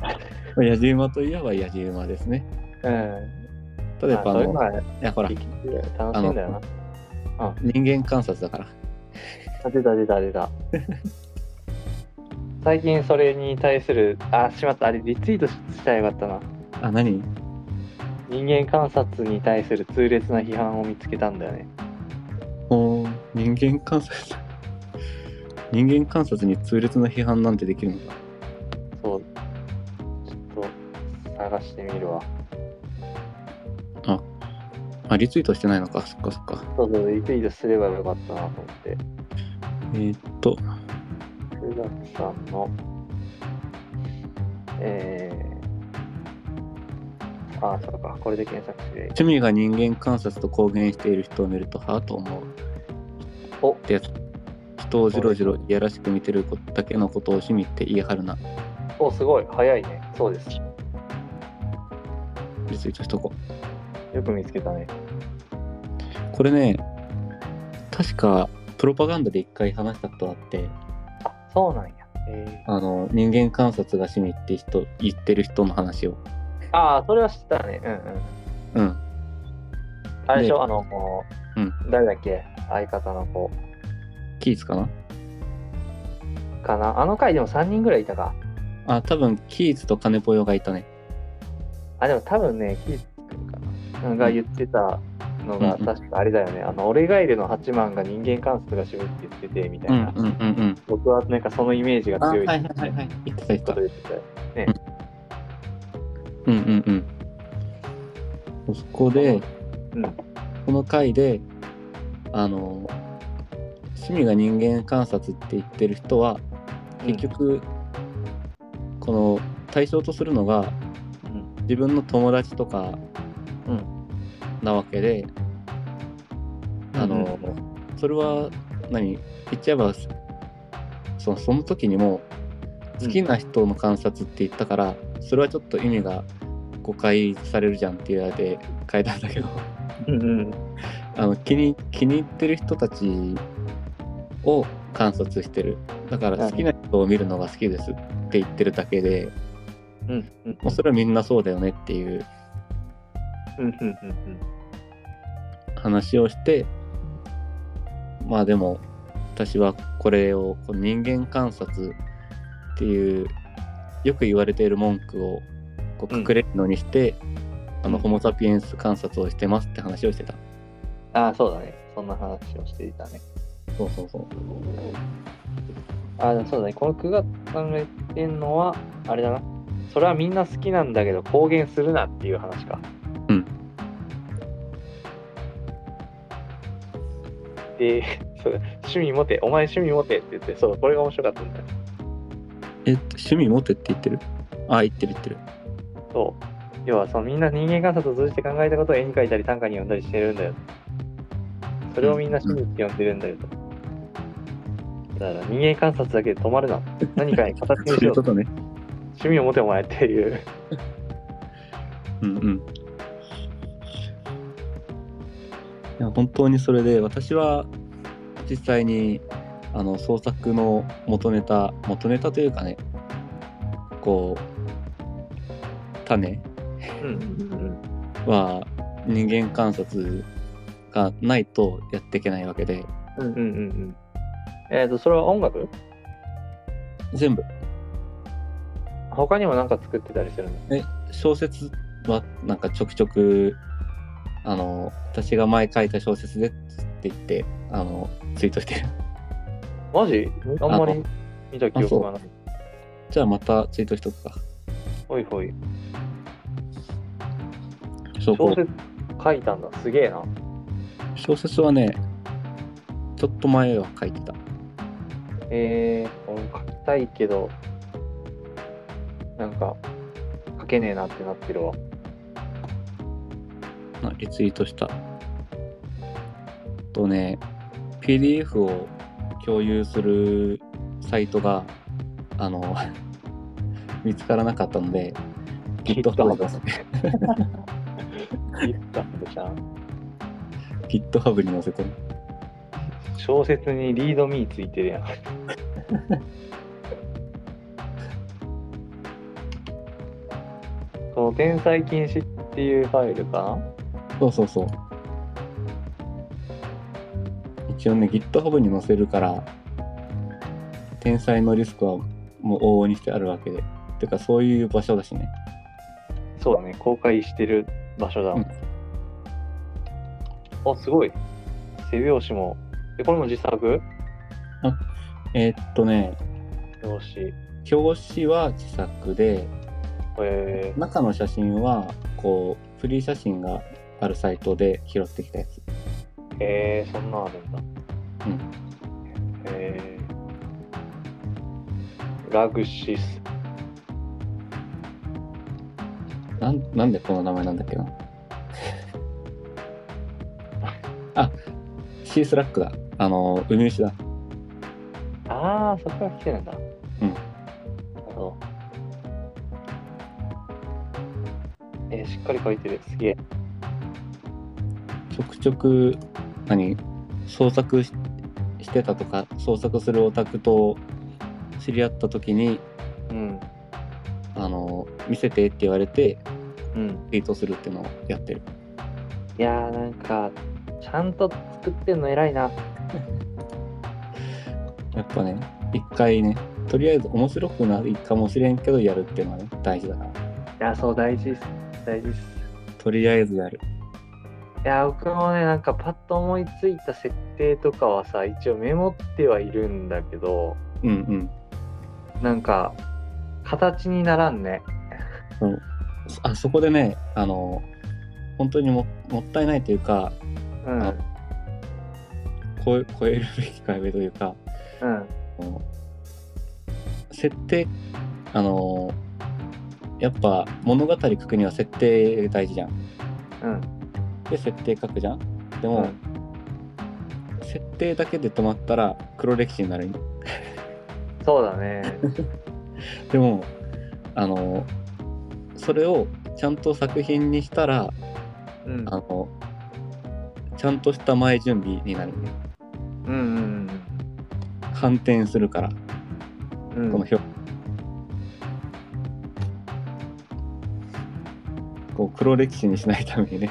S1: まあ野じ馬といえば野じ馬ですね。
S2: うん
S1: ただやっぱあ
S2: まあそ
S1: の、
S2: ういうの
S1: い
S2: は
S1: やほら
S2: 生きてる楽しいんだよな
S1: 人間観察だから。
S2: あ出た出た出 た最近それに対するあしまったあれリツイートししたらよかったな
S1: あ何
S2: 人間観察に対する痛烈な批判を見つけたんだよね
S1: おー人間観察 人間観察に痛烈な批判なんてできるのか。
S2: そうちょっと探してみるわ
S1: あリツイートしてないのかそっかそっか。
S2: そうそう、リツイートすればよかったなと思って。
S1: えーっと
S2: ふざきさんの、えー、あ、そうか、これで検索して。
S1: 趣味が人間観察と公言している人を見るとはあと思う。
S2: お
S1: ってやつ。人をじろじろいやらしく見てることだけのことを趣味って言い張るな。
S2: お、すごい、早いね。そうです。
S1: リツイートしとこ
S2: よく見つけたね。
S1: う。これね、確かプロパガンダで一回話したことあって、
S2: あ、そうなんや。え
S1: あの、人間観察が趣味って人、言ってる人の話を。
S2: ー、あー、それは知ってたね。うんうん。
S1: うん。
S2: あれでし
S1: ね
S2: ょ、あの、こう
S1: うん
S2: 誰だっけ相方の子
S1: キーツかな
S2: かな。あの回でも3人ぐらいいたか。
S1: あ、多分キーツと金ぽよがいたね。
S2: あ、でも多分ね、キーくんかな。が言ってたのが、
S1: うんうん
S2: 確かあれだよね。あの、俺がいるの八幡が人間観察が趣味って言ってて、みたい
S1: うん
S2: な。
S1: うんうんうん。
S2: 僕はなんかそのイメージが
S1: あ、は
S2: 強い
S1: い
S2: っ
S1: はい
S2: て
S1: はいはい。言ってた言って
S2: こ
S1: た
S2: と。言ってたよ。
S1: うんうんうん。そこで、
S2: うん
S1: この回で、あの、趣味が人間観察って言ってる人は、結局、この対象とするのが、
S2: うん、
S1: 自分の友達とか
S2: うん
S1: なわけで、あの、それは何言っちゃえばそのその時にも
S2: う
S1: 好
S2: ん
S1: きな人の観察って言ったから、それはちょっと意味が誤解されるじゃんっていうあれで変えたんだけど
S2: うんうん
S1: あの気に気に入ってる人たちを観察してるだから好きな人を見るのが好きですって言ってるだけで
S2: うんうん
S1: もうそれはみんなそうだよねっていう
S2: うんうんうん
S1: 話をしてまあでも私はこれをこの人間観察っていうよく言われている文句をこう
S2: うん
S1: 隠れるのにして、あの
S2: うん
S1: ホモ・サピエンス観察をしてますって話をしてた
S2: ああそうだねそんな話をしていたね
S1: そうそうそう
S2: ああそうだねこの9月さんが言ってんのはあれだなそれはみんな好きなんだけど公言するなっていう話か
S1: うん
S2: でそう趣味持てお前趣味持てって言ってそうこれが面白かったんだよ
S1: えっと趣味持てって言ってるあ言ってる言ってる
S2: そう要はそのみんな人間観察を通じて考えたことを絵に描いたり短歌に読んだりしてるんだよそれをみんな趣味って呼んでるんだよとだから人間観察だけで止まるな何かに形に
S1: そう
S2: し
S1: い
S2: よ
S1: う
S2: うと
S1: ことね
S2: 趣味を持てお前っていう
S1: うんうんいや本当にそれで私は実際にあの創作の元ネタ元ネタというかねこう種
S2: うん
S1: は人間観察がないとやっていけないわけで
S2: うんうんうんうんえっ、とそれは音楽
S1: 全部
S2: 他にも何か作ってたりするの
S1: 小説はなんかちょくちょくあの私が前書いた小説でって言ってあのツイートしてる
S2: マジあんま
S1: あ
S2: り見た記憶がない
S1: じゃあまたツイートしとくか
S2: ほいほい
S1: そうこ
S2: 小
S1: う
S2: 説書いたんだすげえな
S1: 小説はねちょっと前は書いてた
S2: えー、俺も書きたいけど、なんか、書けねえなってなってるわ。
S1: なリツイートしたとね PDF を共有するサイトがあの 見つからなかったので GitHub ですね
S2: いったじゃん。
S1: GitHub に載せてる
S2: 小説にリードミーついてる やん。この天才禁止っていうファイルか
S1: そうそうそう一応ね GitHub に載せるから天才のリスクはもう往々にしてあるわけでてかそういう場所だしね
S2: なそうだね、公開してる場所だ。
S1: うん
S2: あ、すごい。背表紙も。え、これも自作
S1: えーっとね
S2: 表紙。
S1: 表紙は自作で
S2: えー、
S1: 中の写真はこうフリー写真があるサイトで拾ってきたやつ
S2: へえそんなんあるんだ。
S1: うん。
S2: へえラグシス。
S1: なんなんでこの名前なんだっけな あシースラックだあのウミウシだ
S2: ああ、そこから来てるんだ。
S1: うん
S2: なるほど。えーしっかり書いてる。すげえ。
S1: ちょくちょく何創作ししてたとか創作するオタクと知り合った時に
S2: うん。
S1: あの見せてって言われて
S2: うん。
S1: ツイートするっていうのをやってる
S2: いやー、なんか、ちゃんと作ってんの偉いな。
S1: やっぱね、一回ね、とりあえず面白くないかもしれんけど、やるっていうのはね、大事だから。
S2: いや、そう、大事っす。大事っす。
S1: とりあえずやる。
S2: いや僕もねなんかパッと思いついた設定とかはさ一応メモってはいるんだけど
S1: うんうん。
S2: なんか形にならんね
S1: あそこでね、あの、本当にももったいないというか、
S2: うん
S1: あ超え超えるべき壁というか、
S2: うん
S1: あの設定、あの、やっぱ物語書くには設定大事じゃん。
S2: うん
S1: で、設定書くじゃん。で
S2: う
S1: も、
S2: ん
S1: 設定だけで止まったら黒歴史になる
S2: そう だね。
S1: でもあのそれをちゃんと作品にしたら
S2: うん。
S1: あのちゃんとした前準備になるね
S2: うんうん
S1: 反転するからこ
S2: うんうん。
S1: の表、こう黒歴史にしないためにね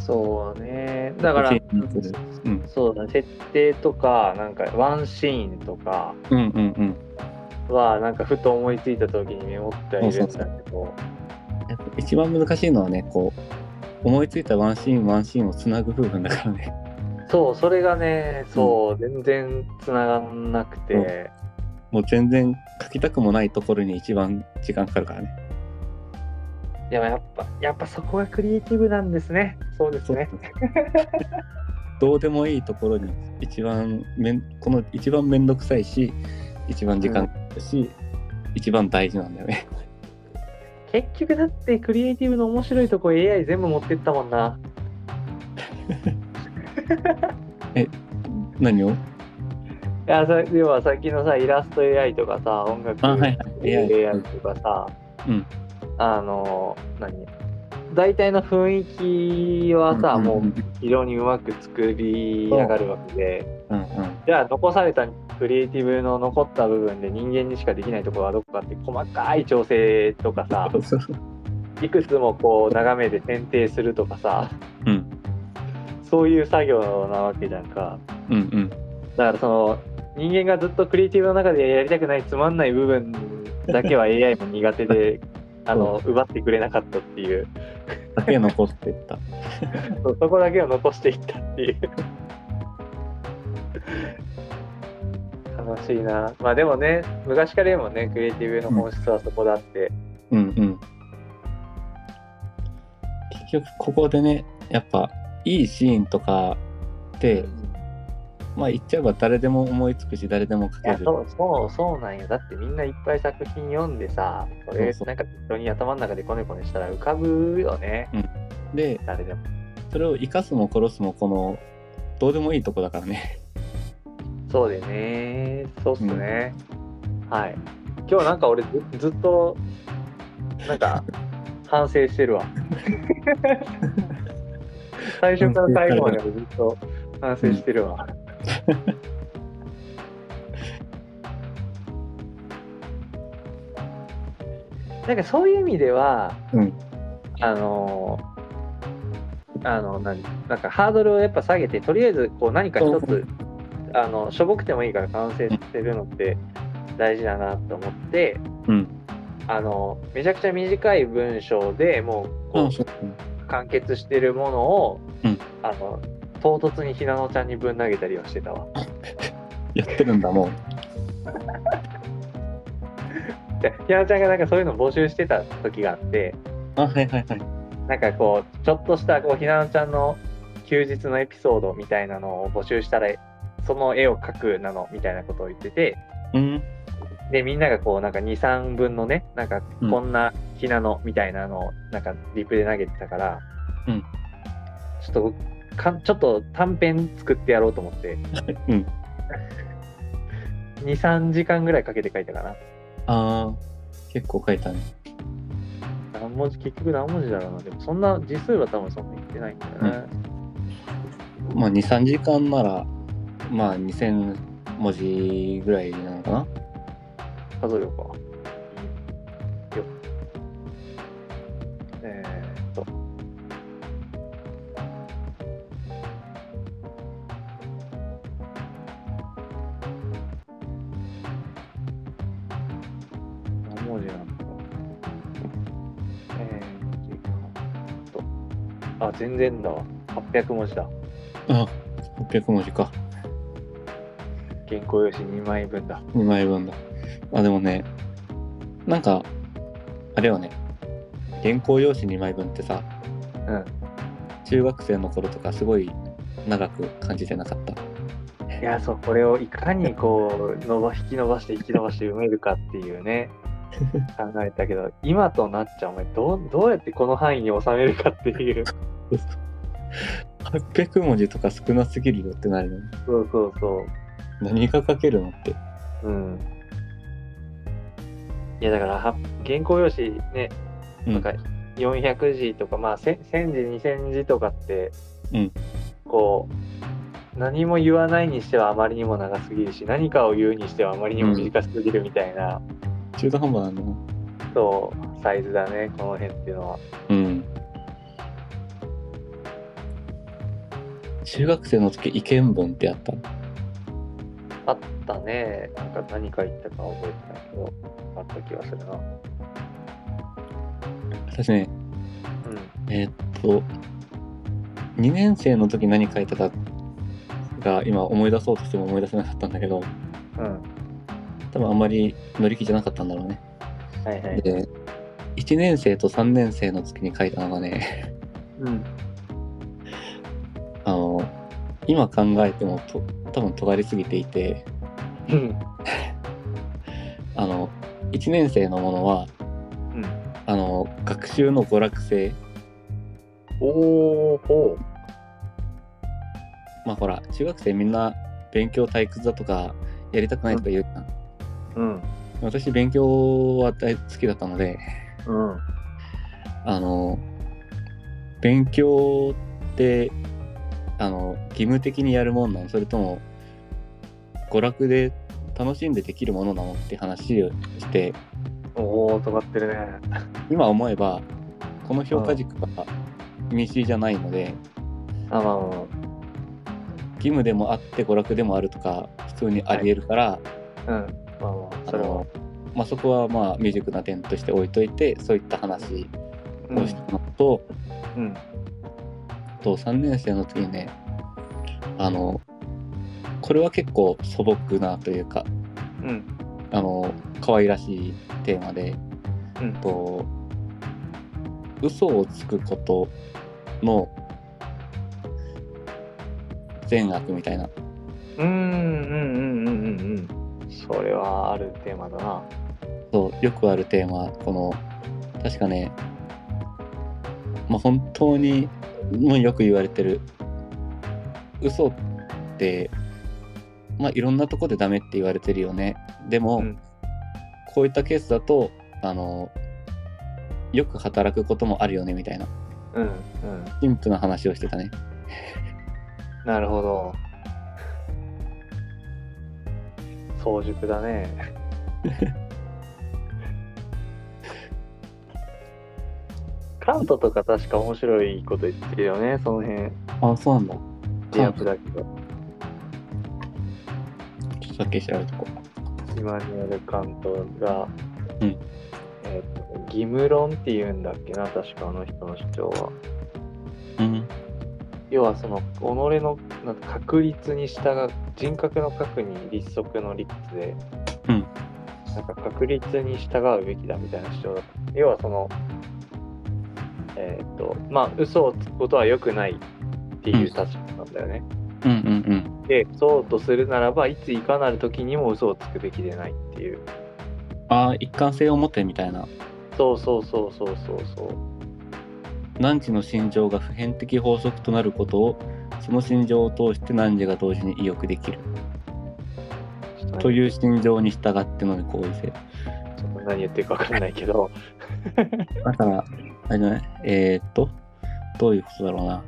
S2: そうね。だから
S1: 写、真にするうん
S2: そうだね。設定とか、なんかワンシーンとか
S1: うんうんうん
S2: は、なんかふと思いついた時にメモってはいるんだけど。
S1: やっぱ一番難しいのはねこう思いついたワンシーンワンシーンをつなぐ部分だからね
S2: そう、それがね、そう、全然つながんなくて、
S1: もう全然書きたくもないところに一番時間かかるからね
S2: でもやっぱ、やっぱそこがクリエイティブなんですね。そうです
S1: そう
S2: ね。
S1: どうでもいいところに一番めんこの一番面倒くさいし一番時間かかるし、一番大事なんだよね
S2: 結局だって、クリエイティブの面白いとこ AI 全部持ってったもんな。
S1: 何を
S2: いや、さ要はさっきのさ、イラスト AI とかさ、音楽
S1: あはいはい AI
S2: AI とかさ、
S1: うん
S2: あの、何大体の雰囲気はさ、
S1: うん
S2: もう色にうまく作り上がるわけで、
S1: うんうん
S2: じゃあ残されたクリエイティブの残った部分で人間にしかできないところはどこかって細かい調整とかさ
S1: そうそう
S2: いくつもこう眺めで選定するとかさ
S1: うん
S2: そういう作業なわけじゃんか
S1: うんうん
S2: だからその人間がずっとクリエイティブの中でやりたくないつまんない部分だけは AI も苦手であの奪ってくれなかったっていう
S1: だけ残ってった
S2: そうそこだけを残していったっていう悲しいなまあでもね昔からでもんねクリエイティブの本質はそこだって
S1: うんうん結局ここでねやっぱいいシーンとかって、まあ言っちゃえば誰でも思いつくし誰でも書
S2: い
S1: け
S2: や
S1: る
S2: そうそうそうなんよだってみんないっぱい作品読んでさそれ
S1: そうそう
S2: なんか人に頭の中でコネコネしたら浮かぶよね
S1: で
S2: 誰でも
S1: それを生かすも殺すもこのどうでもいいとこだからね
S2: そうでねそうっすね、はい今日なんか俺ずずっとなんか反省してるわ最初から最後までずっと反省してるわ、なんかそういう意味では、
S1: うん
S2: あのあの何なんかハードルをやっぱ下げてとりあえずこう何か一
S1: そう
S2: つあのしょぼくてもいいから完成してるのって大事だなと思って、
S1: うん
S2: あのめちゃくちゃ短い文章でもうこう、
S1: そう
S2: 完結してるものを、
S1: うん
S2: あの唐突にひなのちゃんにぶん投げたりはしてたわ。
S1: やってるんだもう
S2: でひなのちゃんがなんかそういうの募集してた時があって
S1: あはいはいはい
S2: なんかこうちょっとしたこうひなのちゃんの休日のエピソードみたいなのを募集したらその絵を描くなのみたいなことを言ってて
S1: うん
S2: でみんながこうなんか23分のねなんか
S1: うん
S2: こんなひなのみたいなのをなんかリプで投げてたから、
S1: うん
S2: ちょっとかんちょっと短編作ってやろうと思って、
S1: うん
S2: 23時間ぐらいかけて書いたかな
S1: あー結構書いたね
S2: 何文字結局何文字だろうなでもそんな字数は多分そんなにいってないんだよね、
S1: まあ23時間ならまあ2000文字ぐらいなのかな
S2: 数えようか。よっえー、っと。何文字なんだろう。えー、っと。あ、全然だわ。800文字だ。
S1: あ600文字か
S2: 原稿用紙2枚分だ。
S1: 2枚分だあでもねなんかあれよね原稿用紙2枚分ってさ
S2: うん。
S1: 中学生の頃とかすごい長く感じてなかった
S2: いやそうこれをいかにこう伸ば引き伸ばして引き伸ばして埋めるかっていうね考えたけど今となっちゃうお前どうどうやってこの範囲に収めるかっていう
S1: 800文字とか少なすぎるよってなるよね
S2: そうそうそう
S1: 何が書けるのって
S2: うん。いや、だから、は原稿用紙ね、
S1: うん
S2: なんか400字とか、まあ、せ1000字、2000字とかって、
S1: うん
S2: こう、何も言わないにしてはあまりにも長すぎるし、何かを言うにしてはあまりにも短すぎるみたいな、
S1: 中途半端なの。
S2: そう、サイズだね、この辺っていうのは。
S1: うん。中学生の時意見文ってあった
S2: あったね、なんか何か言ったか覚えてないけど、あった気がするな。うん。
S1: 私ねえーっと2年生の時何書いたかが今思い出そうとしても思い出せなかったんだけど
S2: うん。
S1: 多分あんまり乗り気じゃなかったんだろうね
S2: はいはい。
S1: で1年生と3年生の時に書いたのがね
S2: うん。
S1: あの今考えてもと多分尖りすぎていて
S2: うん。
S1: あの1年生のものは
S2: うん。
S1: あの学習の娯楽性
S2: おー、ほ
S1: まあほら中学生みんな勉強退屈だとかやりたくないとか言うじゃん
S2: う。うん。
S1: 私勉強は大好きだったので
S2: うん。
S1: あの勉強ってあの義務的にやるもんなのそれとも娯楽で楽しんでできるものなのって話をして
S2: おお、尖ってるね。
S1: 今思えばこの評価軸は民主じゃないので
S2: あ、まあま
S1: 義務でもあって娯楽でもあるとか普通にありえるから、
S2: あ、うん。まあまあ、
S1: あ
S2: それは
S1: の。まあ、そこはまあ未熟な点として置いといてそういった話
S2: う
S1: をしたのと、
S2: うん。
S1: と3年生の時にねあのこれは結構素朴なというか
S2: うん。
S1: あの可愛らしいテーマで、
S2: うん
S1: と嘘をつくことの善悪みたいな
S2: うん。うん。うん。うん。うん。うん。それはあるテーマだな。
S1: そうよくあるテーマこの確かね、まあ、本当にもうよく言われてる嘘って、まあ、いろんなとこでダメって言われてるよねでも、
S2: うん
S1: こういったケースだとあのよく働くこともあるよねみたいな
S2: うん。うん。
S1: シンプルな話をしてたね
S2: なるほど。早熟だね。 カントとか確か面白いこと言ってるよね、その辺。
S1: あそうなんだ
S2: リアプだけど。
S1: ちょっとだけ調べとこ
S2: イマニュエル・カントが、
S1: うん
S2: えーと義務論っていうんだっけな確かあの人の主張は
S1: ううん
S2: 要はその己のなんか確率に従う人格の確に立足の立で、
S1: うん
S2: なんか確率に従うべきだみたいな主張だった要はそのえっ、とまあ嘘をつくことは良くないっていう立場なんだよね、
S1: うんうん
S2: でそうとするならばいついかなる時にも嘘をつくべきでないっていう
S1: うんああ一貫性を持ってみたいな
S2: そうそうそうそうそうそう
S1: 何時の心情が普遍的法則となることをその心情を通して何時が同時に意欲できるという心情に従ってのみ行為性
S2: ちょっと何言ってるか分かんないけど、
S1: だからあれじゃないえー、っとどういうことだろうな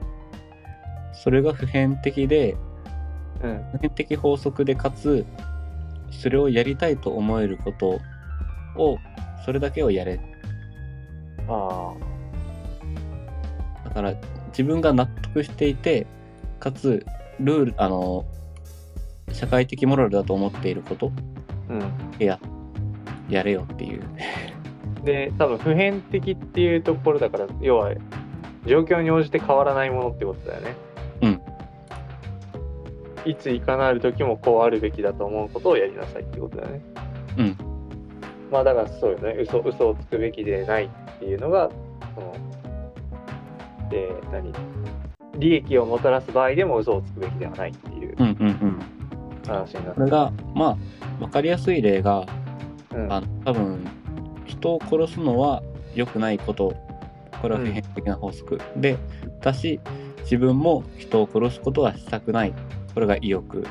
S1: それが普遍的で
S2: うん、
S1: 普遍的法則でかつそれをやりたいと思えることをそれだけをやれ
S2: あ
S1: だから自分が納得していてかつルールあの社会的モラルだと思っていること
S2: あ、う
S1: いや、やれよっていう。
S2: ん。で、多分普遍的っていうところだから、要は状況に応じて変わらないものってことだよね。
S1: うん。
S2: いついかなる時もこうあるべきだと思うことをやりなさいってことだよね。
S1: うん。
S2: まあだからそうよね、嘘嘘をつくべきでないっていうのが、その、で、何利益をもたらす場合でも嘘をつくべきではないっていう
S1: うんうんうん。
S2: 話にな
S1: これ
S2: る。
S1: が、まあ、わかりやすい例が、
S2: うん
S1: あの多分、人を殺すのは良くないこと。これは普遍的な法則。で、だし、自分も人を殺すことはしたくない。これが意欲。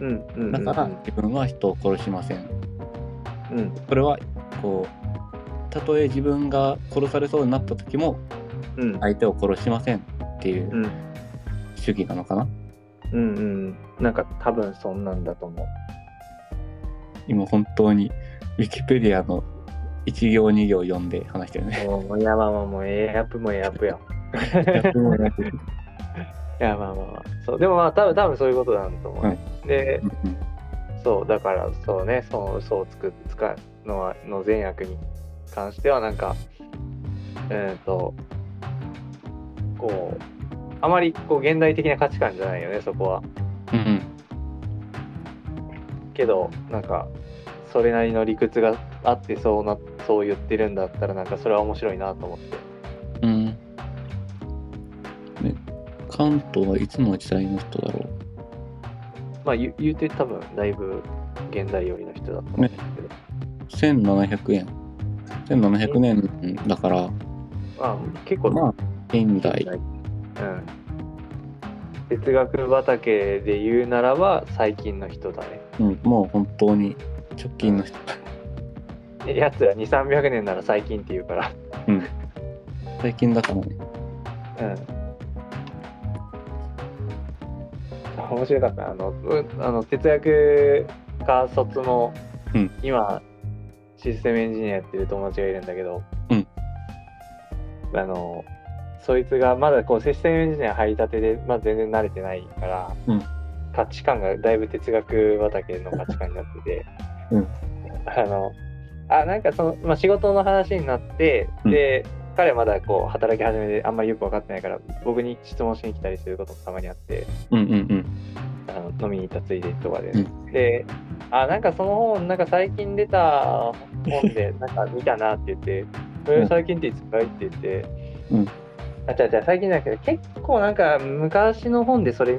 S2: うんうん
S1: だから自分は人を殺しません
S2: うん
S1: それはこうたとえ自分が殺されそうになった時も
S2: うん
S1: 相手を殺しませんっていううん主義なのかな
S2: うんうんなんか多分そんなんだと思う
S1: 今本当にウィキペディアの1行2行読んで話してる ね
S2: もうやばいもうもうええやっぷもうええやっぷや。
S1: やってもらえる
S2: いやまあまあまあそうでもまあ多分多分そういうことなんだと思う、ねで
S1: うんうん
S2: そうだからそうねその嘘をつく使うのはの善悪に関してはなんかえっ、とこうあまりこう現代的な価値観じゃないよねそこは
S1: うん
S2: けどなんかそれなりの理屈があってそうなそう言ってるんだったらなんかそれは面白いなと思って
S1: うんね関東はいつの時代の人だろう
S2: まあ言う言うて多分だいぶ現代寄りの人だと思うんですけど、
S1: 1700円1700年だから
S2: まあ結構
S1: まあ現代
S2: うん哲学畑で言うならば最近の人だ
S1: うん、もう本当に直近の人。
S2: ね。やつら2、300年なら最近って言うから。
S1: 最近だからね。
S2: うん。面白かった。あの、うあの哲学科卒の、
S1: うん
S2: 今、システムエンジニアやってる友達がいるんだけど、
S1: うん
S2: あの、そいつがまだこうシステムエンジニア入りたてで、まあ、全然慣れてないから、
S1: うん
S2: 価値観がだいぶ哲学畑の価値観になってて、
S1: うん
S2: あの、あなんかその、まあ、仕事の話になって、で、彼まだこう働き始めであんまりよく分かってないから僕に質問しに来たりすることもたまにあって
S1: うんうん
S2: あの飲みに行ったついでとかで、
S1: う
S2: であなんかその本なんか最近出た本 でなんか見たなって言って「え
S1: うん
S2: 最近っていつかい?」って言って、
S1: うん
S2: あ違う違う最近じゃなくて結構なんか昔の本でそれ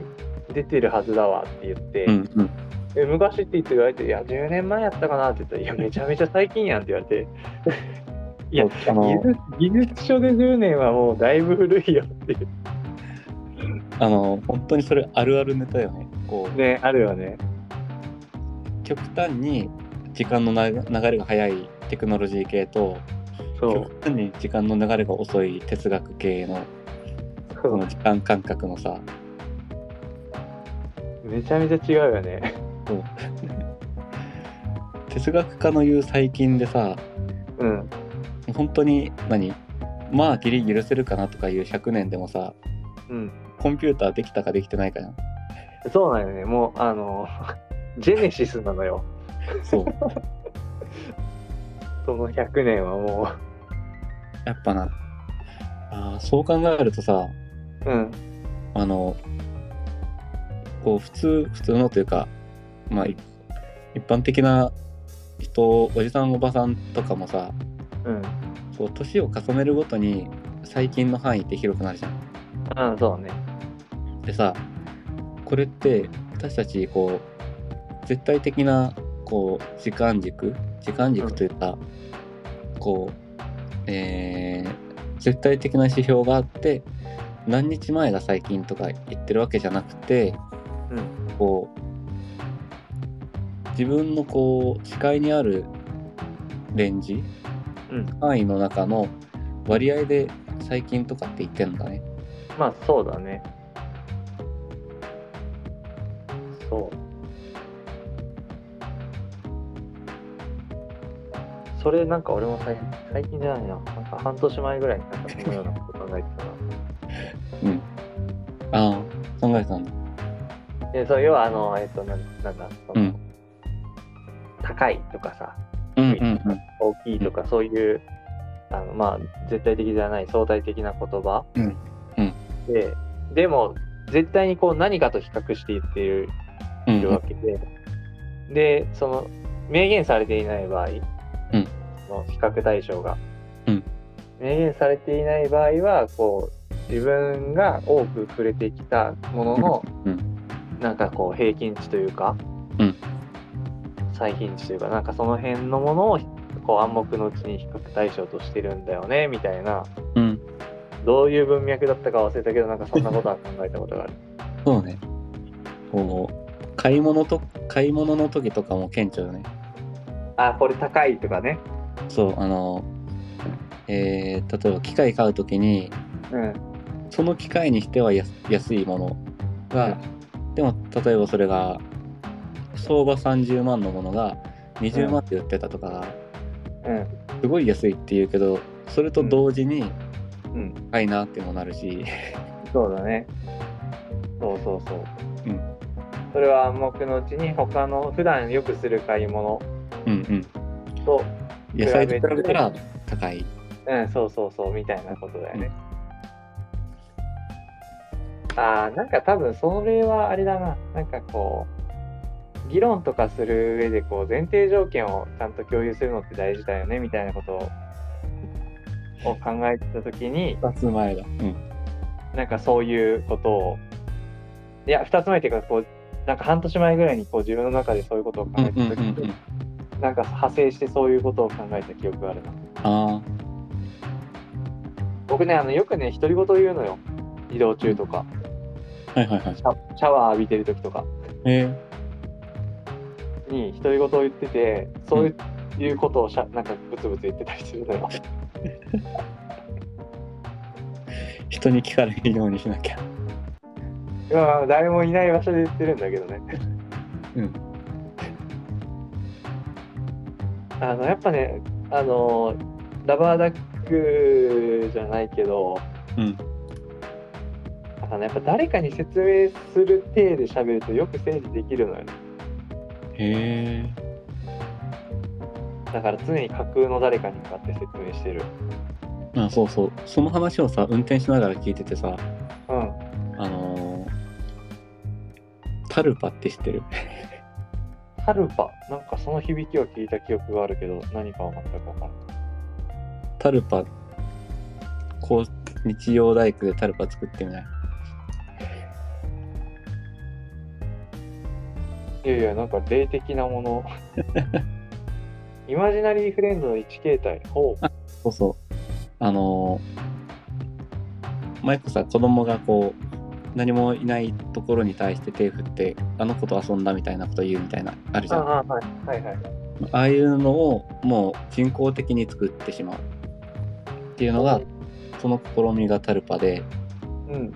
S2: 出てるはずだわって言って、
S1: うん。うんうん。
S2: え昔って言って言われて「いや10年前やったかな」って言ったら「いやめちゃめちゃ最近やん」って言われていや
S1: あ
S2: 技
S1: の、
S2: 術技術書で10年はもうだいぶ古いよっていう
S1: あの、本当にそれあるあるネタよね。こう、
S2: ねあるよね
S1: 極端に時間のな流れが早いテクノロジー系と、
S2: そう
S1: 極端に時間の流れが遅い哲学系の、
S2: そ
S1: この時間感覚のさ、
S2: うめちゃめちゃ違うよね
S1: 哲学家の言う最近でさ、
S2: うん
S1: 本当に何まあ、ギリ許せるかなとかいう100年でもさ、
S2: うん
S1: コンピューターできたかできてないかじゃん。
S2: そうなんよねもうあの ジェネシスなのよ
S1: そう。
S2: その100年はも
S1: やっぱな、あーそう考えるとさ、
S2: ううん
S1: あの、こう、普通、普通のというか、まあ、い一般的な人、おじさん、おばさんとかもさ、
S2: うん
S1: こう、年を重ねるごとに、最近の範囲って広くなるじゃん。
S2: うんそうね
S1: でさ、これって、私たち、こう、絶対的な、こう、時間軸、時間軸というか、こう、えー絶対的な指標があって、何日前が最近とか言ってるわけじゃなくて、
S2: うん
S1: こう自分のこう視界にあるレンジ
S2: うん
S1: 範囲の中の割合で最近とかって言ってんだね。
S2: まあそうだねそうそれなんか俺も最近最近じゃないななんか半年前ぐらいになんかそのようなこと考えてたな
S1: うん。ああ、考えてたんだ。
S2: でそう要はあのえっとなんなんだその、
S1: うん
S2: 高いとかさ
S1: うんうん
S2: 大きいとかそういうあのまあ絶対的じゃない相対的な言葉、
S1: うんうん
S2: ででも絶対にこう何かと比較して言っている
S1: うん。うん
S2: いるわけで、でその明言されていない場合、
S1: うん
S2: その比較対象が、
S1: うん
S2: 明言されていない場合はこう自分が多く触れてきたものの、
S1: うん
S2: なんかこう平均値というか、
S1: うん
S2: 最近値というかなんかその辺のものをこう暗黙のうちに比較対象としてるんだよねみたいな
S1: うん。
S2: どういう文脈だったか忘れたけどなんかそんなことは考えたことがある。
S1: そうね。こう、買い物と、買い物の時とかも顕著よね。
S2: あこれ高いとかね
S1: そう、あの、えー例えば機械買う時に、
S2: うん
S1: その機械にしては安安いものが、でも例えばそれが相場30万のものが20万で売ってたとかが、
S2: うん
S1: すごい安いって言うけどそれと同時に
S2: うん
S1: 高いなってもなるし、
S2: そうだねそうそうそう
S1: うん
S2: それは暗黙のうちに他の普段よくする買い物
S1: うん、うん
S2: と
S1: 野菜と比べたら高い
S2: うん、そうそうそう、みたいなことだよね。ああ、なんか多分それはあれだな、なんかこう、議論とかする上でこう前提条件をちゃんと共有するのって大事だよねみたいなことをを考えてた時に
S1: 2つ前だ、うん、
S2: なんかそういうことをいや2つ前っていうかこうなんか半年前ぐらいにこう自分の中でそういうことを考
S1: うん
S2: え
S1: う
S2: て
S1: ん
S2: た
S1: うん
S2: 時
S1: う
S2: に
S1: ん
S2: なんか派生してそういうことを考えた記憶があるな。
S1: あ
S2: 僕ねあのよくね独り言言うのよ移動中とか
S1: あはいはいはい
S2: シャシャワー浴びてる時とか
S1: え
S2: に独り言を言っててそういう,、いうことをしゃなんかブツブツ言ってたりするのよ
S1: ー、人に聞かれるようにしなきゃ
S2: まあ誰もいない場所で言ってるんだけどね
S1: うん
S2: あのやっぱねあのラバーダックじゃないけど
S1: うん
S2: あのやっぱ誰かに説明する体で喋るとよく整理できるのよね
S1: へえ
S2: だから常に架空の誰かに向かって説明してる
S1: ー、あそうそうその話をさ運転しながら聞いててさ
S2: うん
S1: あのータルパって知ってる
S2: タルパなんかその響きを聞いた記憶があるけど何かは全く分からない
S1: タルパこう日曜大工でタルパ作ってみない
S2: いやいや、なんか霊的なもの。イマジナリーフレンズの1形態。ほう。
S1: そうそうあのー、マイクさ子供がこう何もいないところに対して手振ってあの子と遊んだみたいなこと言うみたいなあるじゃんあ
S2: あ、はい、はいはい。
S1: あいうのをもう人工的に作ってしまうっていうのがその試みがタルパで
S2: うん。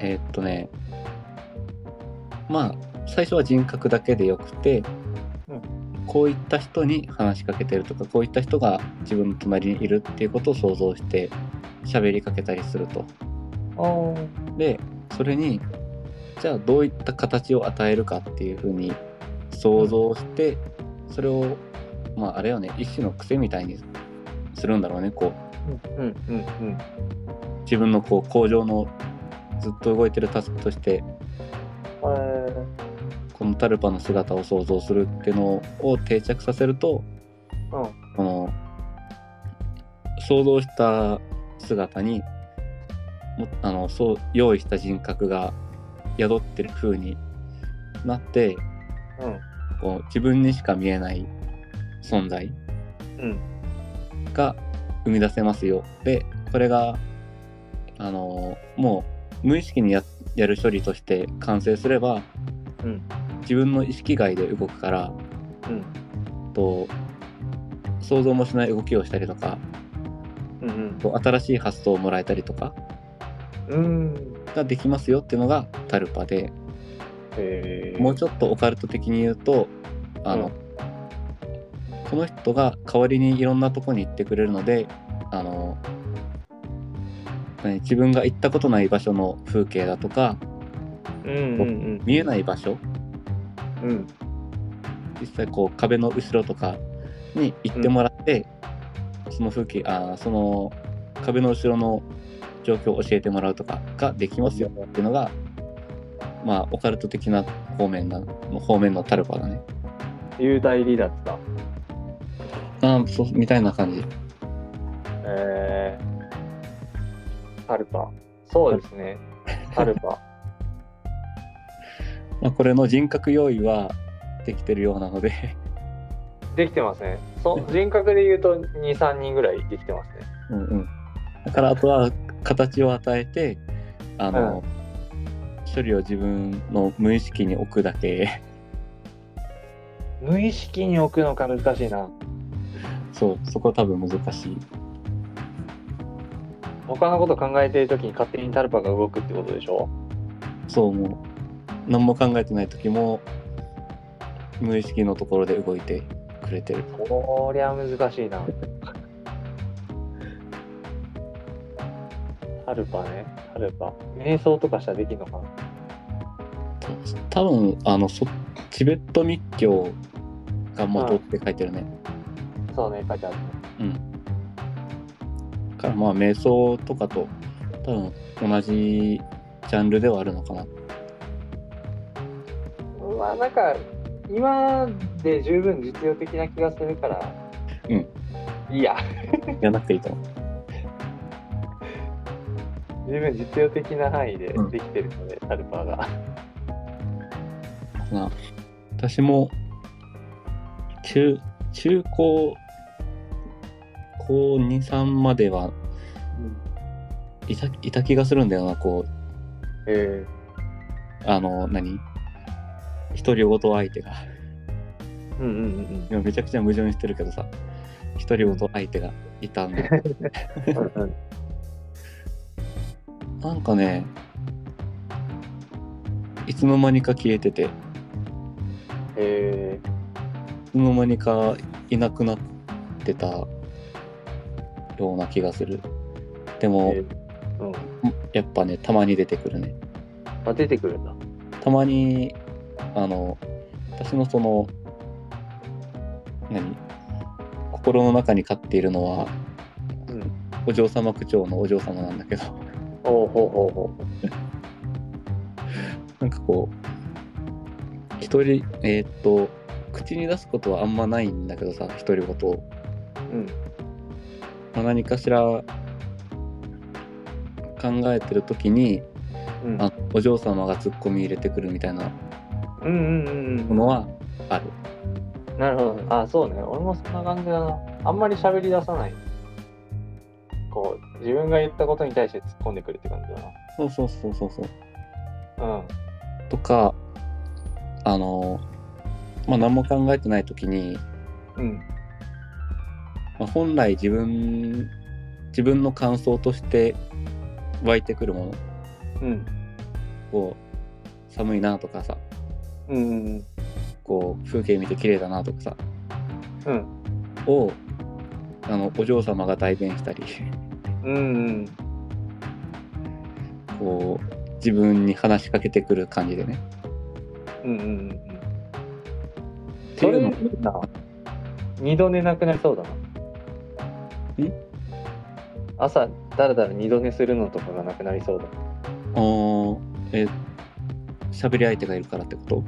S1: えーっとねまあ最初は人格だけでよくて、
S2: うん
S1: こういった人に話しかけてるとかこういった人が自分の隣にいるっていうことを想像して喋りかけたりすると。
S2: あー
S1: でそれにじゃあどういった形を与えるかっていうふうに想像してそれをまああれよね一種の癖みたいにするんだろうねこう
S2: うんうんうん
S1: 自分のこう工場のずっと動いてるタスクとして
S2: うん。
S1: このタルパの姿を想像するっていうのを定着させると
S2: うん。
S1: この想像した姿にもあのそう用意した人格が宿ってる風になってこう自分にしか見えない存在
S2: うん。うん。
S1: が生み出せますよでこれがあのもう無意識にややる処理として完成すれば、
S2: うん
S1: 自分の意識外で動くから
S2: うん。
S1: と想像もしない動きをしたりとか
S2: うん。
S1: と新しい発想をもらえたりとか
S2: うん。うん。
S1: ができますよっていうのがタルパで
S2: へえ。
S1: もうちょっとオカルト的に言うとあの、
S2: うん
S1: この人が代わりにいろんなとこに行ってくれるのであの何自分が行ったことない場所の風景だとか
S2: うんうん
S1: 見えない場所
S2: うん。うん。
S1: 実際こう壁の後ろとかに行ってもらって、その風景あーその壁の後ろの状況を教えてもらうとかができますよっていうのがまあオカルト的な方面なの方面のタルパだね
S2: 幽体離脱だ。
S1: あーそうみたいな感じ
S2: えー。タルパ。そうですね。タルパ。
S1: まあ、これの人格用意はできてるようなので
S2: できてますね。そう、人格で言うと2、3人ぐらいできてますね。
S1: うん、うん、だからあとは形を与えてあの、処理を自分の無意識に置くだけ
S2: 無意識に置くのか難しいな
S1: そうそこ多分難しい
S2: 他のこと考えてる時に勝手にタルパが動くってことでしょ
S1: そうもう何も考えてない時も無意識のところで動いてくれてる
S2: こりゃ難しいなタルパねタルパ瞑想とかしたらできんのかな
S1: 多分あのそチベット密教が元って書いてるね、
S2: そうね書いてあるね
S1: からまあ瞑想とかと多分同じジャンルではあるのかな
S2: うわなんか今で十分実用的な気がするから
S1: うん
S2: いいや
S1: やなくていいと思う
S2: 十分実用的な範囲で
S1: うん
S2: できてるので、タルパーが
S1: な私も中中高高23まではいたいた気がするんだよなこう
S2: え
S1: あの何独り言相手が
S2: えうんうんうん
S1: 今めちゃくちゃ矛盾してるけどさ独り言相手がいたんだよ
S2: うんうん
S1: なんかねいつの間にか消えててい
S2: え
S1: つの間にかいなくなってたような気がするで
S2: え
S1: も、
S2: うん
S1: やっぱねたまに出てくるね
S2: あ出てくるんだ
S1: たまにあの私のその何心の中に飼っているのは
S2: うん
S1: お嬢様口調のお嬢様なんだけど
S2: おうほうほうほ
S1: なんかこう一人えーっと口に出すことはあんまないんだけどさ独り言を、
S2: ううん
S1: まあ、何かしら考えてる時に
S2: うん
S1: あお嬢様がツッコミ入れてくるみたいな
S2: うんうんうん
S1: ものはある
S2: なるほどあそうね俺もそんな感じだなあんまり喋り出さないこう自分が言ったことに対して突っ込んでくるって感じだ
S1: そうそうそうそうそう
S2: なうん
S1: とかあの、まあ、何も考えてない時に、
S2: うん
S1: まあ、本来自分自分の感想として湧いてくるもの
S2: うん
S1: こう寒いなとかさ
S2: うんうん
S1: こう風景見て綺麗だなとかさ
S2: うん
S1: をあのお嬢様が代弁したり
S2: うんうん
S1: こう自分に話しかけてくる感じでね
S2: うんうんうんうん
S1: って
S2: そ
S1: い
S2: れ
S1: うの
S2: いいな二度寝なくなりそうだな朝だらだら二度寝するのとかがなくなりそうだ
S1: もあーえ喋り相手がいるからってこ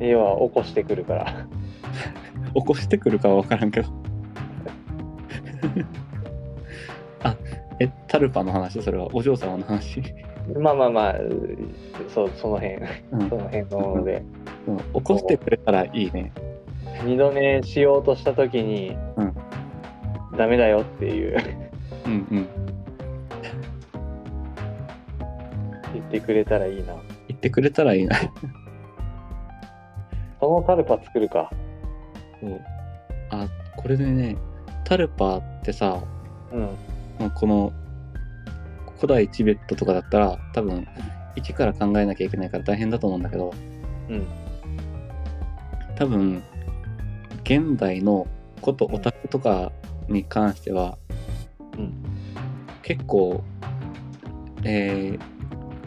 S2: 要は起こしてくるから
S1: と起こしてくるかは分からんけど あえタルパの話それはお嬢様の話、
S2: まあまあまあそうその辺
S1: うん
S2: その辺のもので
S1: うん起こしてくれたらいいね
S2: 二度寝しようとした時に、
S1: うん
S2: ダメだよっていう
S1: うんうん
S2: 言ってくれたらいいな
S1: 言ってくれたらいいな
S2: そのタルパ作るか
S1: そうあこれでねタルパってさ
S2: うん
S1: まあこの古代チベットとかだったら多分一から考えなきゃいけないから大変だと思うんだけど
S2: うん
S1: 多分現代のことオタクとかに関しては、
S2: うん
S1: 結構、えー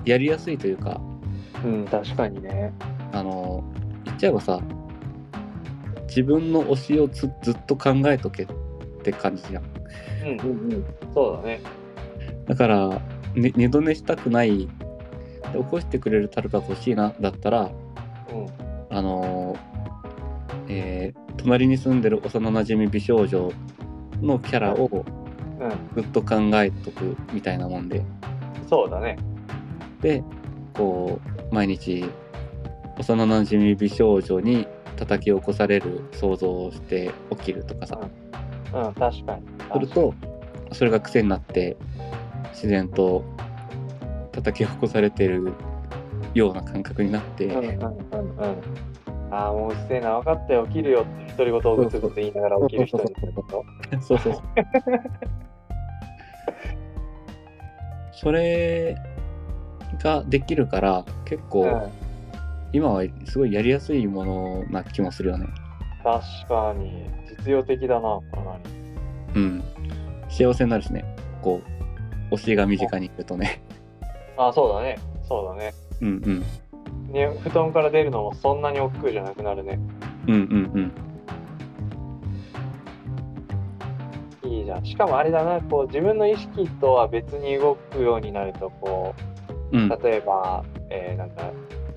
S1: やりやすいというか
S2: うん確かにね
S1: あの言っちゃえばさ自分の推しをずずっと考えとけって感じじゃん
S2: うんうんうんそうだね
S1: だから、ね二度寝したくないで起こしてくれるタルパが欲しいなだったら
S2: う
S1: あのーえー隣に住んでる幼なじみ美少女のキャラを
S2: んうん
S1: ずっと考えとくみたいなもんで
S2: そうだね
S1: でこう毎日幼なじみ美少女に叩き起こされる想像をして起きるとかさ
S2: うん確かに
S1: するとそれが癖になって自然と叩き起こされてるような感覚になって、
S2: うんうんうんうんああ、もううっせえな、分かったよ、起きるよって、独り言をぐつぐつ言いながら起きる人にすること。
S1: そう そうそう。それができるから結構、
S2: うん
S1: 今はすごいやりやすいものな気もするよね。
S2: 確かに、実用的だな、かな
S1: う
S2: り。
S1: ん。幸せになるしね。こう、推しが身近にいるとね。
S2: ああ、そうだね、そうだね。
S1: うんうん。
S2: ね、布団から出るのもそんなに億劫じゃなくなるね。
S1: うんうん
S2: いいじゃん。しかもあれだな、こう自分の意識とは別に動くようになると、こ
S1: うん。うん。
S2: う、例えば、えーなんか、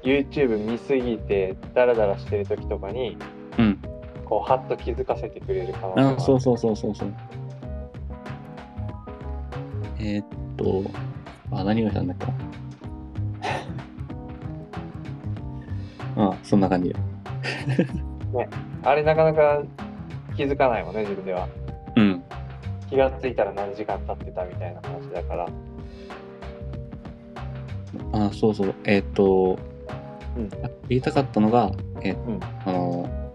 S2: YouTube 見すぎて、ダラダラしてる時とかに、
S1: うん。
S2: こう、はっと気づかせてくれる可能性があ
S1: あ
S2: る
S1: そうそうそうそうそう。えーっと、あ、何をしたんだっけ な。あ、そんな感じ。
S2: あれなかなか気づかないもんね、自分では。
S1: うん。
S2: 気がついたら何時間経ってたみたいな話だから。
S1: あ、そうそう。えーっと、
S2: うん
S1: 言いたかったのが、えー
S2: うん
S1: あの、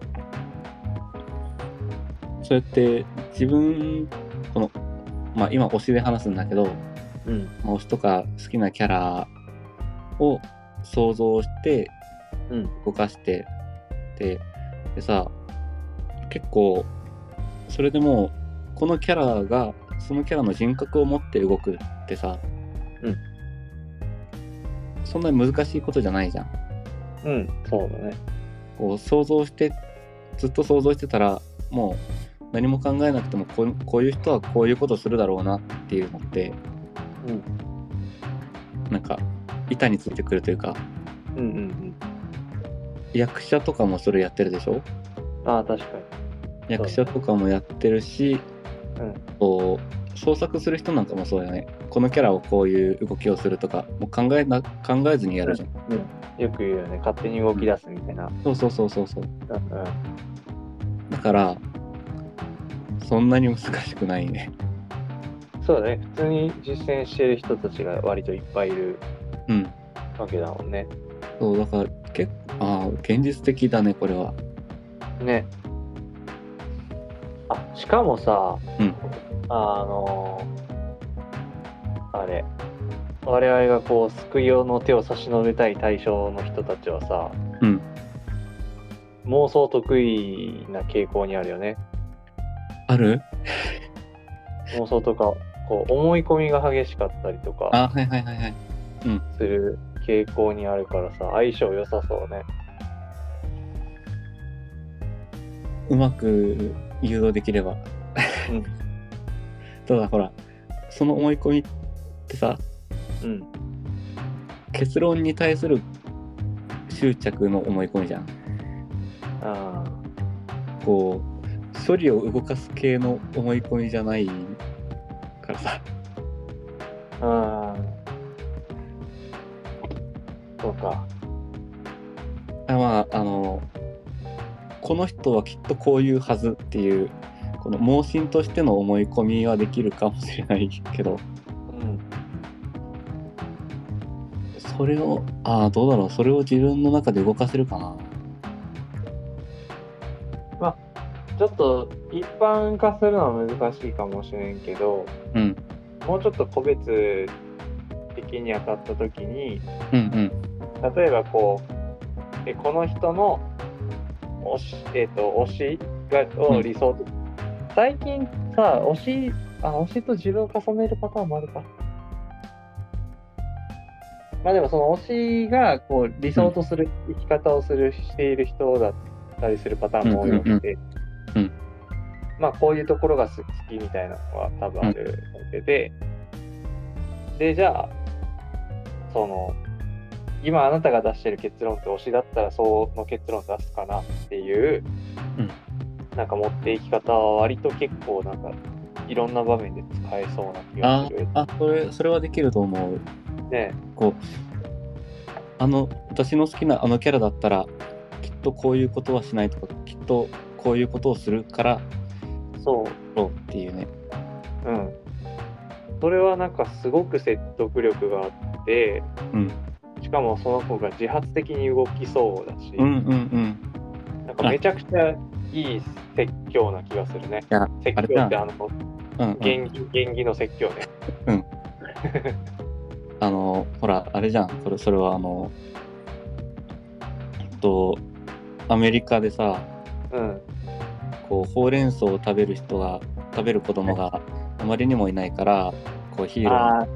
S1: そうやって自分、この、まあ今推しで話すんだけど、
S2: うん。
S1: まあ推しとか好きなキャラを想像して
S2: うん
S1: 動かして、ででさ結構それでもうこのキャラがそのキャラの人格を持って動くってさ、
S2: うん
S1: そんなに難しいことじゃないじゃん。
S2: うん、そうだね。
S1: こう想像してずっと想像してたらもう何も考えなくてもこうこういう人はこういうことするだろうなっていうのって
S2: うん。
S1: なんか板についてくるというか
S2: うんうん
S1: 役者とかもそれやってるでしょ
S2: うん。ああ、確かに。
S1: 役者とかもやってるし、
S2: うん
S1: こう創作する人なんかもそうだよねこのキャラをこういう動きをするとかもう考えな考えずにやるじゃん、
S2: よく言うよね、勝手に動き出すみたいな。
S1: そうそうそうそうそう
S2: うんうん。
S1: だからそんなに難しくないね
S2: そうだね、普通に実践してる人たちが割といっぱいいる
S1: うん
S2: わけだもんね。
S1: そうだから結構ああ現実的だねこれは
S2: ね。あ、しかもさ、
S1: うん
S2: あのーあれ、我々がこう、救いをの手を差し伸べたい対象の人たちはさ、
S1: うん
S2: 妄想得意な傾向にあるよね。
S1: ある
S2: 妄想とか、こう、思い込みが激しかったりとか
S1: あはいはいはいはい
S2: する傾向にあるからさ、相性良さそうね。
S1: うまく誘導できれば、
S2: うん
S1: ただほらその思い込みってさ
S2: うん。
S1: 結論に対する執着の思い込みじゃん
S2: ああ。
S1: こう処理を動かす系の思い込みじゃないからさ
S2: ああ。そうか。
S1: あまああのこの人はきっとこういうはずっていうこの盲信としての思い込みはできるかもしれないけど
S2: うん。
S1: それをああどうだろうそれを自分の中で動かせるかな
S2: ちょっと一般化するのは難しいかもしれんけど、
S1: うん
S2: もうちょっと個別的に当たった時に、
S1: うんうん
S2: 例えばこう、えこの人の推し、えっ、と、推しが、
S1: う
S2: を
S1: ん
S2: 理想的、最近さ、推し、あ、推しと自分を重ねるパターンもあるか。まあでもその推しがこう理想とする生き方をする、している人だったりするパターンも多いわけで、
S1: うんうんうん
S2: まあこういうところが好きみたいなのは多分あるわけで、で、じゃあ、その、今あなたが出してる結論って推しだったらその結論出すかなっていう、
S1: うん
S2: なんか持っていき方は割と結構なんかいろんな場面で使えそうな気が
S1: あ
S2: する。
S1: あそれそれはできると思う
S2: ね
S1: こうあの私の好きなあのキャラだったらきっとこういうことはしないとかきっとこういうことをするから
S2: そ
S1: ろうっていうね
S2: う、うん。それはなんかすごく説得力があって、
S1: うん
S2: ししかもその子が自発的に動きそうだし、
S1: うんうんうん。
S2: なんかめちゃくちゃいい説教な気がするね。
S1: や
S2: 説
S1: あれ
S2: 教
S1: だ
S2: ってあの、
S1: うんうん、
S2: 元気、元気の説教ね。
S1: あのほらあれじゃんそれそれはあのえっとアメリカでさ
S2: うん。
S1: こうほうれん草を食べる人が食べる子供があまりにもいないからこうヒーロー
S2: あ
S1: に
S2: あ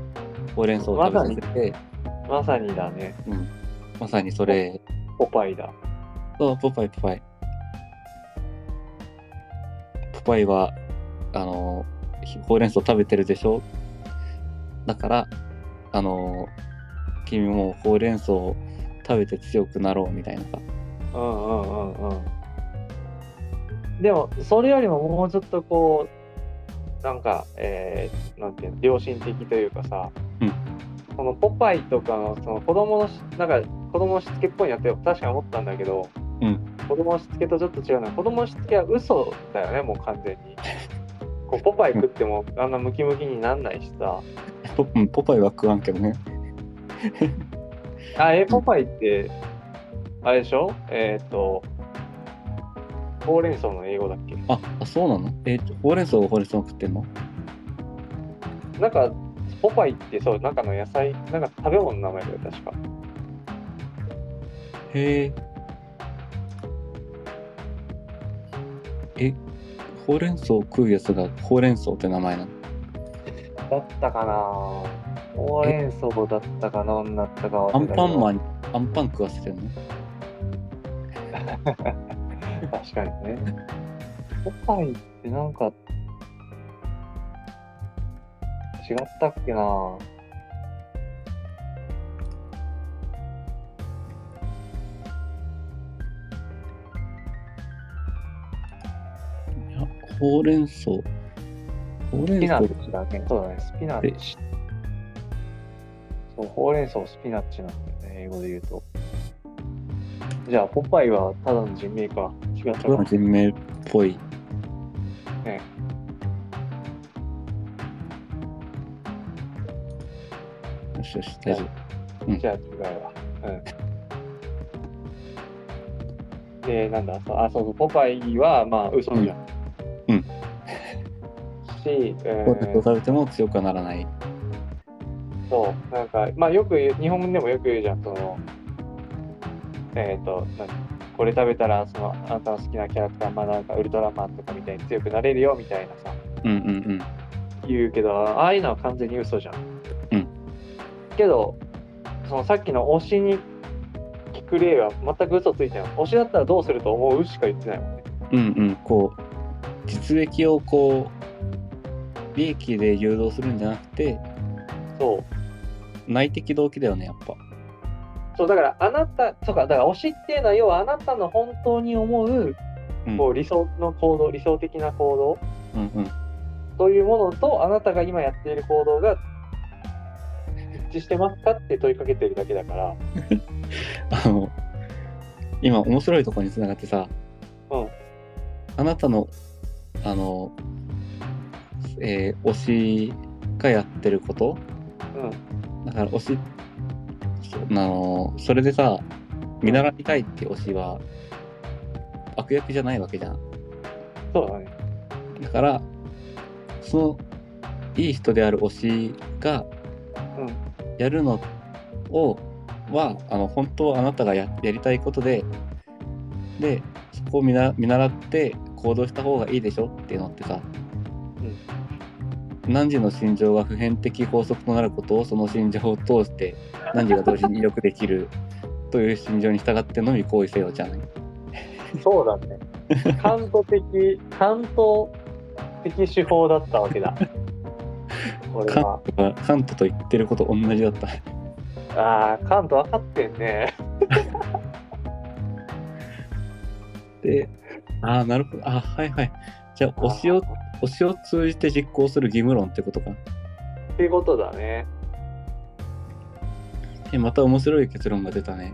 S1: ほうれん草を食べさせて、
S2: ー、まさにだね。
S1: うん、まさにそれ
S2: ポパイだ。
S1: そうポパイポパイポパイはあのひほうれん草食べてるでしょだからあの君もほうれん草を食べて強くなろうみたいなさ
S2: うんうんうんうん。でも、それよりももうちょっとこう、なんか、えー、なんていうの、良心的というかさ、
S1: うん
S2: そのポパイとかの、その子供のし、なんか、子供のしつけっぽいなって確かに思ったんだけど、
S1: うん
S2: 子供のしつけとちょっと違うのは、子供のしつけは嘘だよね、もう完全に。こうポパイ食ってもあんなムキムキになんないしさ。
S1: ポうんポパイは食わんけどね
S2: あ、え、ポパイって、あれでしょえっ、と、ほうれん草の英語だっけ
S1: ああそうなのえほうれん草をほうれん草を食ってんの
S2: なんか、ポパイってそう、なんかの野菜、なんか食べ物の名前だよ、確か。
S1: へええほうれん草を食うやつがほうれん草って名前なの
S2: だったかなほうれん草だったかな、なんだったか
S1: アンパンマ
S2: ン。
S1: ンにアンパン食わせてんの
S2: 確かにね。ポパイってなんか、違ったっけな
S1: やほうれん草ほうれ
S2: ス
S1: ん
S2: ピナ
S1: 草
S2: ッチだね。そうだね、スピナッチ。そう、ほうれん草をスピナッチなんだよね、英語で言うと。じゃあ、ポパイはただの人名か。違っ
S1: ただ
S2: たか
S1: の。人名っぽい
S2: ね
S1: よしよし大丈夫
S2: じゃあ違うわ。うん。で、なんだ、そうあ、そうそう、ポパイは、まあ、嘘じゃん。
S1: うんうん
S2: し、え
S1: ほうれん草
S2: ー、
S1: 食べても強くはならない
S2: そう、なんか、まあ、よく言う、日本でもよく言うじゃん、その、えっ、ー、と、なんこれ食べたら、その、あなたの好きなキャラクター、まあ、なんか、ウルトラマンとかみたいに強くなれるよ、みたいなさ、
S1: うんうん
S2: 言うけど、ああいうのは完全に嘘じゃん。
S1: うん。
S2: けど、そのさっきの推しに聞く例は全く嘘ついてない。推しだったらどうすると思うしか言ってないもんね。
S1: うんうんうんこう実益をこう利益で誘導するんじゃなくて
S2: そう。
S1: 内的動機だよねやっぱ
S2: そう、だからあなた、とか、だから推しっていうのは、要はあなたの本当に思う、
S1: うん
S2: こう理想の行動、理想的な行動
S1: うんうん
S2: というものと、あなたが今やっている行動が一致してますかって問いかけてるだけだから。
S1: あの今面白いところにつながってさ、
S2: うん
S1: あなたのあの、えー推しがやってること
S2: うん。
S1: だから推しそあのそれでさ見習いたいって推しは悪役じゃないわけじゃん
S2: そうだね。
S1: だからそのいい人である推しが
S2: うん。
S1: やるのをはあの本当はあなたがややりたいことででそこを見な見習って行動した方がいいでしょっていうのってさ、何時の心情が普遍的法則となることをその心情を通して何時が同時に威力できるという心情に従ってのみ行為せよじ ゃない。
S2: そうだね。 カント的、カント的手法だったわけだ。これ
S1: カ
S2: は
S1: ン。トがカントと言ってること同じだった。
S2: ああ、カント分かってんね。
S1: でああなるほどあはいはいじゃあ推しを
S2: っ
S1: 推しを通じて実行する義務論ってことか。
S2: ていうことだね。
S1: えまた面白い結論が出たね。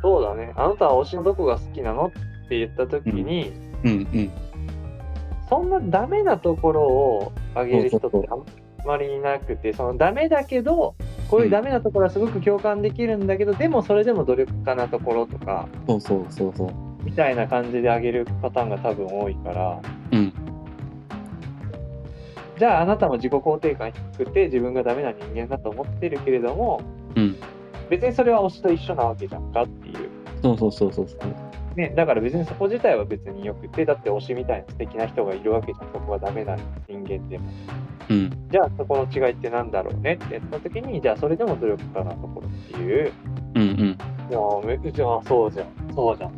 S2: そうだね。あなたは推しのどこが好きなのって言ったときに、
S1: うんうん。
S2: そんなダメなところをあげる人って
S1: そうそう
S2: あんまりなくてそのダメだけどこういうダメなところはすごく共感できるんだけど、でもそれでも努力家なところとか
S1: そうそうそうそう。
S2: みたいな感じであげるパターンが多分多いから
S1: うん。
S2: じゃああなたも自己肯定感低くて自分がダメな人間だと思ってるけれども
S1: うん。
S2: 別にそれは推しと一緒なわけじゃんかっていう。
S1: そうそうそうそうそう。
S2: ね、だから別にそこ自体は別によくてだって推しみたいな素敵な人がいるわけじゃんそこがダメな人間でも
S1: うん。
S2: じゃあそこの違いってなんだろうねってやった時にじゃあそれでも努力家なところっていう
S1: うんうん。
S2: いやーめっちゃそうじゃんそうじゃん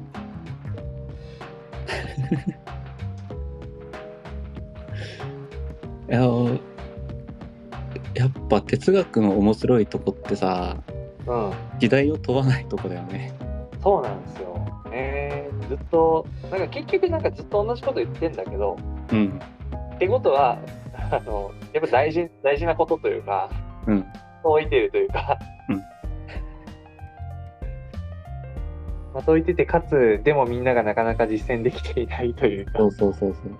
S1: いややっぱ哲学の面白いとこってさ
S2: うん
S1: 時代を問わないとこだよね。
S2: そうなんですよねずっとなんか結局なんかずっと同じこと言ってんだけど
S1: うん。
S2: ってことはあのやっぱ大事大事なことというか
S1: うん。
S2: 解いてるというか、
S1: うん
S2: まあ、解いててかつでもみんながなかなか実践できていないというか
S1: そうそうそうそう。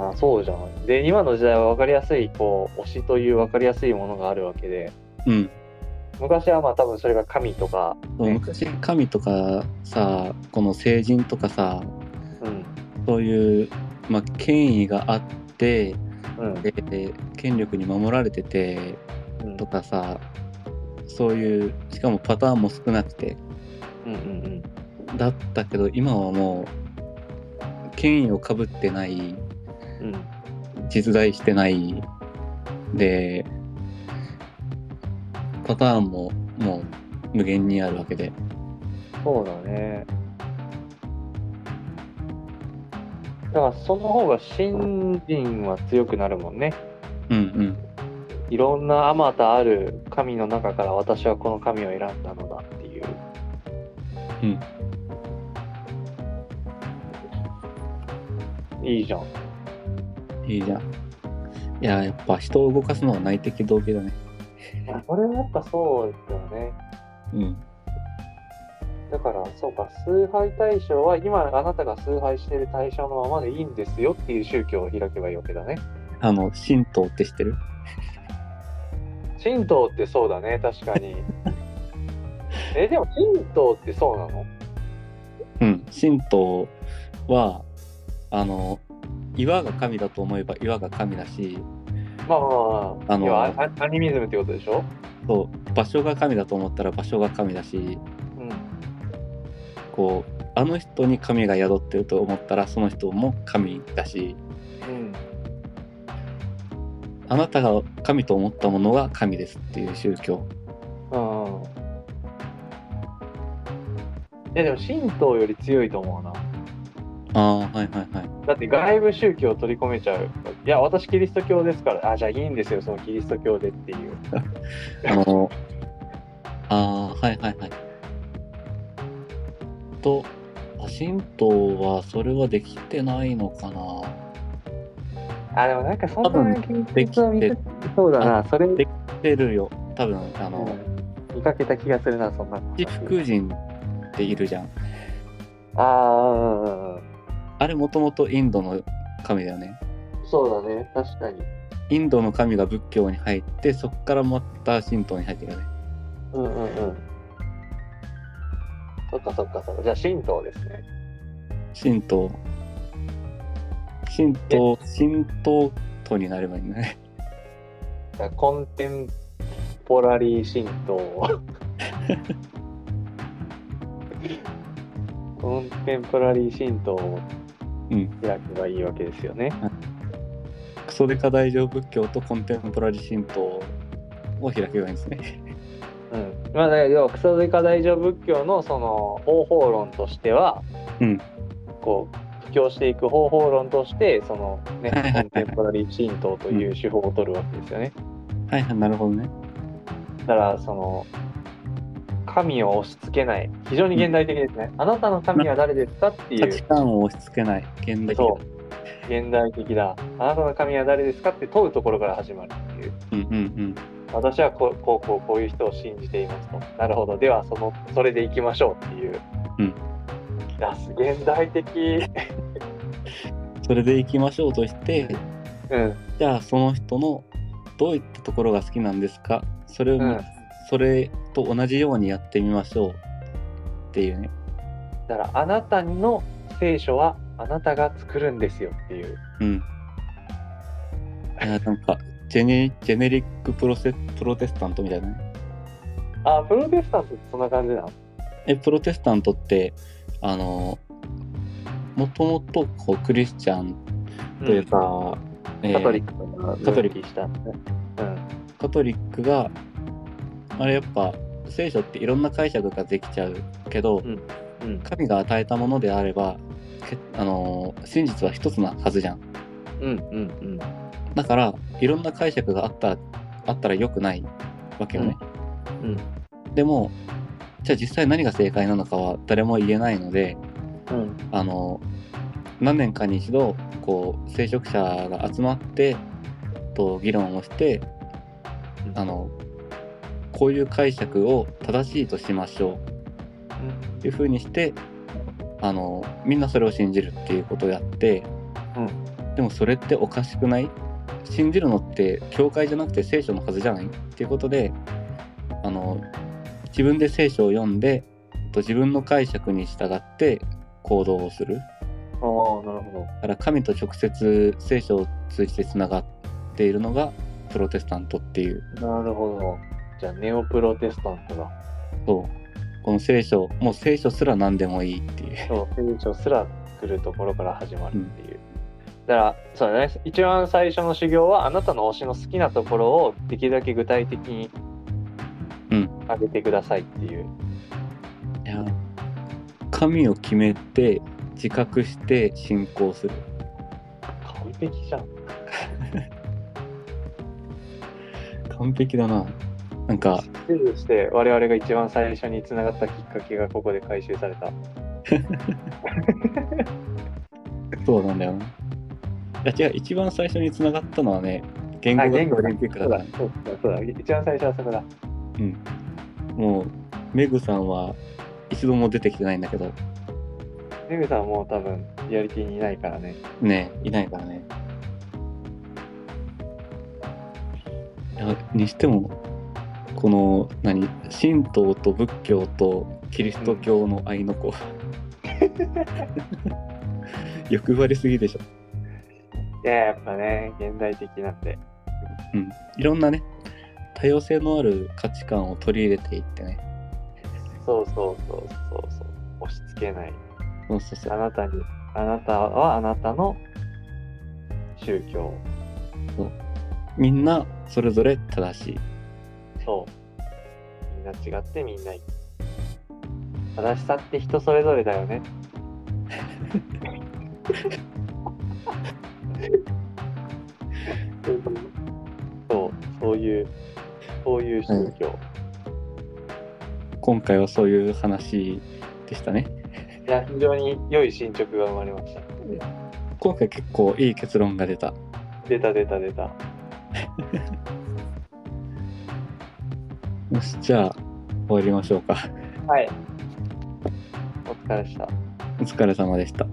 S2: ああそうじゃんで今の時代は分かりやすいこう推しという分かりやすいものがあるわけで
S1: うん。
S2: 昔はまあ多分それが神とか、ね
S1: 昔神とかさこの聖人とかさ
S2: うん
S1: そういう、まあ、権威があって
S2: うん
S1: で権力に守られてて
S2: うん
S1: とかさそういうしかもパターンも少なくて
S2: うんうん
S1: だったけど今はもう権威をかぶってない
S2: うんうん
S1: 実在してないでパターンももう無限にあるわけで
S2: そうだねだからその方が信心は強くなるもんね
S1: うん
S2: いろんなあまたある神の中から私はこの神を選んだのだっていう。
S1: うん
S2: いいじゃん。
S1: うんいいじゃんいややっぱ人を動かすのは内的動機だね
S2: それはやっぱそうだよね。
S1: うん
S2: だから、そうか、崇拝対象は今あなたが崇拝してる対象のままでいいんですよっていう宗教を開けばいいわけだね。
S1: あの神道って知ってる
S2: 神道ってそうだね、確か に。え、でも神道ってそうなの
S1: うん神道はあの岩が神だと思えば岩が神だし
S2: まあまあまあ、
S1: あの
S2: 要はアアニミズムってことでしょ
S1: そう場所が神だと思ったら場所が神だし
S2: うん。
S1: こうあの人に神が宿ってると思ったらその人も神だし
S2: うん。
S1: あなたが神と思ったものが神ですっていう宗教
S2: うんいやでも神道より強いと思うな。
S1: ああはいはいはい
S2: だって外部宗教を取り込めちゃう。いや、私キリスト教ですから、あ、じゃあいいんですよ、そのキリスト教でっていう。
S1: あのああはいはいはいとあ神道はそれはできてないのかな
S2: あ、でもなんかそんな
S1: 多分
S2: 現実を見かけそうだな、それ
S1: で出るよ多分あの
S2: 見かけた気がするな、そんな。
S1: 七福神っているじゃん
S2: ああ、うんうんうん。
S1: あれもともとインドの神だよね
S2: そうだね、確かに。
S1: インドの神が仏教に入ってそこからまた神道に入ってるよね
S2: うんうんうん。そっかそっかそっか。じゃあ神道ですね。
S1: 神道神道神道徒になればいいんだね
S2: じゃあコンテンポラリー神 道コンテンポラリー神道を
S1: うん
S2: 開けばいいわけですよね。
S1: クソデカ大乗仏教とコンテンポラリー神道を開けばいいんですね
S2: うん、まあだから要はクソデカ大乗仏教のその方法論としては
S1: うん
S2: こう布教していく方法論としてそのね
S1: はいはいは
S2: コ
S1: い
S2: ンテンポラリー神道という手法を取るわけですよね。
S1: はいはいなるほどね
S2: だからその神を押し付けない非常に現代的ですね、あなたの神は誰ですかってい
S1: 価
S2: う
S1: 値観を押し付けない現代的
S2: そう現代的だあなたの神は誰ですかって問うところから始まるっていう
S1: うんうん
S2: 私はこうこうこうこういう人を信じていますとなるほどではそのそれでいきましょうっていう、
S1: うん
S2: いや現代的
S1: うんそれで行きましょうとして
S2: うん。
S1: じゃあその人のどういったところが好きなんですかそれを、
S2: うん。
S1: それと同じようにやってみましょうっていうね
S2: だからあなたの聖書はあなたが作るんですよっていう。
S1: うんいやなんかジェネジェネリックプロセプロテスタントみたいなね
S2: あプロテスタントってそんな感じなの
S1: えプロテスタントってあのもともとこうクリスチャンというか、えー
S2: カトリックとか
S1: カトリック
S2: 分岐したんだね。うん。
S1: カトリックがあれやっぱ聖書っていろんな解釈ができちゃうけど、
S2: んうん
S1: 神が与えたものであればけあのー真実は一つなはずじゃん
S2: うんうん
S1: だからいろんな解釈があったらあったら良くないわけよね、
S2: うん
S1: でもじゃあ実際何が正解なのかは誰も言えないので
S2: うんうん
S1: あのー何年かに一度こう聖職者が集まってと議論をしてあのこういう解釈を正しいとしましょうっていう風にしてあのみんなそれを信じるっていうことをやって、でもそれっておかしくない信じるのって教会じゃなくて聖書のはずじゃないっていうことであの自分で聖書を読んでと自分の解釈に従って行動をする
S2: ああーなるほど。
S1: だから神と直接聖書を通じてつながっているのがプロテスタントっていう
S2: なるほど。じゃあ、ネオプロテスタントだ。
S1: そう。この聖書、もう聖書すら何でもいいっていう。
S2: そう、聖書すら来るところから始まるっていう。だから、そうだね、一番最初の修行は、あなたの推しの好きなところをできるだけ具体的に
S1: うん
S2: 上げてくださいっていう。
S1: いや、神を決めて、自覚して信仰する。
S2: 完璧じゃん。
S1: 完璧だな。なんか、
S2: スルーして、我々が一番最初に繋がったきっかけがここで回収された。
S1: そうなんだよな。いや、違う、一番最初に繋がったのはね、言語学オリンピックだ
S2: そう
S1: った
S2: だ
S1: ね、
S2: そうだ、そうだ、一番最初はそこだ。
S1: もう、メグさんは一度も出てきてないんだけど、
S2: ネグさんはもう多分、リアリティにいないからね。
S1: ねえいないからね。いやにしてもこの何神道と仏教とキリスト教の愛の子欲張りすぎでしょ、
S2: いや、やっぱね、現代的なんで。
S1: うん、いろんなね多様性のある価値観を取り入れていってね
S2: そうそうそうそうそう。押し付けない。
S1: そうそうそ
S2: あ
S1: う
S2: なたに、あなたはあなたの宗教。
S1: みんなそれぞれ正しい
S2: そう。みんな違ってみんないい。正しさって人それぞれだよね。 そう、そういう、そういう宗教。
S1: 今回はそういう話でしたね
S2: いや、非常に良い進捗が生まれました。
S1: 今回結構いい結論が出た
S2: 出た出た出た。
S1: よしじゃあ終わりましょうか
S2: はい。お疲れでした。
S1: お疲れ様でした。